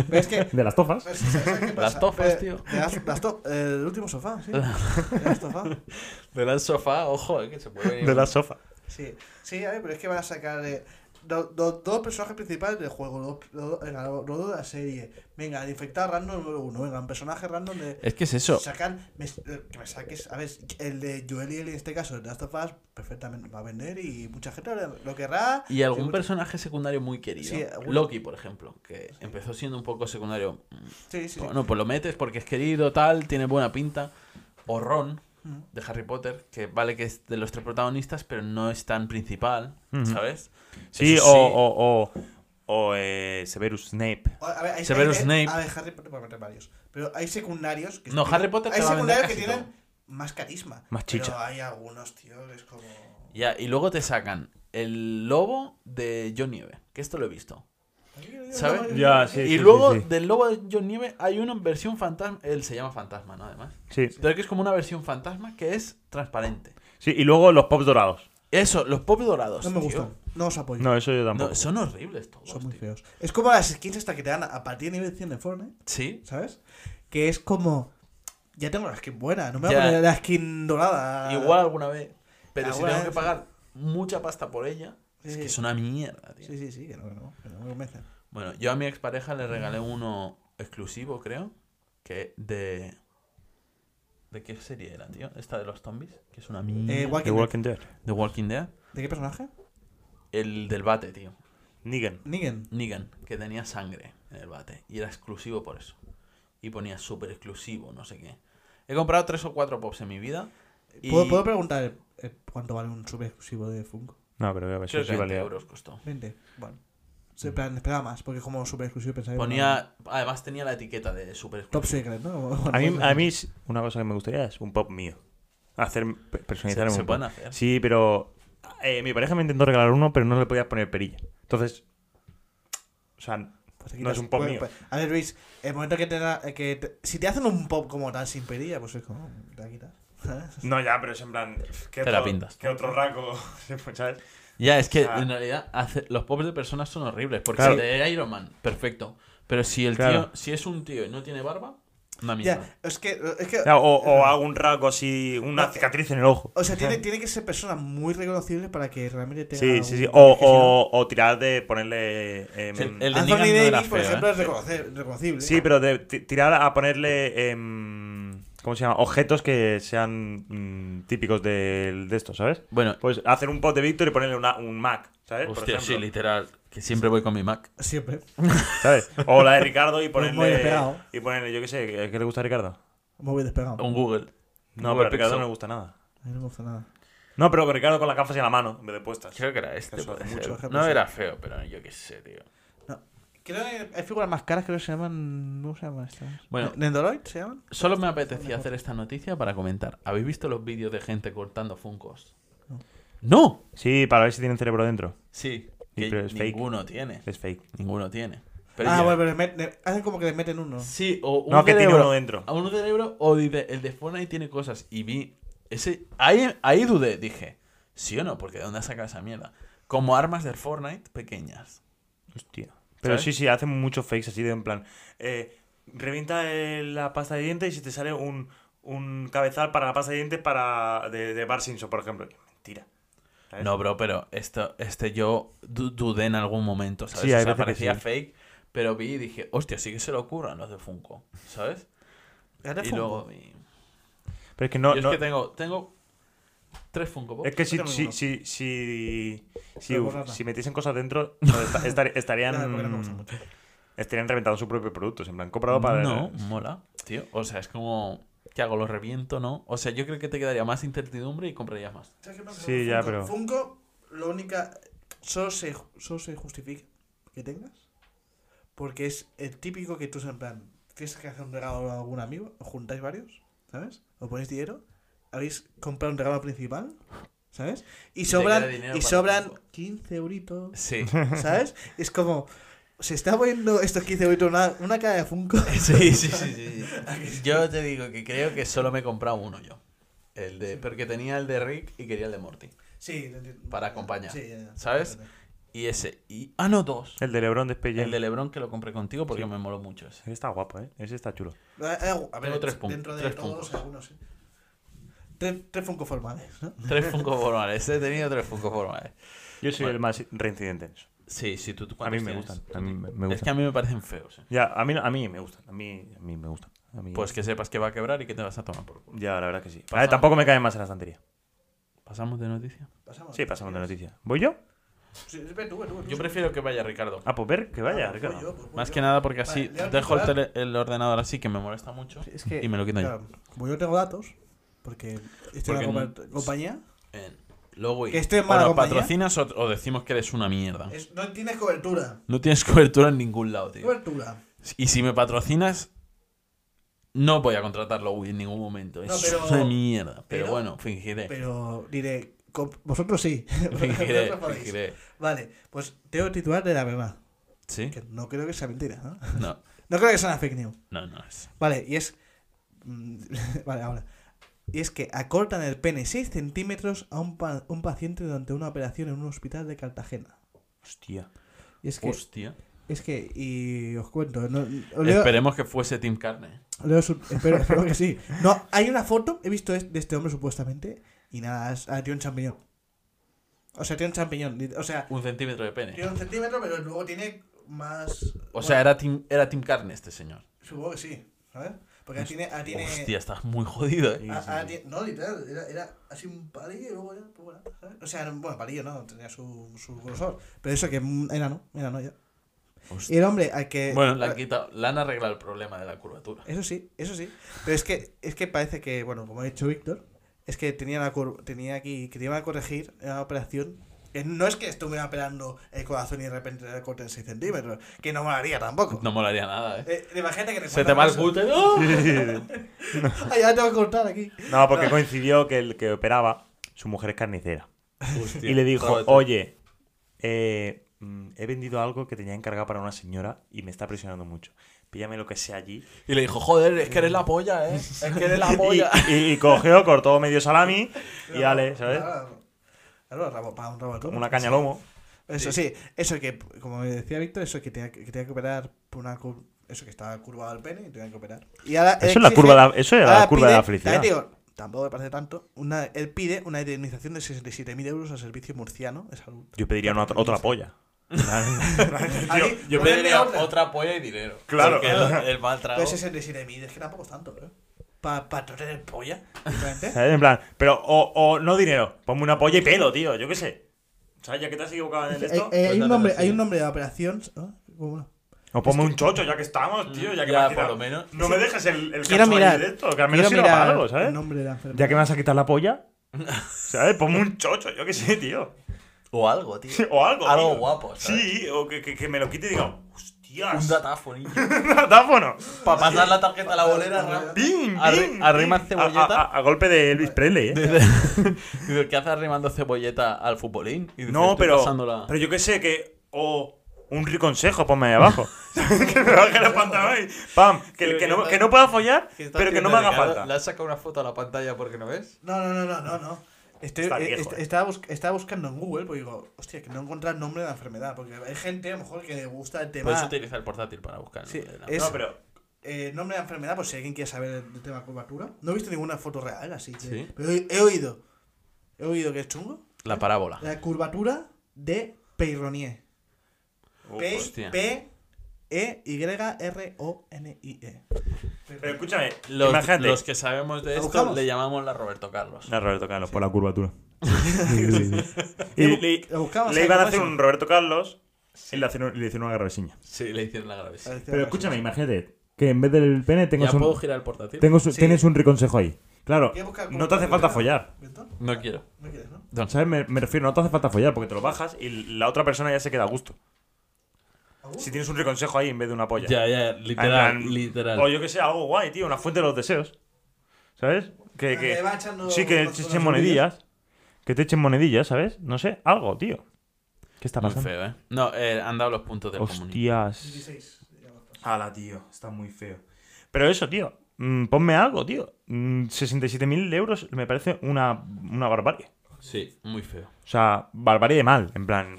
Speaker 3: ¿Ves que
Speaker 4: De las tofas.
Speaker 3: ¿Sabes- sabes- sabes qué pasa?
Speaker 1: Las tofas,
Speaker 3: Eh,
Speaker 1: tío.
Speaker 3: las- las to- eh, el último sofá, sí. Las tofas.
Speaker 1: De la sofá, ojo, eh, que se puede.
Speaker 4: De las sofas.
Speaker 3: Sí, sí, a ver, pero es que van a sacar eh, do- do- dos personajes principales del juego, los los- venga, los dos de la serie. Venga, el infectado random número uno, venga, un personaje random de.
Speaker 1: Es que es eso.
Speaker 3: Sacan, me- eh, que me saques, a ver, el de Joel y él en este caso, el de Last of Us, perfectamente va a vender y mucha gente lo- lo querrá.
Speaker 1: Y algún
Speaker 3: mucha-
Speaker 1: personaje secundario muy querido.
Speaker 3: Sí, algún-
Speaker 1: Loki, por ejemplo, que empezó siendo un poco secundario.
Speaker 3: Sí, sí, sí.
Speaker 1: Bueno, pues lo metes porque es querido, tal, tiene buena pinta. O Ron,
Speaker 3: Ujú.
Speaker 1: de Harry Potter, que vale que es de los tres protagonistas, pero no es tan principal,
Speaker 4: Ujú.
Speaker 1: ¿sabes?
Speaker 4: Sí,
Speaker 1: Eso
Speaker 4: o, o, o, o, eh, Severus Snape.
Speaker 3: O- A ver, hay,
Speaker 1: Severus
Speaker 3: hay- eh,
Speaker 1: Snape.
Speaker 3: A ver, Harry Potter puede meter varios. Pero hay secundarios que
Speaker 1: No,
Speaker 3: tienen-
Speaker 1: Harry Potter te
Speaker 3: Hay
Speaker 1: va a vender
Speaker 3: secundarios que
Speaker 1: casi
Speaker 3: tienen más carisma.
Speaker 4: Más
Speaker 3: Pero
Speaker 4: chicha.
Speaker 3: hay algunos, tío, que es como.
Speaker 1: Ya, y luego te sacan el lobo de John Nieve, que esto lo he visto. ¿Sabes?
Speaker 4: Ya, sí.
Speaker 1: y luego
Speaker 4: sí, sí.
Speaker 1: del lobo de John Nieve hay una versión fantasma. Él se llama fantasma, ¿no? Además.
Speaker 4: Sí.
Speaker 1: Pero que es como una versión fantasma que es transparente.
Speaker 4: sí, y luego los pops dorados.
Speaker 1: Eso, los pop dorados.
Speaker 3: No me
Speaker 1: tío.
Speaker 3: gustan. No os apoyo.
Speaker 4: No, eso yo tampoco.
Speaker 1: No, son horribles todos.
Speaker 3: Son muy
Speaker 1: tío.
Speaker 3: feos. Es como las skins hasta que te dan a partir de nivel 100 de Fortnite,
Speaker 1: Sí.
Speaker 3: ¿sabes? Que es como. Ya tengo la skin buena, no me voy
Speaker 1: Ya.
Speaker 3: a poner la skin dorada.
Speaker 1: Igual alguna vez. Pero si
Speaker 3: Alguna
Speaker 1: tengo que
Speaker 3: vez.
Speaker 1: pagar mucha pasta por ella, es
Speaker 3: Ah, Sí.
Speaker 1: que es una mierda, tío.
Speaker 3: Sí, sí, sí, que no, que no, que no me convencen.
Speaker 1: Bueno, yo a mi expareja le regalé uno exclusivo, creo. Que de. ¿De qué serie era, tío? Esta de los zombies, que es una mierda.
Speaker 3: Eh,
Speaker 4: The
Speaker 3: Walking Dead.
Speaker 4: Walking Dead.
Speaker 1: De Walking Dead.
Speaker 3: ¿De qué personaje?
Speaker 1: El del bate, tío.
Speaker 4: Negan.
Speaker 3: Negan.
Speaker 1: Negan, que tenía sangre en el bate. Y era exclusivo por eso. Y ponía súper exclusivo, no sé qué. He comprado tres o cuatro pops en mi vida. Y
Speaker 3: ¿Puedo, puedo preguntar eh, cuánto vale un sub exclusivo de Funko?
Speaker 4: No, pero creo que
Speaker 1: creo
Speaker 4: eso
Speaker 1: que
Speaker 4: sí
Speaker 1: 20
Speaker 4: valía.
Speaker 1: euros costó.
Speaker 3: 20. Bueno. Se plan, esperaba más, porque como super exclusivo pensaba que era
Speaker 1: Ponía. Además tenía la etiqueta de super
Speaker 3: Eh, Top
Speaker 1: exclusivo.
Speaker 3: Secret, ¿no? Como-
Speaker 4: A mí, a mí es- una cosa que me gustaría es un pop mío. Hacer pe- personalizar
Speaker 1: Se- se
Speaker 4: un
Speaker 1: pueden
Speaker 4: pop.
Speaker 1: hacer.
Speaker 4: Sí, pero eh, mi pareja me intentó regalar uno, pero no le podías poner perilla. Entonces, o sea,
Speaker 3: Pues te
Speaker 4: No es
Speaker 3: quitas-
Speaker 4: un pop
Speaker 3: pues-
Speaker 4: mío.
Speaker 3: pues- a ver, Luis, el momento que te da. eh, Que te- si te hacen un pop como tal sin perilla, pues es como. Te la quitas.
Speaker 4: no ya, pero es en plan ¿qué
Speaker 1: Te la pintas.
Speaker 4: qué otro rango, ¿sabes?
Speaker 1: Ya, es que
Speaker 4: O sea-
Speaker 1: en realidad hace- los pops de personas son horribles. Porque
Speaker 4: Claro.
Speaker 1: el de Iron Man, perfecto. Pero si el
Speaker 4: Claro.
Speaker 1: tío, si es un tío y no tiene barba, Una mierda.
Speaker 3: Ya, es que. Es que
Speaker 4: Ya,
Speaker 2: O, o hago un rasgo así, una cicatriz en el ojo.
Speaker 3: o sea, tiene, tiene que ser persona muy reconocible para que realmente tenga.
Speaker 4: Sí, sí, sí.
Speaker 3: un-
Speaker 4: O-
Speaker 3: que si no-
Speaker 4: o, o tirar de ponerle. eh,
Speaker 1: Sí,
Speaker 4: em,
Speaker 1: el de
Speaker 3: Anthony
Speaker 1: Negan no era
Speaker 3: Davis, por
Speaker 1: feo,
Speaker 3: ejemplo,
Speaker 1: ¿eh?
Speaker 3: es reconoce- reconocible.
Speaker 4: sí, pero de ti- tirar a ponerle. em, ¿Cómo se llama? Objetos que sean mm, típicos del- de, esto, ¿sabes?
Speaker 1: Bueno,
Speaker 4: Pues hacer un pot de Víctor y ponerle una- un Mac, ¿sabes? Por
Speaker 1: hostia, sí,
Speaker 4: ejemplo.
Speaker 1: literal. Que siempre voy con mi Mac.
Speaker 3: Siempre.
Speaker 4: ¿Sabes? O la de Ricardo y
Speaker 3: Pues muy
Speaker 4: ponerle.
Speaker 3: despegado.
Speaker 4: Y ponerle, yo qué sé, ¿qué qué le gusta a Ricardo?
Speaker 3: Un móvil despegado.
Speaker 1: Un Google. Google
Speaker 4: No, pero a Ricardo
Speaker 1: Pixel.
Speaker 4: no le gusta nada.
Speaker 3: A mí no me gusta nada.
Speaker 4: No, pero Ricardo con las gafas en la mano, en vez de puestas.
Speaker 1: Creo que era este.
Speaker 4: Eso,
Speaker 1: puede
Speaker 4: mucho,
Speaker 1: ser.
Speaker 3: ejemplo,
Speaker 1: No
Speaker 3: sí.
Speaker 1: era feo, pero yo qué sé, tío.
Speaker 3: Creo que hay figuras más caras, creo que se llaman. ¿Cómo se llaman estas?
Speaker 1: Bueno.
Speaker 3: ¿Nendoroid se llaman?
Speaker 1: Solo me apetecía hacer esta noticia para comentar. ¿Habéis visto los vídeos de gente cortando funcos?
Speaker 3: No.
Speaker 1: ¡No!
Speaker 4: Sí, para ver si tienen cerebro dentro.
Speaker 1: Sí,
Speaker 4: Sí,
Speaker 1: que
Speaker 4: pero es fake.
Speaker 1: ninguno tiene.
Speaker 4: Es fake.
Speaker 1: Ninguno tiene. Pero
Speaker 3: ah,
Speaker 1: ya-
Speaker 3: bueno, pero le met- le- hacen como que le meten uno.
Speaker 1: Sí, o un
Speaker 4: No, que tiene
Speaker 1: cerebro-
Speaker 4: uno dentro.
Speaker 1: A uno cerebro o dice, el de Fortnite tiene cosas. Y vi. Ese. Ahí, ahí dudé, dije. ¿Sí o no? Porque ¿de dónde ha sacado esa mierda? Como armas del Fortnite pequeñas.
Speaker 4: Hostia. Pero
Speaker 1: ¿Sabes?
Speaker 4: sí, sí, hacen muchos fakes así de en plan. eh, revienta eh, la pasta de dientes y si te sale un, un cabezal para la pasta de dientes para de, de Bar Simpson, por ejemplo. Mentira. ¿sabes?
Speaker 1: No, bro, pero esto, este yo du- dudé en algún momento, ¿sabes?
Speaker 4: Sí, hay
Speaker 1: o sea,
Speaker 4: veces que
Speaker 1: parecía
Speaker 4: sí.
Speaker 1: fake, pero vi y dije, hostia, sí que se lo ocurran los de Funko, ¿sabes?
Speaker 3: ¿Era de
Speaker 1: y
Speaker 3: Funko?
Speaker 1: luego vi-
Speaker 4: Pero es que no.
Speaker 1: Yo
Speaker 4: no-
Speaker 1: es que tengo, tengo tres Funko Pop.
Speaker 4: es que si,
Speaker 3: Yo tengo
Speaker 4: si,
Speaker 3: uno.
Speaker 4: si, si, si,
Speaker 3: Pero borrarla.
Speaker 4: si metiesen cosas dentro, no, esta- estar- estarían,
Speaker 3: Nada, porque no me
Speaker 1: mm,
Speaker 3: gusta mucho.
Speaker 4: estarían reventando sus propios productos. En plan, comprado para.
Speaker 1: No, mola, tío. O sea, es como, ¿qué hago? ¿Lo reviento, no? O sea, yo creo que te quedaría más incertidumbre y comprarías más.
Speaker 3: ¿Sabes qué pasa
Speaker 4: Sí,
Speaker 3: con
Speaker 4: ya,
Speaker 3: Funko?
Speaker 4: pero-
Speaker 3: Funko, lo única. Solo se, solo se justifica que tengas. Porque es el típico que tú, en plan, tienes que hacer un regalo a algún amigo, os juntáis varios, ¿sabes? O ponéis dinero, habéis comprado un regalo principal, ¿sabes? Y
Speaker 1: te
Speaker 3: sobran,
Speaker 1: queda dinero
Speaker 3: y
Speaker 1: para
Speaker 3: sobran
Speaker 1: Funko.
Speaker 3: 15 euritos,
Speaker 1: Sí,
Speaker 3: ¿sabes? Es como. Se está poniendo estos 15 euritos una, una cara de Funko.
Speaker 1: sí, sí, sí, sí, sí. Yo te digo que creo que solo me he comprado uno yo. El de, porque tenía el de Rick y quería el de Morty.
Speaker 3: Sí, lo entiendo.
Speaker 1: Para acompañar,
Speaker 3: Sí, ya, ya.
Speaker 1: ¿sabes? Y ese, y... Ah, no, dos.
Speaker 4: El de Lebron de Space Jam.
Speaker 1: El de Lebron que lo compré contigo porque me moló mucho ese.
Speaker 4: Ese está guapo, ¿eh? Ese está chulo.
Speaker 3: A a- a
Speaker 1: Tengo tres pun-
Speaker 3: dentro de
Speaker 1: tres
Speaker 3: todos,
Speaker 1: puntos.
Speaker 3: algunos sí. Tres, tres Funko formales, ¿no?
Speaker 1: Tres Funko formales. He tenido tres Funko formales.
Speaker 4: Yo soy
Speaker 1: Bueno.
Speaker 4: el más reincidente en eso.
Speaker 1: Sí, sí, tú, tú
Speaker 4: A mí
Speaker 1: cuántos
Speaker 4: me
Speaker 1: tienes?
Speaker 4: gustan. A mí me, me
Speaker 1: Es que
Speaker 4: gustan.
Speaker 1: a mí me parecen feos. eh.
Speaker 4: Ya, a mí, no- a mí me gustan. A mí, a mí me gustan. A mí-
Speaker 1: Pues que sepas que va a quebrar y que te vas a tomar por culo.
Speaker 4: Ya, la verdad que sí. A ver,
Speaker 1: Pasamos.
Speaker 4: tampoco me caen más en la estantería.
Speaker 1: ¿Pasamos de noticia?
Speaker 3: Pasamos.
Speaker 4: Sí, pasamos de noticia. ¿Voy yo?
Speaker 3: Sí, ve tú, ve tú, ve tú.
Speaker 1: Yo prefiero que vaya Ricardo.
Speaker 4: Ah, pues ver, que vaya,
Speaker 3: Ah,
Speaker 4: Ricardo.
Speaker 3: voy yo, pues voy
Speaker 1: Más
Speaker 3: yo.
Speaker 1: que nada porque así
Speaker 3: Vale, leo el
Speaker 1: dejo el,
Speaker 3: titular.
Speaker 1: tele- el ordenador así que me molesta mucho
Speaker 3: Sí, Es que,
Speaker 1: y me lo quito yo.
Speaker 3: claro, como yo tengo datos, porque estoy en la
Speaker 1: Porque
Speaker 3: compa- compañía,
Speaker 1: En Lowy,
Speaker 3: Que esté en
Speaker 1: o
Speaker 3: mala
Speaker 1: nos
Speaker 3: compañía.
Speaker 1: patrocinas o, o decimos que eres una mierda.
Speaker 3: es- no tienes cobertura.
Speaker 1: No tienes cobertura en ningún lado, tío.
Speaker 3: Cobertura.
Speaker 1: Y si me patrocinas, no voy a contratar Lowy en ningún momento.
Speaker 3: No,
Speaker 1: es
Speaker 3: pero-
Speaker 1: una mierda. Pero,
Speaker 3: pero-
Speaker 1: bueno, fingiré.
Speaker 3: Pero diré, co- vosotros sí.
Speaker 1: Fingiré,
Speaker 3: Vosotros podéis.
Speaker 1: fingiré.
Speaker 3: Vale, pues tengo el titular de la verdad.
Speaker 1: ¿Sí?
Speaker 3: Que no creo que sea mentira, ¿no?
Speaker 1: No,
Speaker 3: No creo que sea una fake news.
Speaker 1: no, no es.
Speaker 3: Vale, y es. mm, Vale, ahora. Y es que acortan el pene 6 centímetros a un, pa- un paciente durante una operación en un hospital de Cartagena.
Speaker 4: Hostia.
Speaker 3: Y es que.
Speaker 1: Hostia.
Speaker 3: Es que. Y os cuento. no- os leo-
Speaker 1: Esperemos que fuese Team Carne.
Speaker 3: leo su- espero, espero que sí. No, hay una foto, he visto es- de este hombre supuestamente. Y nada, es- ah, tiene un champiñón. O sea, tiene un champiñón. li- O sea,
Speaker 1: Un centímetro de pene.
Speaker 3: tiene un centímetro, pero luego tiene más.
Speaker 1: O sea, era Team, era team Carne este señor.
Speaker 3: Supongo que sí. ¿Sabes? Porque tiene. ah, tiene
Speaker 1: Hostia, estás muy jodido, eh.
Speaker 3: Ah, ah, ti- no, literal, era, era así un palillo y luego ya, pues bueno, ¿sabes? O sea, era un- bueno, palillo no, tenía su, su grosor. Pero eso que mm, era no, era no ya.
Speaker 1: Hostia.
Speaker 3: Y el hombre al que.
Speaker 1: Bueno, Eh, le han, quitado, le han arreglado el problema de la curvatura.
Speaker 3: Eso sí, eso sí. Pero es que, es que parece que, bueno, como ha dicho Víctor, es que tenía, la cur- tenía aquí, que te iban a corregir la operación. Que no es que estuviera operando el corazón y de repente le corten 6 centímetros, que no molaría tampoco.
Speaker 1: No molaría nada, eh.
Speaker 3: Eh, imagínate que te
Speaker 1: Se te va el
Speaker 3: cortan
Speaker 1: puto. ¡Oh!
Speaker 3: eso. Ah, ya te va a cortar aquí.
Speaker 4: No, porque coincidió que el que operaba, su mujer es carnicera.
Speaker 1: Hostia,
Speaker 4: y le dijo,
Speaker 1: jódete.
Speaker 4: oye, eh, mm, he vendido algo que tenía encargado para una señora y me está presionando mucho. Píllame lo que sea allí.
Speaker 1: Y le dijo, joder, es que eres la polla, eh. Es que eres la
Speaker 4: Y,
Speaker 1: polla.
Speaker 4: y- y cogió, cortó medio salami y ale, ¿sabes?
Speaker 3: Claro, claro, rabo- para un rabo de
Speaker 4: Una caña lomo.
Speaker 3: Eso sí, eso que, como me decía Víctor, eso que tenía que, que tenía que operar por una, cur- eso que estaba curvado el pene y tuvieron que operar. Y ahora
Speaker 4: Eso
Speaker 3: él
Speaker 4: es la curva de la- eso era la
Speaker 3: ahora
Speaker 4: curva de la felicidad.
Speaker 3: también te digo, tampoco me parece tanto. Una, él pide una indemnización de 67.000 euros al servicio murciano de salud.
Speaker 4: Yo pediría una, otra polla.
Speaker 3: Ahí,
Speaker 1: Yo
Speaker 3: ponerle
Speaker 1: pediría otra. polla y dinero.
Speaker 2: Claro.
Speaker 1: Porque el, el mal trago.
Speaker 3: Pero 67.000 es que tampoco es tanto, bro. Para pa tener polla,
Speaker 4: ¿Sabes?
Speaker 3: realmente.
Speaker 4: En plan, pero o, o no dinero, ponme una polla y pelo, tío, yo qué sé. ¿Sabes? Ya que te has equivocado en el
Speaker 3: Eh,
Speaker 4: esto.
Speaker 3: eh, hay,
Speaker 1: Pues
Speaker 3: un nombre,
Speaker 1: dale,
Speaker 3: hay
Speaker 1: sí.
Speaker 3: un nombre de la operación. ¿no? ¿Cómo no?
Speaker 4: O ponme un chocho, ya que estamos, tío, ya que
Speaker 1: Ya,
Speaker 4: me has
Speaker 1: por
Speaker 4: quitado-
Speaker 1: lo menos.
Speaker 4: No me dejes el, el
Speaker 3: Quiero
Speaker 4: cacho ahí
Speaker 3: mirar.
Speaker 4: de esto, que al menos
Speaker 3: Quiero
Speaker 4: sirva
Speaker 3: mirar
Speaker 4: para algo, ¿sabes?
Speaker 3: el nombre de la enfermedad.
Speaker 4: Ya que me vas a quitar la polla, ¿sabes? Ponme un chocho, yo qué sé, tío.
Speaker 1: O algo, tío.
Speaker 4: O algo.
Speaker 1: Algo
Speaker 4: tío.
Speaker 1: guapo, ¿sabes?
Speaker 4: Sí, o que, que- que me lo quite y diga, hostias.
Speaker 1: Un datáfono. niño.
Speaker 4: un datáfono.
Speaker 1: Para pasar la tarjeta a la bolera. ra-
Speaker 4: Pim, pim,
Speaker 1: Arri-
Speaker 4: pim.
Speaker 1: arrima
Speaker 4: A-
Speaker 1: cebolleta.
Speaker 4: A, a- a golpe de Elvis Presley, ¿eh?
Speaker 1: Dice, ¿Qué haces arrimando cebolleta al futbolín? Y dice,
Speaker 4: No,
Speaker 1: "Estoy
Speaker 4: pero,
Speaker 1: pasándola".
Speaker 4: pero yo qué sé, que. O un riconsejo, ponme ahí abajo. que me baje los pantalones. y Pam, que, que no, que no pueda follar, pero que no me haga falta.
Speaker 1: has sacado una foto a la pantalla porque no ves?
Speaker 3: No, no, no, no, no, no. Estoy,
Speaker 4: Está
Speaker 3: eh,
Speaker 4: viejo,
Speaker 3: est-
Speaker 4: eh.
Speaker 3: estaba, bus- estaba buscando en Google, porque digo, hostia, que no encuentro el nombre de la enfermedad, porque hay gente a lo mejor que le gusta el tema.
Speaker 1: Puedes utilizar el portátil para buscar.
Speaker 3: Sí,
Speaker 1: la-
Speaker 3: es-
Speaker 4: No, pero.
Speaker 3: eh, nombre de la enfermedad, por si alguien quiere saber el tema curvatura. No he visto ninguna foto real así. que-
Speaker 1: Sí.
Speaker 3: Pero he, he oído. He oído que es chungo.
Speaker 1: La
Speaker 4: Ah.
Speaker 1: parábola.
Speaker 3: La curvatura de Peyronie.
Speaker 4: Uh,
Speaker 3: P,
Speaker 1: hostia.
Speaker 3: P, E, Y, R, O, N, I, E.
Speaker 4: Pero escúchame,
Speaker 1: Los,
Speaker 4: imagínate.
Speaker 1: los que sabemos de esto
Speaker 3: buscamos?
Speaker 1: le llamamos la Roberto Carlos.
Speaker 4: No, Roberto Carlos, por la curvatura. y le,
Speaker 3: Lo buscamos,
Speaker 4: le
Speaker 3: ¿sabes
Speaker 4: iban a
Speaker 3: cómo
Speaker 4: hacer
Speaker 3: es?
Speaker 4: un Roberto Carlos y le, hacen un- le hicieron una garrabesiña.
Speaker 1: Sí, le hicieron la
Speaker 4: Eh,
Speaker 1: gravísima.
Speaker 3: Parece
Speaker 5: Pero
Speaker 3: algo
Speaker 5: escúchame, imagínate que en vez del pene
Speaker 1: ¿Ya
Speaker 5: tengas
Speaker 1: puedo
Speaker 5: un,
Speaker 1: girar el portátil?
Speaker 5: tengo su-
Speaker 3: Sí.
Speaker 5: tienes un riconsejo ahí. Claro,
Speaker 3: Voy a buscar
Speaker 4: No te hace falta follar.
Speaker 3: así. ¿Ventón?
Speaker 1: No quiero.
Speaker 3: ¿No quieres, no?
Speaker 5: ¿sabes? Me, me refiero, no te hace falta follar porque te lo bajas.
Speaker 4: Bajas y la otra persona ya se queda a gusto.
Speaker 3: ¿Aún?
Speaker 4: Si tienes un reconsejo ahí en vez de una polla.
Speaker 1: Ya, ya,
Speaker 4: En
Speaker 1: literal,
Speaker 4: plan,
Speaker 1: literal.
Speaker 4: O yo que sé, algo guay, tío, una fuente de los deseos. ¿Sabes? Que,
Speaker 3: Ah,
Speaker 4: que-
Speaker 3: que va echando
Speaker 4: sí, que
Speaker 3: unas-
Speaker 4: te echen
Speaker 3: unas
Speaker 4: monedillas. Que te echen monedillas, ¿sabes? No sé, algo, tío. ¿Qué está
Speaker 1: Muy
Speaker 4: pasando?
Speaker 1: feo, ¿eh? No, eh, han dado los puntos del comunismo.
Speaker 4: Hostias.
Speaker 3: 16. ya lo paso.
Speaker 4: Hala, tío, está muy feo. Pero eso, tío, mm, ponme algo, tío. Mm, 67.000 euros me parece una, una barbarie.
Speaker 1: Sí, muy feo.
Speaker 4: O sea, barbarie de mal, en plan,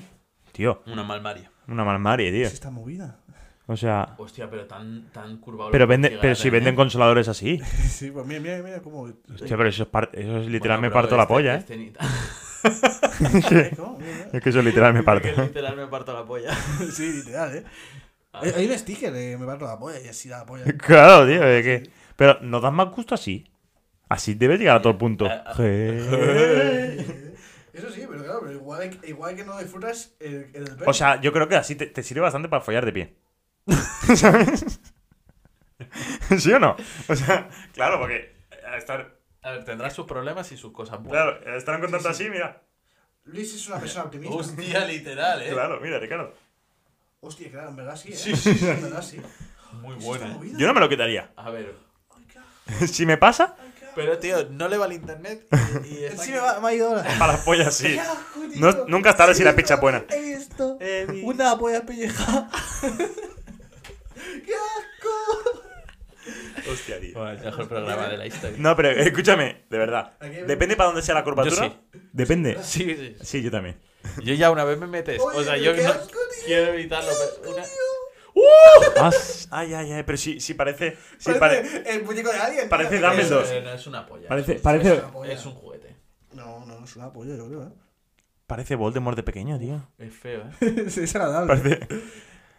Speaker 4: tío,
Speaker 1: Una malmaria.
Speaker 4: una malmarie, tío.
Speaker 3: Sí, está movida.
Speaker 4: O sea,
Speaker 1: Hostia, pero tan, tan curvado.
Speaker 4: pero
Speaker 1: lo ¿eh? que
Speaker 4: vende,
Speaker 1: llega a
Speaker 4: pero si
Speaker 1: tener.
Speaker 4: venden consoladores así.
Speaker 3: Sí, pues mira, mira, mira cómo.
Speaker 4: Hostia, pero eso es, par- eso es
Speaker 1: Bueno,
Speaker 4: literal me
Speaker 1: pero
Speaker 4: parto la
Speaker 1: este-
Speaker 4: polla, ¿eh?
Speaker 1: este ni-
Speaker 3: ¿eh? ¿Cómo? Mira,
Speaker 4: Es que eso literal me parto.
Speaker 1: que literal me parto la polla.
Speaker 3: mira. Sí, literal, eh. Hay hay un sticker de me parto la polla y así la polla.
Speaker 4: claro, tío, es que... Pero nos das más gusto así. Así debes llegar a todo el punto.
Speaker 1: Ah, ah.
Speaker 3: Eso sí, pero claro, pero igual, igual que no disfrutas el, el pene.
Speaker 4: o sea, yo creo que así te, te sirve bastante para follar de pie. ¿Sabes? ¿Sí o no? O sea, claro, porque eh, estar,
Speaker 1: A ver, tendrá sus problemas y sus cosas buenas.
Speaker 4: claro, estar en contacto así, mira.
Speaker 3: Luis es una persona optimista. Hostia,
Speaker 1: Hostia, literal, eh.
Speaker 4: Claro, mira, Ricardo.
Speaker 3: claro, en verdad sí, eh.
Speaker 1: Sí, sí, sí.
Speaker 3: En verdad sí.
Speaker 1: Muy
Speaker 3: Sí,
Speaker 1: bueno,
Speaker 3: está
Speaker 1: eh.
Speaker 3: movida.
Speaker 4: Yo no me lo quitaría.
Speaker 1: A ver.
Speaker 4: si me pasa,
Speaker 1: Pero, tío, no le va el internet y, y está aquí.
Speaker 3: Sí, me va, me ha ido ahora.
Speaker 4: para las pollas sí.
Speaker 3: Ya, joder,
Speaker 4: No-
Speaker 3: tío.
Speaker 4: nunca es tarde si la picha es buena.
Speaker 3: He visto
Speaker 1: He visto.
Speaker 3: una polla pelleja. ¡Qué asco!
Speaker 4: Hostia, tío.
Speaker 1: Bueno, el mejor programa de la historia.
Speaker 4: No, pero eh, escúchame, de verdad.
Speaker 3: Aquí hay-
Speaker 4: Depende para dónde sea la curvatura.
Speaker 1: Yo
Speaker 4: Depende.
Speaker 1: Sí, sí.
Speaker 4: Sí, yo también.
Speaker 1: Yo ya una vez me metes. o
Speaker 3: Oye,
Speaker 1: sea,
Speaker 3: pero
Speaker 1: yo
Speaker 3: qué
Speaker 1: no
Speaker 3: asco, tío,
Speaker 1: quiero evitarlo. pero una-
Speaker 4: Ah, s- ay, ay, ay, pero sí, sí parece. Sí, pare-
Speaker 3: Parece el muñeco de alguien.
Speaker 4: parece Dame
Speaker 1: Es-
Speaker 4: dos.
Speaker 1: eh, no, es una polla.
Speaker 3: pues,
Speaker 5: Parece-
Speaker 1: Es-
Speaker 5: parece-
Speaker 1: es una polla. Es un juguete.
Speaker 3: No, no, es una polla, yo creo, eh.
Speaker 4: parece Voldemort de pequeño, tío.
Speaker 1: Es feo, eh.
Speaker 3: es desagradable.
Speaker 4: Parece.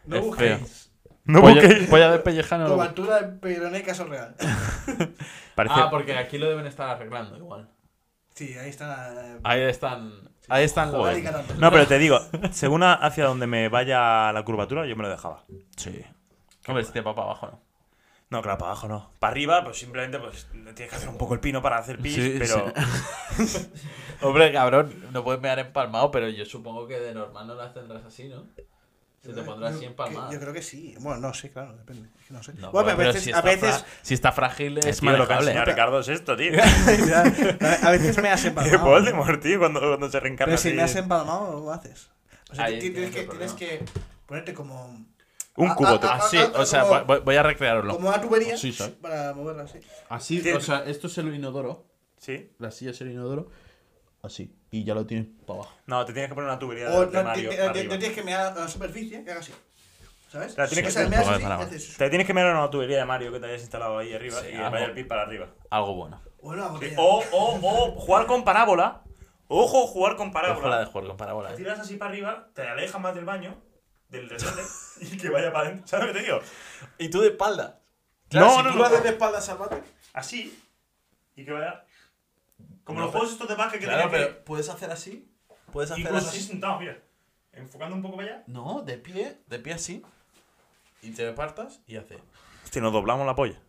Speaker 3: no
Speaker 1: es
Speaker 3: busquéis.
Speaker 4: No
Speaker 1: polla,
Speaker 4: busquéis.
Speaker 1: polla de pellejano.
Speaker 3: Cobertura de Peroné caso real.
Speaker 4: Parece.
Speaker 1: Ah, porque aquí lo deben estar arreglando igual.
Speaker 3: Sí, ahí está eh, la.
Speaker 1: Ahí están. Ahí están los.
Speaker 3: Joder. Tanto.
Speaker 4: No, pero te digo, según a- hacia donde me vaya la curvatura, yo me lo dejaba.
Speaker 1: Sí. Hombre, si te va para abajo, ¿no?
Speaker 4: No, claro, para abajo no. Para arriba, pues simplemente pues tienes que hacer un poco el pino para hacer pis,
Speaker 1: Sí,
Speaker 4: pero.
Speaker 1: Hombre, cabrón, no puedes mear empalmado, pero yo supongo que de normal no las tendrás así, ¿no? Se te pondrá así
Speaker 3: Yo-
Speaker 1: empalmada.
Speaker 3: que- Yo creo que sí. Bueno, no sé, claro, depende. Es que no sé.
Speaker 1: No,
Speaker 3: bueno,
Speaker 1: pero
Speaker 3: pero a veces,
Speaker 1: si
Speaker 3: a
Speaker 1: está
Speaker 3: veces,
Speaker 1: fra- si está frágil es
Speaker 4: Tío, lo que ha
Speaker 1: manejable.
Speaker 4: enseñado Ricardo es esto, tío.
Speaker 3: a veces me has
Speaker 4: Qué
Speaker 3: empalmado.
Speaker 4: Voldemort, tío, cuando, cuando se reencarna.
Speaker 3: Pero si
Speaker 4: así.
Speaker 3: me has empalmado, lo haces. O sea,
Speaker 1: Ahí
Speaker 3: ti- tienes,
Speaker 1: tienes
Speaker 3: que,
Speaker 1: el
Speaker 3: tienes que ponerte como.
Speaker 4: Un
Speaker 3: Ah,
Speaker 4: cubo,
Speaker 3: ah,
Speaker 4: tío.
Speaker 1: Así, o sea,
Speaker 3: Como-
Speaker 1: voy, voy a recrearlo.
Speaker 3: Como una tubería
Speaker 1: Sí, sí.
Speaker 3: para moverla así.
Speaker 1: Así,
Speaker 4: Tiene-
Speaker 1: o sea, esto es el inodoro.
Speaker 4: Sí.
Speaker 1: La silla es el inodoro. Así. Y ya lo tienes para abajo.
Speaker 4: No, te tienes que poner una tubería de,
Speaker 3: O no,
Speaker 4: de
Speaker 3: ti-
Speaker 4: Mario.
Speaker 3: ti-
Speaker 4: arriba.
Speaker 3: ti- tienes que mirar a la superficie, que haga así. ¿Sabes?
Speaker 4: Claro, tiene que
Speaker 3: o sea,
Speaker 4: ser-
Speaker 3: me das
Speaker 1: Vale,
Speaker 3: así,
Speaker 1: vale,
Speaker 3: me
Speaker 1: vale.
Speaker 3: haces-
Speaker 4: Te tienes que mirar una tubería de Mario que te hayas instalado ahí arriba
Speaker 1: Sí,
Speaker 4: y
Speaker 1: algo.
Speaker 4: vaya el pip para arriba.
Speaker 1: Algo bueno.
Speaker 3: O una botella.
Speaker 4: O, o, o jugar con parábola. Ojo, jugar con
Speaker 1: Ojalá de
Speaker 4: parábola.
Speaker 1: jugar con
Speaker 4: Te
Speaker 1: parábola. ¿eh?
Speaker 4: tiras así para arriba, te alejas más del baño, del retrete, y que vaya para adentro. ¿Sabes lo que te digo?
Speaker 1: Y tú de espalda.
Speaker 4: No,
Speaker 1: si
Speaker 4: no,
Speaker 1: tú
Speaker 4: no.
Speaker 1: lo haces de espalda, salvate.
Speaker 4: Así, y que vaya. Como
Speaker 1: No,
Speaker 4: los juegos estos de básquet que
Speaker 1: Claro,
Speaker 4: tenían que-
Speaker 1: pero puedes hacer así. Puedes hacer
Speaker 4: Incluso así
Speaker 1: así.
Speaker 4: sentado, mira. Enfocando un poco para allá.
Speaker 1: No, de pie, de pie así. Y te partas y hace.
Speaker 4: Hostia, nos doblamos la polla.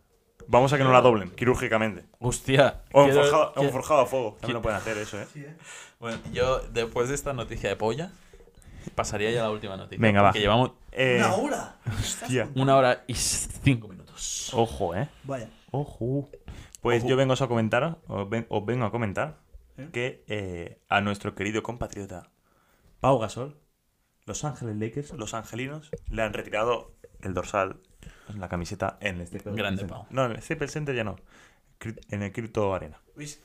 Speaker 4: Vamos a que nos la doblen, quirúrgicamente.
Speaker 1: Hostia.
Speaker 4: O
Speaker 1: quiero-
Speaker 4: enforjado,
Speaker 1: quiero-
Speaker 4: enforjado a fuego. También lo pueden hacer eso, eh.
Speaker 3: Sí, ¿eh?
Speaker 1: Bueno, yo después de esta noticia de polla, pasaría ya a la última noticia.
Speaker 4: Venga, va.
Speaker 1: Que llevamos
Speaker 4: eh
Speaker 3: Una hora.
Speaker 4: hostia.
Speaker 1: una hora y cinco minutos.
Speaker 4: Ojo, eh.
Speaker 3: Vaya.
Speaker 4: Ojo. Pues yo vengo a comentar, os, ven- os vengo a comentar que eh, a nuestro querido compatriota Pau Gasol,
Speaker 5: Los Ángeles Lakers.
Speaker 4: los angelinos, le han retirado el dorsal, la camiseta en el Staples-
Speaker 1: Grande, Pau.
Speaker 4: No, en el Staples Center ya no. Cri- En el Crypto Arena.
Speaker 3: Luis,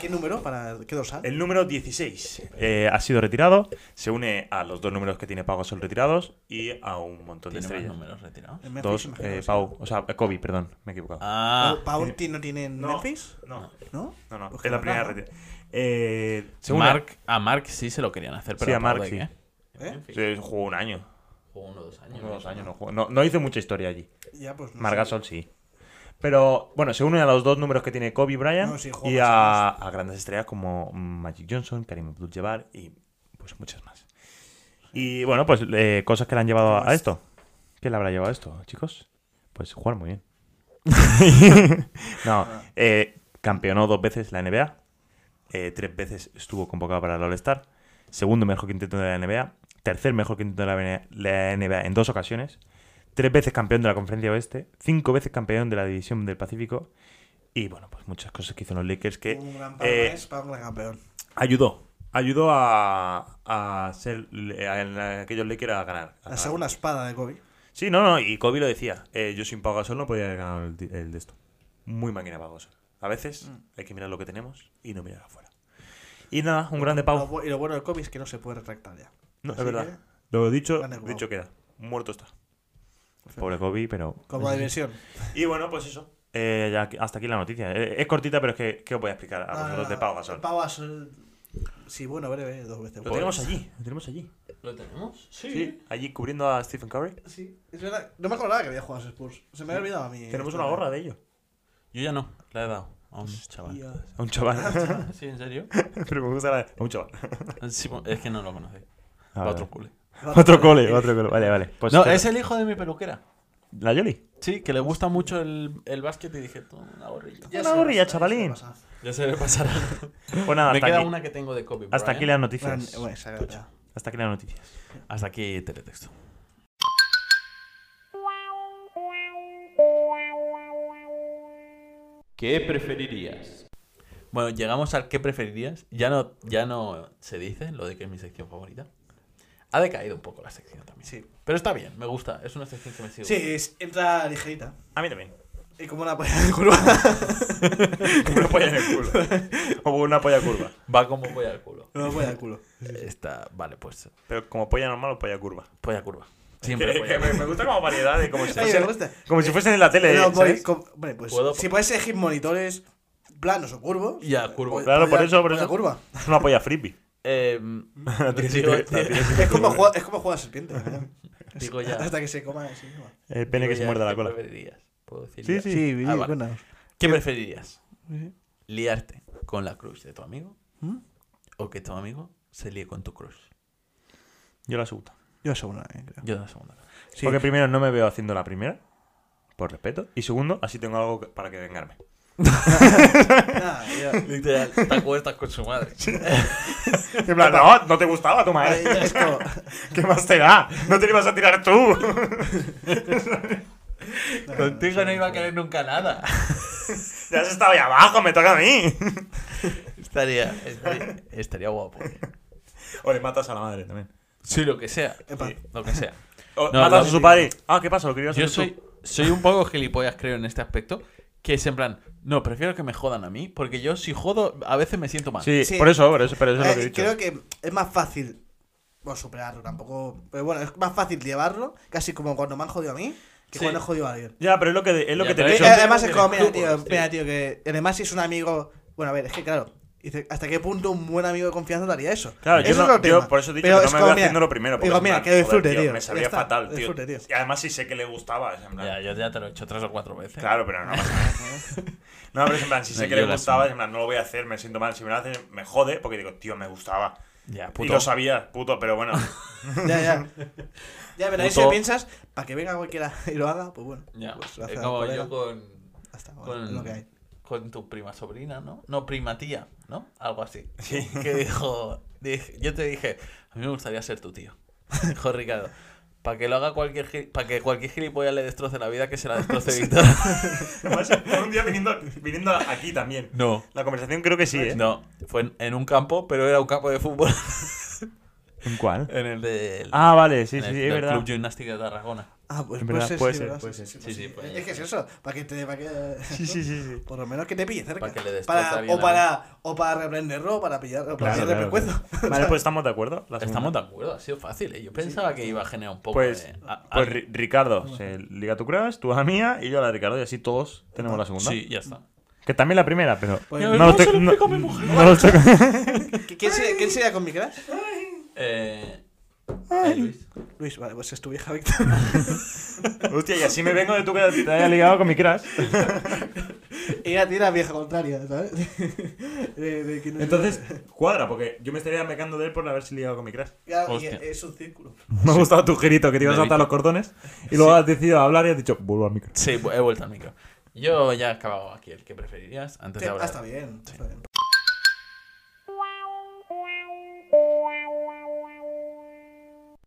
Speaker 3: ¿Qué número para qué dorsal?
Speaker 4: El número 16 eh, ha sido retirado. Se une a los dos números que tiene Pau Gasol retirados y a un montón de
Speaker 1: Tiene más
Speaker 4: estrellas.
Speaker 1: números retirados.
Speaker 3: En Memphis,
Speaker 4: Dos,
Speaker 3: imagino
Speaker 4: eh,
Speaker 3: que sí.
Speaker 4: Pau, o sea, Kobe, perdón, me he equivocado.
Speaker 1: Ah,
Speaker 3: Pau- Pau ti- no tiene en
Speaker 4: No.
Speaker 3: Memphis,
Speaker 4: no,
Speaker 3: ¿no?
Speaker 4: no, no,
Speaker 3: Pues
Speaker 4: es
Speaker 3: que
Speaker 4: la
Speaker 3: no,
Speaker 4: primera
Speaker 3: ¿no?
Speaker 4: retirada. Eh, se une-
Speaker 1: Mark, a Mark sí se lo querían hacer, pero
Speaker 4: Sí, a
Speaker 1: a Pau
Speaker 4: Mark
Speaker 1: de
Speaker 4: sí.
Speaker 1: qué.
Speaker 3: ¿Eh?
Speaker 1: En fin,
Speaker 4: Sí, jugó un año.
Speaker 1: Jugó uno o dos años.
Speaker 4: Uno, dos años no jugó. No, no hizo mucha historia allí.
Speaker 3: Ya, pues no sé.
Speaker 4: Margasol sí. Pero bueno, se une a los dos números que tiene Kobe Bryant
Speaker 3: No, sí, jugó
Speaker 4: y
Speaker 3: más
Speaker 4: a, a grandes estrellas como Magic Johnson, Karim Abdul-Jabbar y pues muchas más. Y bueno, pues eh, cosas que le han llevado a, a esto. ¿Qué le habrá llevado a esto, chicos? Pues jugar muy bien. no, eh, campeonó dos veces la NBA. eh, tres veces estuvo convocado para el All-Star. Segundo mejor quinteto de la NBA. Tercer mejor quinteto de la NBA la NBA en dos ocasiones tres veces campeón de la Conferencia Oeste, cinco veces campeón de la División del Pacífico y bueno, pues muchas cosas que hizo los Lakers que
Speaker 3: Un gran Pau
Speaker 4: eh,
Speaker 3: es Pau un gran campeón.
Speaker 4: ayudó, ayudó a, a ser a, a aquellos Lakers a ganar. a
Speaker 3: La
Speaker 4: ganar.
Speaker 3: segunda espada de Kobe.
Speaker 4: Sí, no, no, y Kobe lo decía, eh, yo sin Pau Gasol no podía haber ganado el, di- el de esto. Muy máquina Pau Gasol. A veces
Speaker 3: Mm.
Speaker 4: hay que mirar lo que tenemos y no mirar afuera. Y nada, un grande
Speaker 3: Lo
Speaker 4: Pau.
Speaker 3: bu- y lo bueno de Kobe es que no se puede retractar ya.
Speaker 4: No,
Speaker 3: Así
Speaker 4: es verdad.
Speaker 3: que,
Speaker 4: Lo dicho,
Speaker 3: ¿eh? Grande Pau.
Speaker 4: dicho queda. Muerto está. Pobre Kobe, pero
Speaker 3: Como diversión.
Speaker 4: Y bueno, pues eso. Eh, ya que- hasta aquí la noticia. Eh, es cortita, pero es que ¿qué os voy a explicar a vosotros de Pau Gasol?
Speaker 3: Ah, Pau Gasol. Sí, bueno, breve, dos veces.
Speaker 4: Lo tenemos allí, lo tenemos allí.
Speaker 1: ¿Lo tenemos? Sí.
Speaker 4: Allí cubriendo a Stephen Curry.
Speaker 3: Sí, es verdad. No me acordaba que había jugado a los Spurs. Se me había olvidado a mí.
Speaker 4: Tenemos una gorra de ellos.
Speaker 1: Yo ya no, la he dado a un chaval.
Speaker 4: A un chaval.
Speaker 1: ¿Sí, en serio?
Speaker 4: pero me gusta la de... A un chaval.
Speaker 1: Sí, es que no lo conocéis.
Speaker 4: A
Speaker 1: Va
Speaker 4: ver.
Speaker 1: otro cule.
Speaker 4: Otro cole, ¿eh? otro cole. Vale, vale. Pues
Speaker 1: No,
Speaker 4: te-
Speaker 1: es el hijo de mi peluquera.
Speaker 4: La Yoli.
Speaker 1: Sí, que le gusta mucho el, el básquet y dije, toma una gorrilla.
Speaker 3: Ya
Speaker 4: Una
Speaker 3: se me
Speaker 4: gorrilla,
Speaker 3: pasa, ya se me
Speaker 4: chavalín.
Speaker 3: pasa.
Speaker 1: Ya se le pasará.
Speaker 4: Pues nada,
Speaker 1: Me
Speaker 4: hasta
Speaker 1: queda
Speaker 4: aquí,
Speaker 1: una que tengo de Kobe
Speaker 4: hasta
Speaker 1: Bryant.
Speaker 4: aquí las noticias.
Speaker 3: Bueno, bueno, se ha agotado.
Speaker 4: Hasta aquí las noticias.
Speaker 1: Hasta aquí teletexto. ¿Qué preferirías? Bueno, llegamos al qué preferirías. Ya no, ya no se dice lo de que es mi sección favorita. Ha decaído un poco la sección también.
Speaker 3: Sí.
Speaker 1: Pero está bien, me gusta. Es una sección que me sigue.
Speaker 3: Sí, es- entra ligerita.
Speaker 4: A mí también.
Speaker 3: Y como una polla de curva.
Speaker 4: Como una polla en el culo. Como una polla curva.
Speaker 1: Va como polla al culo.
Speaker 3: Una polla de culo.
Speaker 1: Está, vale, pues
Speaker 4: Pero como polla normal o polla curva.
Speaker 1: polla curva. Siempre polla
Speaker 4: Que me,
Speaker 1: curva.
Speaker 4: me gusta como variedad de como si
Speaker 3: Ay, me gusta.
Speaker 4: fuesen, como si fuesen en la tele.
Speaker 3: Pero,
Speaker 4: ¿sabes?
Speaker 3: voy con- hombre, pues,
Speaker 1: Puedo-
Speaker 3: si puedes elegir monitores planos o curvos.
Speaker 1: Ya, curvo.
Speaker 3: pues,
Speaker 4: Claro, por
Speaker 3: polla-
Speaker 4: eso, por
Speaker 3: polla
Speaker 4: eso.
Speaker 3: curva.
Speaker 4: Es una polla frisbee.
Speaker 1: Eh, digo,
Speaker 3: Es como, jugar, es como jugar a serpiente. ¿verdad?
Speaker 1: Digo ya.
Speaker 3: Hasta que se coma. sí, no.
Speaker 4: El pene que se
Speaker 1: ya,
Speaker 4: muerda la
Speaker 1: ¿qué
Speaker 4: cola.
Speaker 1: preferirías? ¿Puedo decir
Speaker 4: Sí,
Speaker 1: ya?
Speaker 4: sí.
Speaker 1: Ah, vale. ¿Qué preferirías?
Speaker 3: Sí.
Speaker 1: ¿Liarte con la crush de tu amigo?
Speaker 3: ¿Mm?
Speaker 1: ¿O que tu amigo se líe con tu crush?
Speaker 4: Yo la segunda.
Speaker 3: Yo soy una, eh, creo.
Speaker 1: Yo la segunda.
Speaker 3: Sí.
Speaker 4: Porque primero no me veo haciendo la primera, por respeto. Y segundo, así tengo algo que- para que vengarme.
Speaker 3: Nada, yo-
Speaker 1: Literal, te acuestas con su madre.
Speaker 4: En plan, no, no te gustaba tu
Speaker 3: Ay,
Speaker 4: madre.
Speaker 3: es como-
Speaker 4: ¿Qué más te da? No te lo ibas a tirar tú.
Speaker 1: Contigo no iba a querer nunca nada.
Speaker 4: Ya has estado ahí abajo, me toca a mí.
Speaker 1: Estaría, estaría, estaría guapo. eh.
Speaker 4: O le matas a la madre también.
Speaker 1: Sí, lo que sea.
Speaker 3: Epa.
Speaker 1: Sí, Lo que sea.
Speaker 4: O
Speaker 1: No,
Speaker 4: matas
Speaker 1: no.
Speaker 4: a su padre. Ah, ¿qué pasa? Lo querías
Speaker 1: Yo
Speaker 4: hacer
Speaker 1: soy,
Speaker 4: tú.
Speaker 1: soy un poco gilipollas, creo, en este aspecto. Que es en plan, no, prefiero que me jodan a mí, porque yo si jodo, a veces me siento mal.
Speaker 4: Sí,
Speaker 3: Sí.
Speaker 4: por eso, por eso, pero eso es lo que he
Speaker 3: Eh,
Speaker 4: dicho.
Speaker 3: creo que es más fácil bueno, superarlo tampoco. Pero bueno, es más fácil llevarlo, casi como cuando me han jodido a mí, que
Speaker 1: Sí.
Speaker 3: cuando he jodido a alguien.
Speaker 2: Ya, pero es lo que, es lo
Speaker 1: Ya,
Speaker 2: que te
Speaker 1: pero
Speaker 2: he
Speaker 1: eso-
Speaker 2: dicho.
Speaker 1: Eh,
Speaker 3: Eh, además es como, mira,
Speaker 1: grupos,
Speaker 3: tío,
Speaker 1: tío.
Speaker 3: mira, tío, que además si es un amigo. Bueno, a ver, es que claro, dice, ¿hasta qué punto un buen amigo de confianza daría eso?
Speaker 2: Claro,
Speaker 3: Ese
Speaker 2: yo,
Speaker 3: es
Speaker 2: no-
Speaker 3: otro
Speaker 2: yo
Speaker 3: tema.
Speaker 2: por eso he dicho
Speaker 3: Pero
Speaker 2: que no
Speaker 3: es
Speaker 2: me
Speaker 3: como,
Speaker 2: voy
Speaker 3: mira,
Speaker 2: haciendo lo primero. porque
Speaker 3: Digo,
Speaker 2: en
Speaker 3: mira,
Speaker 2: plan,
Speaker 3: que disfrute,
Speaker 2: joder,
Speaker 3: tío.
Speaker 2: Me
Speaker 3: ya
Speaker 2: sabía
Speaker 3: está,
Speaker 2: fatal, tío.
Speaker 3: disfrute, tío.
Speaker 2: Y además, si sé que le gustaba, es en plan.
Speaker 1: Ya, yo ya te lo he hecho tres o cuatro veces.
Speaker 2: Claro, pero no. pasa nada. No, pero es en plan, si sé
Speaker 5: No,
Speaker 2: que
Speaker 5: yo
Speaker 2: le
Speaker 5: la
Speaker 2: gustaba,
Speaker 5: asumo.
Speaker 2: es en plan, no lo voy a hacer, me siento mal. Si me lo hacen, me jode, porque digo, tío, me gustaba.
Speaker 1: Ya,
Speaker 2: Y
Speaker 1: puto.
Speaker 2: lo sabía, puto, pero bueno.
Speaker 3: Ya, ya. Ya, pero ahí si
Speaker 1: Puto.
Speaker 3: piensas, para que venga cualquiera y lo haga, pues bueno.
Speaker 1: Ya.
Speaker 3: Pues lo hace
Speaker 1: es
Speaker 3: la
Speaker 1: como
Speaker 3: colega.
Speaker 1: yo con,
Speaker 3: Ya está, bueno, es
Speaker 1: con,
Speaker 3: lo que hay.
Speaker 1: con tu prima sobrina, ¿no? No, prima tía, ¿no? Algo así. Que dijo, dije- yo te dije, a mí me gustaría ser tu tío. Dijo Ricardo, para que lo haga cualquier, para que cualquier gilipollas le destroce la vida, que se la destroce Víctor.
Speaker 2: Además, un día viniendo, viniendo aquí también.
Speaker 1: no.
Speaker 2: La conversación creo que sí, ¿eh?
Speaker 1: No, fue en, en un campo, pero era un campo de fútbol.
Speaker 4: ¿En cuál?
Speaker 1: en el del,
Speaker 4: Ah, vale, sí,
Speaker 1: en
Speaker 4: sí,
Speaker 1: el
Speaker 4: sí, es
Speaker 1: del
Speaker 4: verdad.
Speaker 1: Club Gimnástica de Tarragona.
Speaker 3: Ah, pues
Speaker 4: En verdad,
Speaker 3: puede ser,
Speaker 4: puede
Speaker 3: sí,
Speaker 4: ser,
Speaker 3: ¿verdad?
Speaker 4: puede
Speaker 3: Sí,
Speaker 1: ser.
Speaker 3: sí,
Speaker 1: Sí, sí, puede
Speaker 3: Es que es
Speaker 1: ser.
Speaker 3: eso, para que te. Para que,
Speaker 4: Sí, sí, sí. sí.
Speaker 3: Por lo menos que te pille cerca.
Speaker 1: Para que le des
Speaker 3: Para-
Speaker 1: troza bien
Speaker 3: o,
Speaker 1: a
Speaker 3: para, o para reprenderlo, o para pillar, o
Speaker 4: Claro,
Speaker 3: para pillarle
Speaker 4: claro,
Speaker 3: pescuezo.
Speaker 4: Vale, pues estamos de acuerdo. La
Speaker 1: Estamos de
Speaker 4: segunda.
Speaker 1: acuerdo, ha sido fácil, ¿eh? Yo pensaba que iba a generar un poco
Speaker 4: Pues,
Speaker 1: de... a-
Speaker 4: Pues
Speaker 1: a-
Speaker 4: Ri- Ricardo, se liga tu crush, tú a la mía y yo a la de Ricardo. Y así todos tenemos la segunda.
Speaker 1: Sí, ya está.
Speaker 4: Que también la primera, pero.
Speaker 3: Pues-
Speaker 4: no lo estoy. No, no lo estoy-
Speaker 3: ¿Qui- ¿Quién sería, ¿Quién sería con mi crush?
Speaker 1: Eh... Luis.
Speaker 3: Luis, vale, pues es tu vieja Víctor.
Speaker 4: Hostia, y así me vengo de tú que te haya ligado con mi crush.
Speaker 3: Ella tiene la vieja contraria, ¿sabes? De- de que no-
Speaker 4: Entonces, cuadra, porque yo me estaría mecando de él por haberse ligado con mi crush.
Speaker 3: Claro, y
Speaker 1: hostia.
Speaker 3: es un círculo.
Speaker 4: Me ha gustado tu girito, que te ibas a
Speaker 1: Me
Speaker 4: atar
Speaker 1: he
Speaker 4: los cordones y luego has decidido hablar y has dicho, vuelvo al micro.
Speaker 1: Sí, he vuelto al micro. Yo ya he acabado aquí el que preferirías antes de
Speaker 3: Ah,
Speaker 1: hablar.
Speaker 3: está bien. está bien.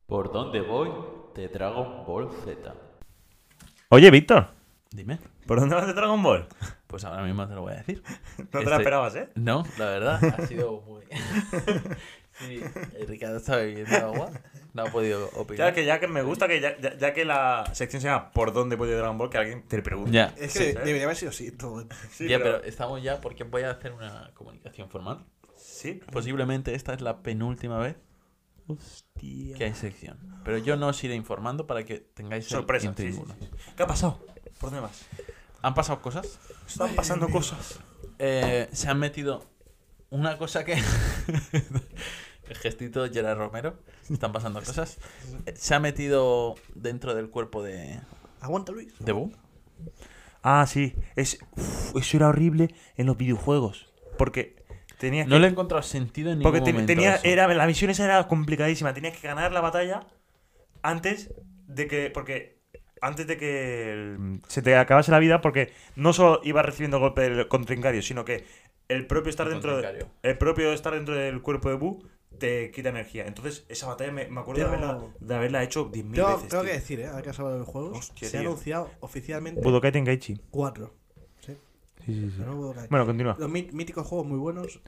Speaker 6: ¿Por dónde voy? Te Dragon Ball Z.
Speaker 4: Oye, Víctor,
Speaker 1: Dime.
Speaker 4: ¿por dónde vas de Dragon Ball?
Speaker 1: Pues ahora mismo te lo voy a decir.
Speaker 4: No te la
Speaker 1: Estoy-
Speaker 4: esperabas, ¿eh?
Speaker 1: No, la verdad, ha sido muy. sí, eh, Ricardo está bebiendo agua. No ha podido
Speaker 4: Ya
Speaker 1: opinar.
Speaker 4: que, ya que me gusta que ya, ya- ya que la sección se llama ¿Por dónde voy de Dragon Ball? Que alguien te pregunte.
Speaker 1: Ya,
Speaker 3: Es
Speaker 1: sí.
Speaker 4: ¿eh?
Speaker 3: que debería haber sido así todo.
Speaker 4: Sí,
Speaker 1: Ya,
Speaker 4: pero-
Speaker 1: pero estamos ya porque voy a hacer una comunicación formal.
Speaker 4: Sí.
Speaker 1: Posiblemente esta es la penúltima vez
Speaker 4: Hostia.
Speaker 1: que hay sección. Pero yo no os iré informando para que tengáis el
Speaker 4: Sorpresa. sí, sí,
Speaker 1: intríngulo.
Speaker 4: sí. ¿Qué ha pasado? ¿Por dónde vas?
Speaker 1: Han pasado cosas.
Speaker 4: Están pasando cosas.
Speaker 1: Eh, se han metido una cosa que. El gestito Gerard Romero. Están pasando cosas. Eh, Se ha metido dentro del cuerpo de.
Speaker 3: Aguanta, Luis.
Speaker 1: de Boo.
Speaker 4: Ah, sí. Es, uf, eso era horrible en los videojuegos. Porque tenías
Speaker 1: No
Speaker 4: que-
Speaker 1: le he encontrado sentido en ningún
Speaker 4: Porque te-
Speaker 1: momento.
Speaker 4: tenía,
Speaker 1: eso.
Speaker 4: era, la misión esa era complicadísima. Tenías que ganar la batalla antes de que. Porque. Antes de que el- se te acabase la vida, porque no solo ibas recibiendo golpe del contrincario, sino que el propio estar
Speaker 1: El
Speaker 4: dentro de-
Speaker 1: contrincario.
Speaker 4: el propio estar dentro del cuerpo de Bu te quita energía. Entonces, esa batalla me, me acuerdo de
Speaker 3: Tengo-
Speaker 4: haberla, de haberla hecho 10.000
Speaker 3: Tengo,
Speaker 4: veces.
Speaker 3: tengo que
Speaker 4: tío.
Speaker 3: decir, ¿eh? Ahora que has hablado de juegos,
Speaker 4: Hostia,
Speaker 3: se ha
Speaker 4: tío.
Speaker 3: anunciado oficialmente
Speaker 4: Budokai Tenkaichi.
Speaker 3: cuatro. Sí,
Speaker 4: Sí, sí, sí.
Speaker 3: pero no puedo caer.
Speaker 4: Bueno, continúa.
Speaker 3: Los mí- míticos juegos muy buenos.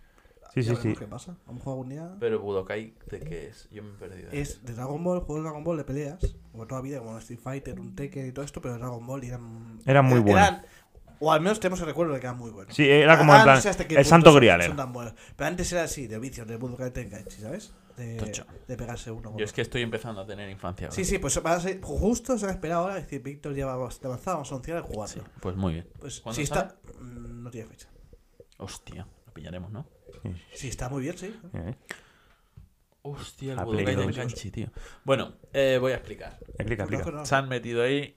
Speaker 4: Sí, sí,
Speaker 3: Ya veremos
Speaker 4: sí.
Speaker 3: ¿Qué pasa? A lo mejor algún día.
Speaker 1: Pero Budokai, ¿de qué es? Yo me he perdido.
Speaker 3: Es de Dragon Ball, juegos de Dragon Ball de peleas, como toda vida, como Street Fighter, un Tekken y todo esto, pero Dragon Ball eran.
Speaker 4: Eran muy buenos.
Speaker 3: eran- o al menos tenemos el recuerdo de que eran muy buenos.
Speaker 4: Sí, era como en
Speaker 3: Ahora
Speaker 4: plan,
Speaker 3: hasta qué
Speaker 4: el
Speaker 3: punto
Speaker 4: santo
Speaker 3: son-
Speaker 4: grial
Speaker 3: Son
Speaker 4: era.
Speaker 3: tan buenos. Pero antes era así, de vicios, de Budokai Tenkaichi, ¿sabes? De,
Speaker 1: Tocho.
Speaker 3: de pegarse uno. con
Speaker 1: Yo es
Speaker 3: otro.
Speaker 1: que estoy empezando a tener infancia ahora.
Speaker 3: Sí, sí, pues va a ser- justo se ha esperado ahora. Es decir, Víctor ya va bastante avanzado, vamos a anunciar el 4.
Speaker 1: Pues muy bien.
Speaker 3: Pues
Speaker 1: ¿Cuándo
Speaker 3: si está. mm, No tiene fecha.
Speaker 1: Hostia, lo pillaremos, ¿no?
Speaker 3: Si está muy bien, sí.
Speaker 4: Eh,
Speaker 1: Hostia, el
Speaker 4: A
Speaker 1: Budokai
Speaker 4: Play
Speaker 1: de
Speaker 4: dos.
Speaker 1: enganche, tío. Bueno, eh, voy a explicar.
Speaker 4: Explica,
Speaker 3: No,
Speaker 4: explica.
Speaker 3: no, no.
Speaker 1: Se han metido ahí.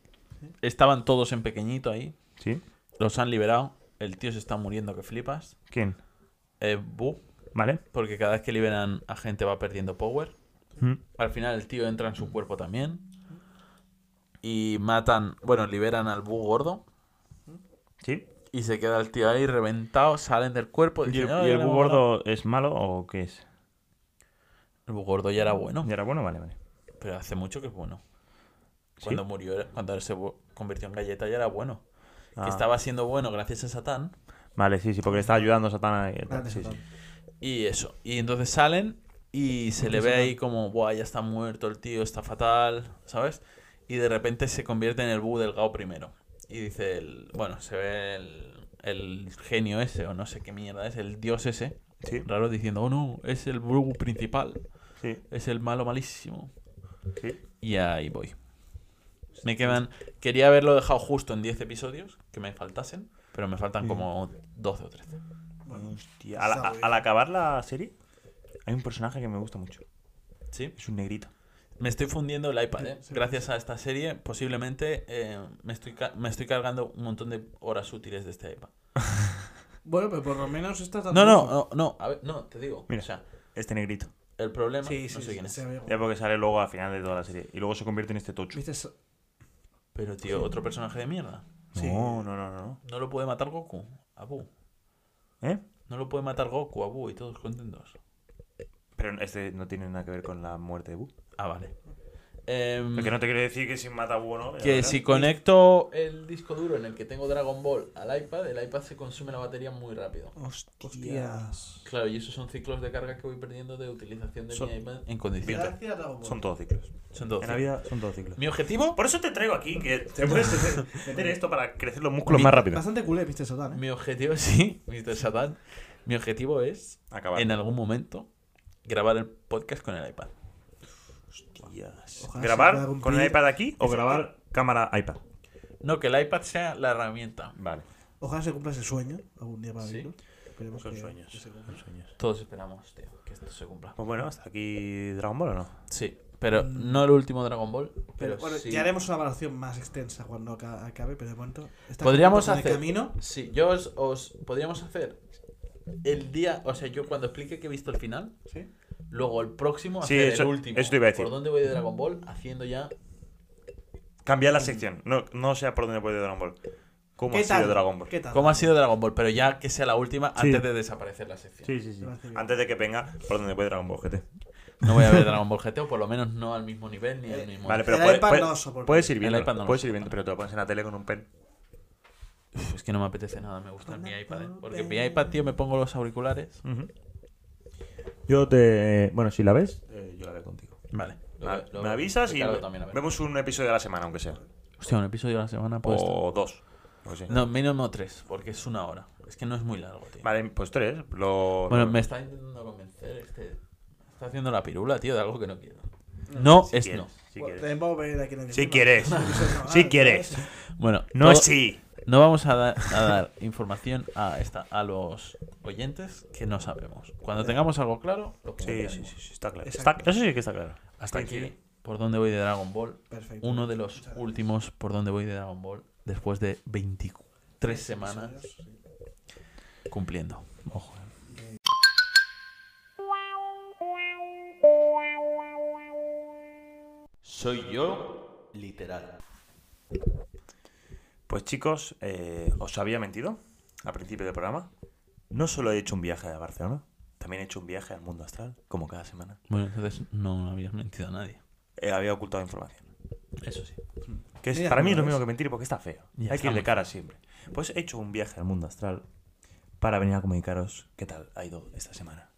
Speaker 1: Estaban todos en pequeñito ahí.
Speaker 4: ¿Sí?
Speaker 1: Los han liberado. El tío se está muriendo que flipas.
Speaker 4: ¿Quién?
Speaker 1: Eh, Bu,
Speaker 4: ¿Vale?
Speaker 1: porque cada vez que liberan a gente va perdiendo power.
Speaker 4: Mm.
Speaker 1: Al final el tío entra en su cuerpo también. Y matan, bueno, liberan al Bu gordo.
Speaker 4: ¿Sí?
Speaker 1: Y se queda el tío ahí reventado, salen del cuerpo.
Speaker 4: ¿Y
Speaker 1: dicen,
Speaker 4: el,
Speaker 1: "Ah,
Speaker 4: y
Speaker 1: ya
Speaker 4: el
Speaker 1: le
Speaker 4: Bu
Speaker 1: hemos matado".
Speaker 4: gordo es malo o qué es?
Speaker 1: El Bu gordo ya era bueno,
Speaker 4: ¿Ya era bueno? Vale, vale.
Speaker 1: pero hace mucho que es bueno.
Speaker 4: ¿Sí?
Speaker 1: Cuando murió, era- cuando se vu- convirtió en galleta ya era bueno.
Speaker 4: Ah.
Speaker 1: Que estaba siendo bueno gracias a Satán.
Speaker 4: Vale, sí, sí, porque le está ayudando Satana. y tal,
Speaker 3: Grande
Speaker 4: sí, sí.
Speaker 3: Satán.
Speaker 1: Y eso. Y entonces salen y se le ve ahí como, Buah, ya está muerto el tío, está fatal, ¿sabes? Y de repente se convierte en el Buu del Gao primero. Y dice el. Bueno, se ve el, el genio ese, o no sé qué mierda es, el dios ese.
Speaker 4: Sí.
Speaker 1: Raro diciendo, oh no, es el Buu principal.
Speaker 4: Sí,
Speaker 1: Es el malo malísimo.
Speaker 4: sí.
Speaker 1: Y ahí voy. Me quedan. Quería haberlo dejado justo en 10 episodios, que me faltasen, pero me faltan como 12 o 13.
Speaker 4: Hostia, al, a- al acabar la serie, hay un personaje que me gusta mucho.
Speaker 1: ¿Sí?
Speaker 4: Es un negrito.
Speaker 1: Me estoy fundiendo el iPad, ¿eh? Gracias a esta serie, posiblemente eh, me, estoy ca- me estoy cargando un montón de horas útiles de este iPad.
Speaker 3: Bueno, pero por lo menos esta
Speaker 1: No,
Speaker 3: tampoco-
Speaker 1: no, oh, no, no, a ver, no, te digo.
Speaker 4: Mira.
Speaker 1: O sea,
Speaker 4: Este negrito.
Speaker 1: el problema.
Speaker 3: Sí, sí,
Speaker 1: no sé
Speaker 3: sí,
Speaker 1: quién es.
Speaker 3: se ve.
Speaker 4: Ya porque sale luego al final de toda la serie. Y luego se convierte en este tocho.
Speaker 3: ¿Viste? eso?
Speaker 1: Pero, tío, otro personaje de mierda.
Speaker 3: Sí.
Speaker 4: No, no, no, no.
Speaker 1: No lo puede matar Goku. Abu.
Speaker 4: ¿Eh?
Speaker 1: No lo puede matar Goku, Abu y todos contentos.
Speaker 4: Pero este no tiene nada que ver con la muerte de Boo.
Speaker 1: Ah, vale. Em,
Speaker 2: Porque no te quiero decir que si mata a Boo, ¿no?
Speaker 1: Que si conecto el disco duro en el que tengo Dragon Ball al iPad, el iPad se consume la batería muy rápido.
Speaker 3: Hostias.
Speaker 1: Claro, y esos son ciclos de carga que voy perdiendo de utilización de
Speaker 4: Son-
Speaker 1: mi iPad en condiciones.
Speaker 3: Gracias, Dragon Ball.
Speaker 4: Son todos ciclos.
Speaker 1: Son dos.
Speaker 4: En la vida son todos ciclos.
Speaker 1: Mi objetivo,
Speaker 2: Por eso te traigo aquí, que te puedes meter- meter esto para crecer los músculos
Speaker 4: Los más rápidos.
Speaker 3: Bastante culé, viste, Satan, ¿eh?
Speaker 1: mi objetivo sí, Mr. Satan, mi objetivo es
Speaker 4: Acabar.
Speaker 1: en algún momento grabar el podcast con el iPad.
Speaker 4: Hostias.
Speaker 3: Ojalá se pueda
Speaker 2: ¿Grabar
Speaker 3: cumplir.
Speaker 2: con el iPad aquí
Speaker 4: O grabar cámara iPad.
Speaker 1: No, que el iPad sea la herramienta.
Speaker 4: Vale.
Speaker 3: Ojalá se cumpla ese sueño algún día para
Speaker 1: Sí.
Speaker 3: mí. Esperemos
Speaker 2: Son
Speaker 3: que-
Speaker 2: sueños,
Speaker 3: que se cumpla.
Speaker 2: son sueños.
Speaker 1: Todos esperamos, tío, que esto se cumpla.
Speaker 4: Pues bueno, hasta aquí Dragon Ball o no.
Speaker 1: Sí, pero no el último Dragon Ball, pero,
Speaker 3: Mm. Pero bueno,
Speaker 1: sí.
Speaker 3: ya haremos una evaluación más extensa cuando aca- acabe, pero de momento. está
Speaker 1: Podríamos
Speaker 3: en el
Speaker 1: hacer-
Speaker 3: camino.
Speaker 1: Sí, yo os, os podríamos hacer el día, o sea, yo cuando explique que he visto el final,
Speaker 3: Sí.
Speaker 1: luego el próximo
Speaker 4: Sí,
Speaker 1: hacer el
Speaker 4: eso-
Speaker 1: último.
Speaker 4: eso te iba a decir.
Speaker 1: ¿Por dónde voy de Dragon Ball? Haciendo ya
Speaker 4: Cambiar la sección. No, no sé por dónde puede ir Dragon Ball. ¿Cómo ha
Speaker 3: Mm. ¿Qué tal?
Speaker 4: sido Dragon Ball?
Speaker 3: ¿Qué tal?
Speaker 1: cómo ha sido Dragon Ball, pero ya que sea la última
Speaker 4: Sí.
Speaker 1: antes de desaparecer la sección.
Speaker 5: Sí, sí, sí.
Speaker 3: Me parece bien.
Speaker 4: Antes de que venga por donde puede Dragon Ball GT.
Speaker 1: No voy a ver Dragon Ball GT o por lo menos no al mismo nivel ni al mismo.
Speaker 4: Eh, Vale,
Speaker 1: nivel.
Speaker 4: pero
Speaker 3: El
Speaker 4: puede-
Speaker 3: iPad
Speaker 4: puede-
Speaker 3: no lo soporto.
Speaker 4: puedes ir viendo.
Speaker 1: El iPad no lo
Speaker 4: puedes ir viendo,
Speaker 1: soporto.
Speaker 4: pero te lo pones en la tele con un pen.
Speaker 1: Uf, es que no me apetece nada, me gusta mi iPad, ¿eh? porque en mi iPad tío me pongo los auriculares.
Speaker 5: Yo te. Bueno, si la ves.
Speaker 4: Eh, yo la veo contigo.
Speaker 1: Vale. lo
Speaker 4: Me,
Speaker 1: veo- lo
Speaker 4: Ah, me
Speaker 1: veo.
Speaker 4: avisas y
Speaker 1: Ricardo
Speaker 4: ve-
Speaker 1: también, a ver.
Speaker 4: vemos un episodio a la semana, aunque sea.
Speaker 1: Hostia, un episodio a la semana puede estar.
Speaker 4: O dos. No sé.
Speaker 1: Pues No, mínimo tres, porque es una hora. Es que no es muy largo, tío.
Speaker 4: Vale, pues tres. Lo,
Speaker 1: Bueno,
Speaker 4: lo-
Speaker 1: me está intentando convencer este. Está haciendo la pirula, tío, de algo que no quiero. No
Speaker 4: si
Speaker 1: es
Speaker 4: quieres,
Speaker 1: no.
Speaker 4: Si
Speaker 3: Bueno,
Speaker 4: quieres.
Speaker 3: también podemos Pues, ver aquí en el
Speaker 4: Si
Speaker 3: camino.
Speaker 4: quieres.
Speaker 3: Eso,
Speaker 4: Si
Speaker 3: ah,
Speaker 4: quieres.
Speaker 1: Bueno,
Speaker 4: No
Speaker 1: todo-
Speaker 4: es sí.
Speaker 1: No vamos a, dar- a dar información a esta, a los oyentes que no sabemos. Cuando tengamos algo claro, lo
Speaker 4: Sí,
Speaker 1: comentaremos.
Speaker 4: sí, sí, sí, está claro.
Speaker 3: Exacto.
Speaker 4: Está- eso sí que está claro.
Speaker 1: Hasta aquí,
Speaker 3: Coincido.
Speaker 1: por donde voy de Dragon Ball.
Speaker 3: Perfecto.
Speaker 1: Uno de los
Speaker 3: Muchas gracias.
Speaker 1: últimos por donde voy de Dragon Ball después de 23 semanas cumpliendo. Ojo. eh.
Speaker 6: Soy yo, literal.
Speaker 4: Pues chicos, eh, os había mentido al principio del programa. No solo he hecho un viaje a Barcelona, también he hecho un viaje al mundo astral, como cada semana.
Speaker 1: Bueno, entonces no habías mentido a nadie.
Speaker 4: Eh, había ocultado información.
Speaker 1: Eso sí.
Speaker 4: Que es-
Speaker 3: Mira,
Speaker 4: para mí es lo
Speaker 3: ¿ves?
Speaker 4: mismo que mentir porque está feo.
Speaker 1: Ya
Speaker 4: Hay que ir
Speaker 1: estamos.
Speaker 4: de cara siempre. Pues he hecho un viaje al mundo astral para venir a comunicaros qué tal ha ido esta semana.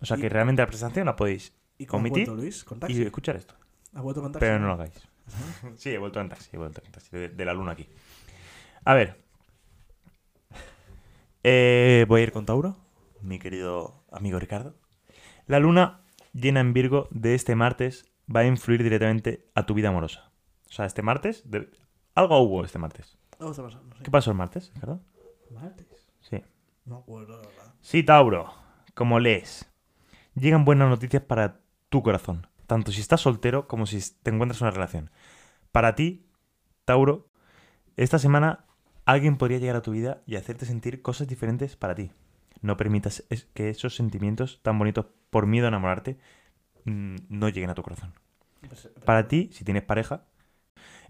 Speaker 4: O sea que realmente la presentación la podéis
Speaker 3: ¿Y cómo ha
Speaker 4: omitir
Speaker 3: vuelto Luis? ¿Con
Speaker 4: y
Speaker 3: taxi?
Speaker 4: escuchar esto.
Speaker 3: ¿Ha vuelto con taxi?
Speaker 4: Pero no lo hagáis. Sí, he vuelto en taxi, he vuelto en taxi, de, de la luna aquí. A ver. Eh, voy a ir con Tauro, mi querido amigo Ricardo. La luna llena en Virgo de este martes va a influir directamente a tu vida amorosa. O sea, este martes, de- algo hubo este martes.
Speaker 3: Algo está pasando, sí.
Speaker 4: ¿Qué pasó el martes, Ricardo?
Speaker 3: ¿Martes?
Speaker 4: Sí.
Speaker 3: No me acuerdo, la verdad.
Speaker 4: Sí, Tauro, como lees, llegan buenas noticias para tu corazón, tanto si estás soltero como si te encuentras en una relación. Para ti, Tauro, esta semana alguien podría llegar a tu vida y hacerte sentir cosas diferentes para ti. No permitas es- que esos sentimientos tan bonitos por miedo a enamorarte mm, no lleguen a tu corazón. Para ti, si tienes pareja,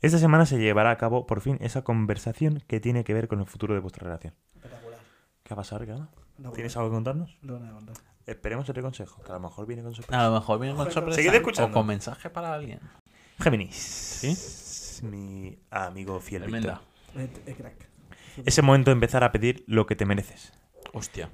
Speaker 4: esta semana se llevará a cabo por fin esa conversación que tiene que ver con el futuro de vuestra relación.
Speaker 3: Espectacular.
Speaker 4: ¿Qué ha pasado, Ricardo?
Speaker 3: No,
Speaker 4: ¿Tienes algo que contarnos?
Speaker 3: No, no, no, no.
Speaker 4: Esperemos otro consejo, que a lo mejor viene con sorpresa.
Speaker 1: A lo mejor viene con sorpresa.
Speaker 2: Seguid escuchando.
Speaker 1: O con mensaje para alguien.
Speaker 4: Géminis. ¿Sí? Mi amigo fiel Víctor.
Speaker 1: Tremenda.
Speaker 3: Eh, eh, crack.
Speaker 4: Ese momento de empezar a pedir lo que te mereces.
Speaker 1: Hostia.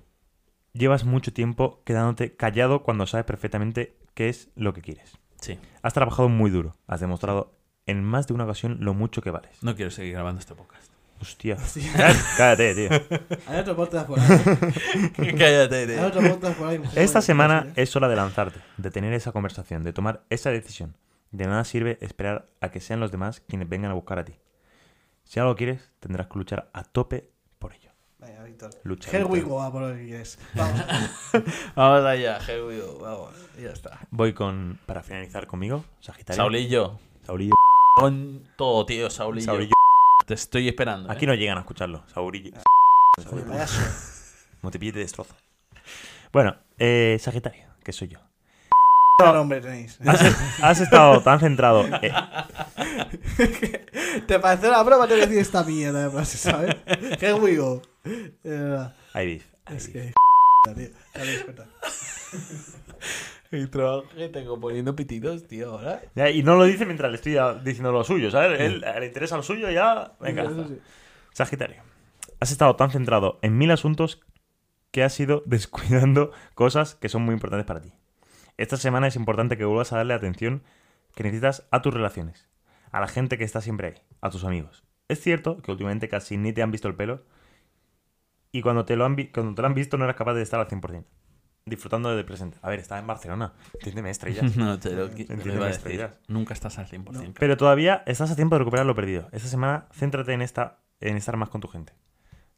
Speaker 4: Llevas mucho tiempo quedándote callado cuando sabes perfectamente qué es lo que quieres.
Speaker 1: Sí.
Speaker 4: Has trabajado muy duro. Has demostrado en más de una ocasión lo mucho que vales.
Speaker 1: No quiero seguir grabando este podcast.
Speaker 4: Hostia.
Speaker 3: Hostia.
Speaker 4: Cállate, tío.
Speaker 3: Hay otro podcast por ahí. ¿eh?
Speaker 1: Cállate,
Speaker 3: Hay otro podcast por ahí. ¿eh? mejor.
Speaker 4: Esta semana es hora de lanzarte, de tener esa conversación, de tomar esa decisión. De nada sirve esperar a que sean los demás quienes vengan a buscar a ti. Si algo quieres, tendrás que luchar a tope por ello.
Speaker 3: Venga, Víctor.
Speaker 4: Lucha.
Speaker 3: Here we
Speaker 4: Víctor.
Speaker 3: go, a por lo que quieres. Vamos.
Speaker 1: Vamos allá, here we go, vamos. y Ya está.
Speaker 4: Voy con, para finalizar conmigo, Sagitario.
Speaker 1: Saulillo.
Speaker 4: Saurillo.
Speaker 1: Con todo, tío, Saulillo.
Speaker 4: Saurillo.
Speaker 1: Te estoy esperando. eh.
Speaker 4: Aquí no llegan a escucharlo. Saurillo.
Speaker 3: Joder, payaso.
Speaker 4: Como te pille, te destrozo. Bueno, eh, Sagitario, que soy yo.
Speaker 3: Qué nombre tenéis.
Speaker 4: Has, has estado tan centrado. eh,
Speaker 3: ¿Te parece una broma? Tengo que decir esta mierda de frase, ¿sabes? Here we go. De verdad.
Speaker 4: hay beef, hay
Speaker 3: Es
Speaker 4: beef.
Speaker 3: que. Tío, ya me di cuenta.
Speaker 1: El trabajo que tengo poniendo pitidos, tío, ahora.
Speaker 4: Ya, y no lo dice mientras le estoy ya diciendo lo suyo, ¿sabes? Él, eh, le interesa lo suyo ya. Venga.
Speaker 3: Eso Mm. sí.
Speaker 4: Sagitario, has estado tan centrado en mil asuntos que has ido descuidando cosas que son muy importantes para ti. Esta semana es importante que vuelvas a darle atención que necesitas a tus relaciones, a la gente que está siempre ahí, a tus amigos. Es cierto que últimamente casi ni te han visto el pelo y cuando te lo han, vi- cuando te lo han visto no eras capaz de estar al 100%, disfrutando del presente. A ver, estás en Barcelona, entiéndeme, estrellas.
Speaker 1: No te lo qui-
Speaker 4: Entiendo
Speaker 1: lo iba a
Speaker 4: que
Speaker 1: decir.
Speaker 4: estrellas.
Speaker 1: Nunca estás al 100%. claro.
Speaker 4: Pero todavía estás a tiempo de recuperar lo perdido. Esta semana céntrate en, esta, en estar más con tu gente.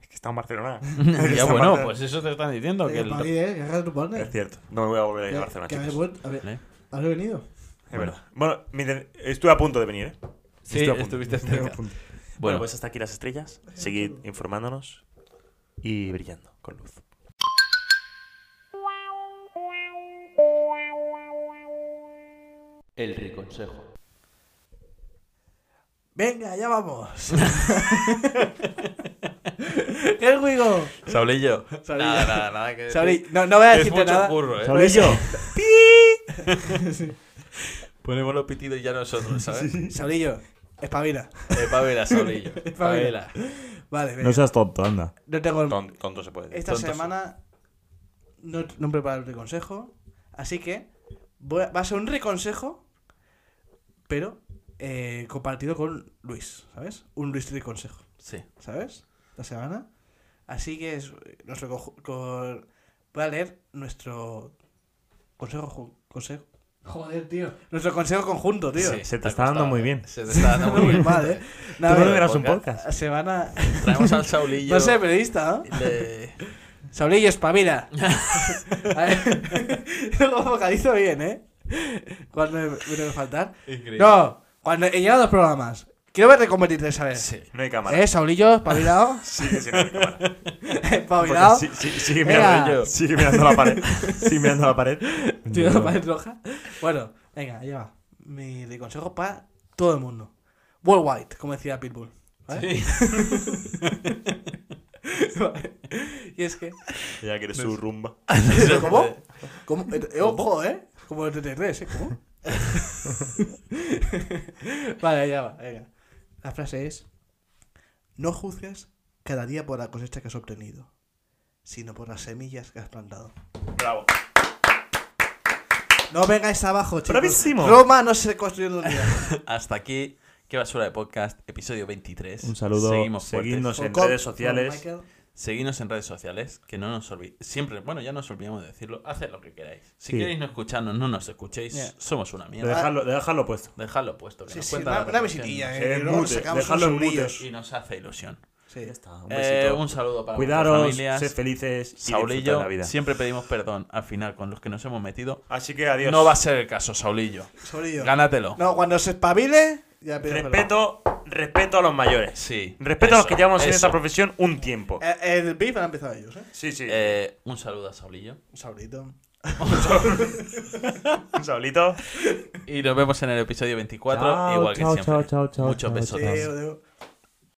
Speaker 4: Es que está en Barcelona.
Speaker 1: ya
Speaker 4: Esta
Speaker 1: bueno,
Speaker 4: parte-
Speaker 1: pues eso te están diciendo. Que
Speaker 3: Eh,
Speaker 1: el...
Speaker 3: Madrid, eh, que hagas tu partner.
Speaker 5: Es cierto.
Speaker 7: No me voy a volver a ir
Speaker 3: Que-
Speaker 7: a Barcelona,
Speaker 3: Eh, que habéis
Speaker 7: chicos.
Speaker 3: vuelto- a ver,
Speaker 1: ¿Eh?
Speaker 3: ¿Has venido?
Speaker 5: Es verdad. Bueno, mi inten- estuve a punto de venir, ¿eh?
Speaker 1: Sí,
Speaker 4: Estoy a punto.
Speaker 1: estuviste
Speaker 4: Estoy a
Speaker 1: cerca.
Speaker 4: punto. Bueno,
Speaker 1: Bueno,
Speaker 4: pues hasta aquí las estrellas. Seguid informándonos y brillando con luz.
Speaker 8: El Riconsejo.
Speaker 3: Venga, ya vamos. Here we go.
Speaker 1: Saulillo.
Speaker 3: Saulillo.
Speaker 1: Nada, nada, nada
Speaker 7: Eh,
Speaker 1: que decir.
Speaker 3: Sabri, no, no voy a
Speaker 1: Es
Speaker 3: decirte
Speaker 1: mucho
Speaker 3: nada.
Speaker 1: curro, eh.
Speaker 3: Saurillo.
Speaker 1: Ponemos los pitidos ya nosotros, ¿sabes?
Speaker 3: Sabrillo, espabila.
Speaker 1: Eh, Pavela, Saulillo.
Speaker 3: Pavela.
Speaker 1: Pavela.
Speaker 3: Vale, venga.
Speaker 4: No seas tonto, anda.
Speaker 3: No tengo el-
Speaker 7: Ton- Tonto se puede. decir.
Speaker 3: Esta semana no, no he preparado el reconsejo, así que voy a- va a ser un reconsejo, pero eh, compartido con Luis, ¿sabes? Un Luis reconsejo,
Speaker 1: Sí.
Speaker 3: ¿sabes? La semana. Así que es nuestro conju- con- voy a leer nuestro consejo ju- consejo. Joder, tío. Nuestro consejo conjunto, tío.
Speaker 1: Sí,
Speaker 4: se te está dando
Speaker 1: costado,
Speaker 4: muy
Speaker 1: eh.
Speaker 4: bien.
Speaker 1: Se te está dando muy bien.
Speaker 3: mal, ¿eh? Nada,
Speaker 4: Tú no
Speaker 3: pero-
Speaker 4: deberás un
Speaker 1: podcast.
Speaker 4: podcast.
Speaker 3: la semana.
Speaker 1: Traemos al Saulillo.
Speaker 3: No sé, periodista, ¿no?
Speaker 1: Le...
Speaker 3: Saulillo, espabila. A ver, Luego vocalizo bien, ¿eh? Cuando me, me tengo que faltar.
Speaker 1: Increíble.
Speaker 3: No, cuando he llegado a dos programas. Quiero verte convertirte esa vez.
Speaker 1: Sí.
Speaker 7: No hay cámara.
Speaker 3: ¿Eh, Saulillo, espabilado?
Speaker 7: Sigue sin haber cámara.
Speaker 3: espabilado.
Speaker 4: Sí, sí, sigue,
Speaker 3: Venga.
Speaker 4: mirando, sigue mirando la pared. Sigue mirando la pared.
Speaker 3: Tío,
Speaker 4: No.
Speaker 3: la pared roja. Bueno, venga, ya va. Mi de consejo para todo el mundo. Worldwide, como decía Pitbull. ¿vale?
Speaker 1: Sí.
Speaker 3: Vale. y es que.
Speaker 5: Ya que eres su rumba.
Speaker 3: ¿Cómo? ¿Cómo? Eh, eh, ojo, ¿eh? Como el 33, ¿eh? ¿Cómo? vale, ya va, venga. La frase es: No juzgues cada día por la cosecha que has obtenido, sino por las semillas que has plantado.
Speaker 7: Bravo.
Speaker 3: No vengáis abajo, chicos.
Speaker 4: ¡Bravísimo!
Speaker 3: Roma no se construyó en un día.
Speaker 1: Hasta aquí. Qué basura de podcast, episodio 23.
Speaker 4: Un saludo.
Speaker 1: Seguimos fuertes.
Speaker 4: Seguidnos en
Speaker 3: Con-
Speaker 4: redes
Speaker 3: con
Speaker 4: sociales.
Speaker 3: Michael.
Speaker 1: Seguidnos en redes sociales, que no nos olvidéis. Siempre, bueno, ya nos olvidamos de decirlo. Haced lo que queráis. Si
Speaker 4: Sí.
Speaker 1: queréis no escucharnos, no nos escuchéis.
Speaker 3: Yeah.
Speaker 1: Somos una
Speaker 4: De
Speaker 1: mierda.
Speaker 4: dejarlo, de dejarlo puesto.
Speaker 1: Dejadlo puesto. Que
Speaker 3: Sí,
Speaker 1: nos
Speaker 3: sí,
Speaker 1: cuentan
Speaker 3: una,
Speaker 1: las
Speaker 3: una
Speaker 1: reacciones.
Speaker 3: visitilla,
Speaker 5: Sí,
Speaker 3: ¿eh? Y luego nos
Speaker 5: mute,
Speaker 3: sacamos
Speaker 5: dejadlo
Speaker 3: unos
Speaker 5: en mute.
Speaker 3: eurillos.
Speaker 1: Y nos hace ilusión.
Speaker 3: Sí.
Speaker 4: Ya está, un
Speaker 1: Eh, Un,
Speaker 4: besito.
Speaker 1: saludo para
Speaker 4: Cuidaros,
Speaker 1: vuestras
Speaker 4: sed
Speaker 1: familias.
Speaker 4: felices y disfrutad de la
Speaker 1: Saulillo,
Speaker 4: vida.
Speaker 1: siempre pedimos perdón al final con los que nos hemos metido.
Speaker 7: Así que adiós.
Speaker 1: No va a ser el caso, Saulillo.
Speaker 3: Sorillo.
Speaker 1: Gánatelo.
Speaker 3: No, cuando se espabile, ya pido perdón.
Speaker 5: Respeto, respeto a los mayores.
Speaker 1: Sí.
Speaker 5: Respeto a los
Speaker 1: eso,
Speaker 5: que llevamos en
Speaker 1: eso.
Speaker 5: esta profesión un tiempo.
Speaker 3: Eh, El beef lo han empezado ellos, ¿eh?
Speaker 5: Sí, sí.
Speaker 1: Eh, un saludo a Saulillo.
Speaker 3: Un saurito.
Speaker 5: Un Saulito.
Speaker 1: Y nos vemos en el episodio 24,
Speaker 4: Chao,
Speaker 1: igual que
Speaker 4: chao,
Speaker 1: siempre.
Speaker 4: chao, chao, chao,
Speaker 1: Muchos
Speaker 4: chao,
Speaker 1: besos.
Speaker 3: Sí, yo digo,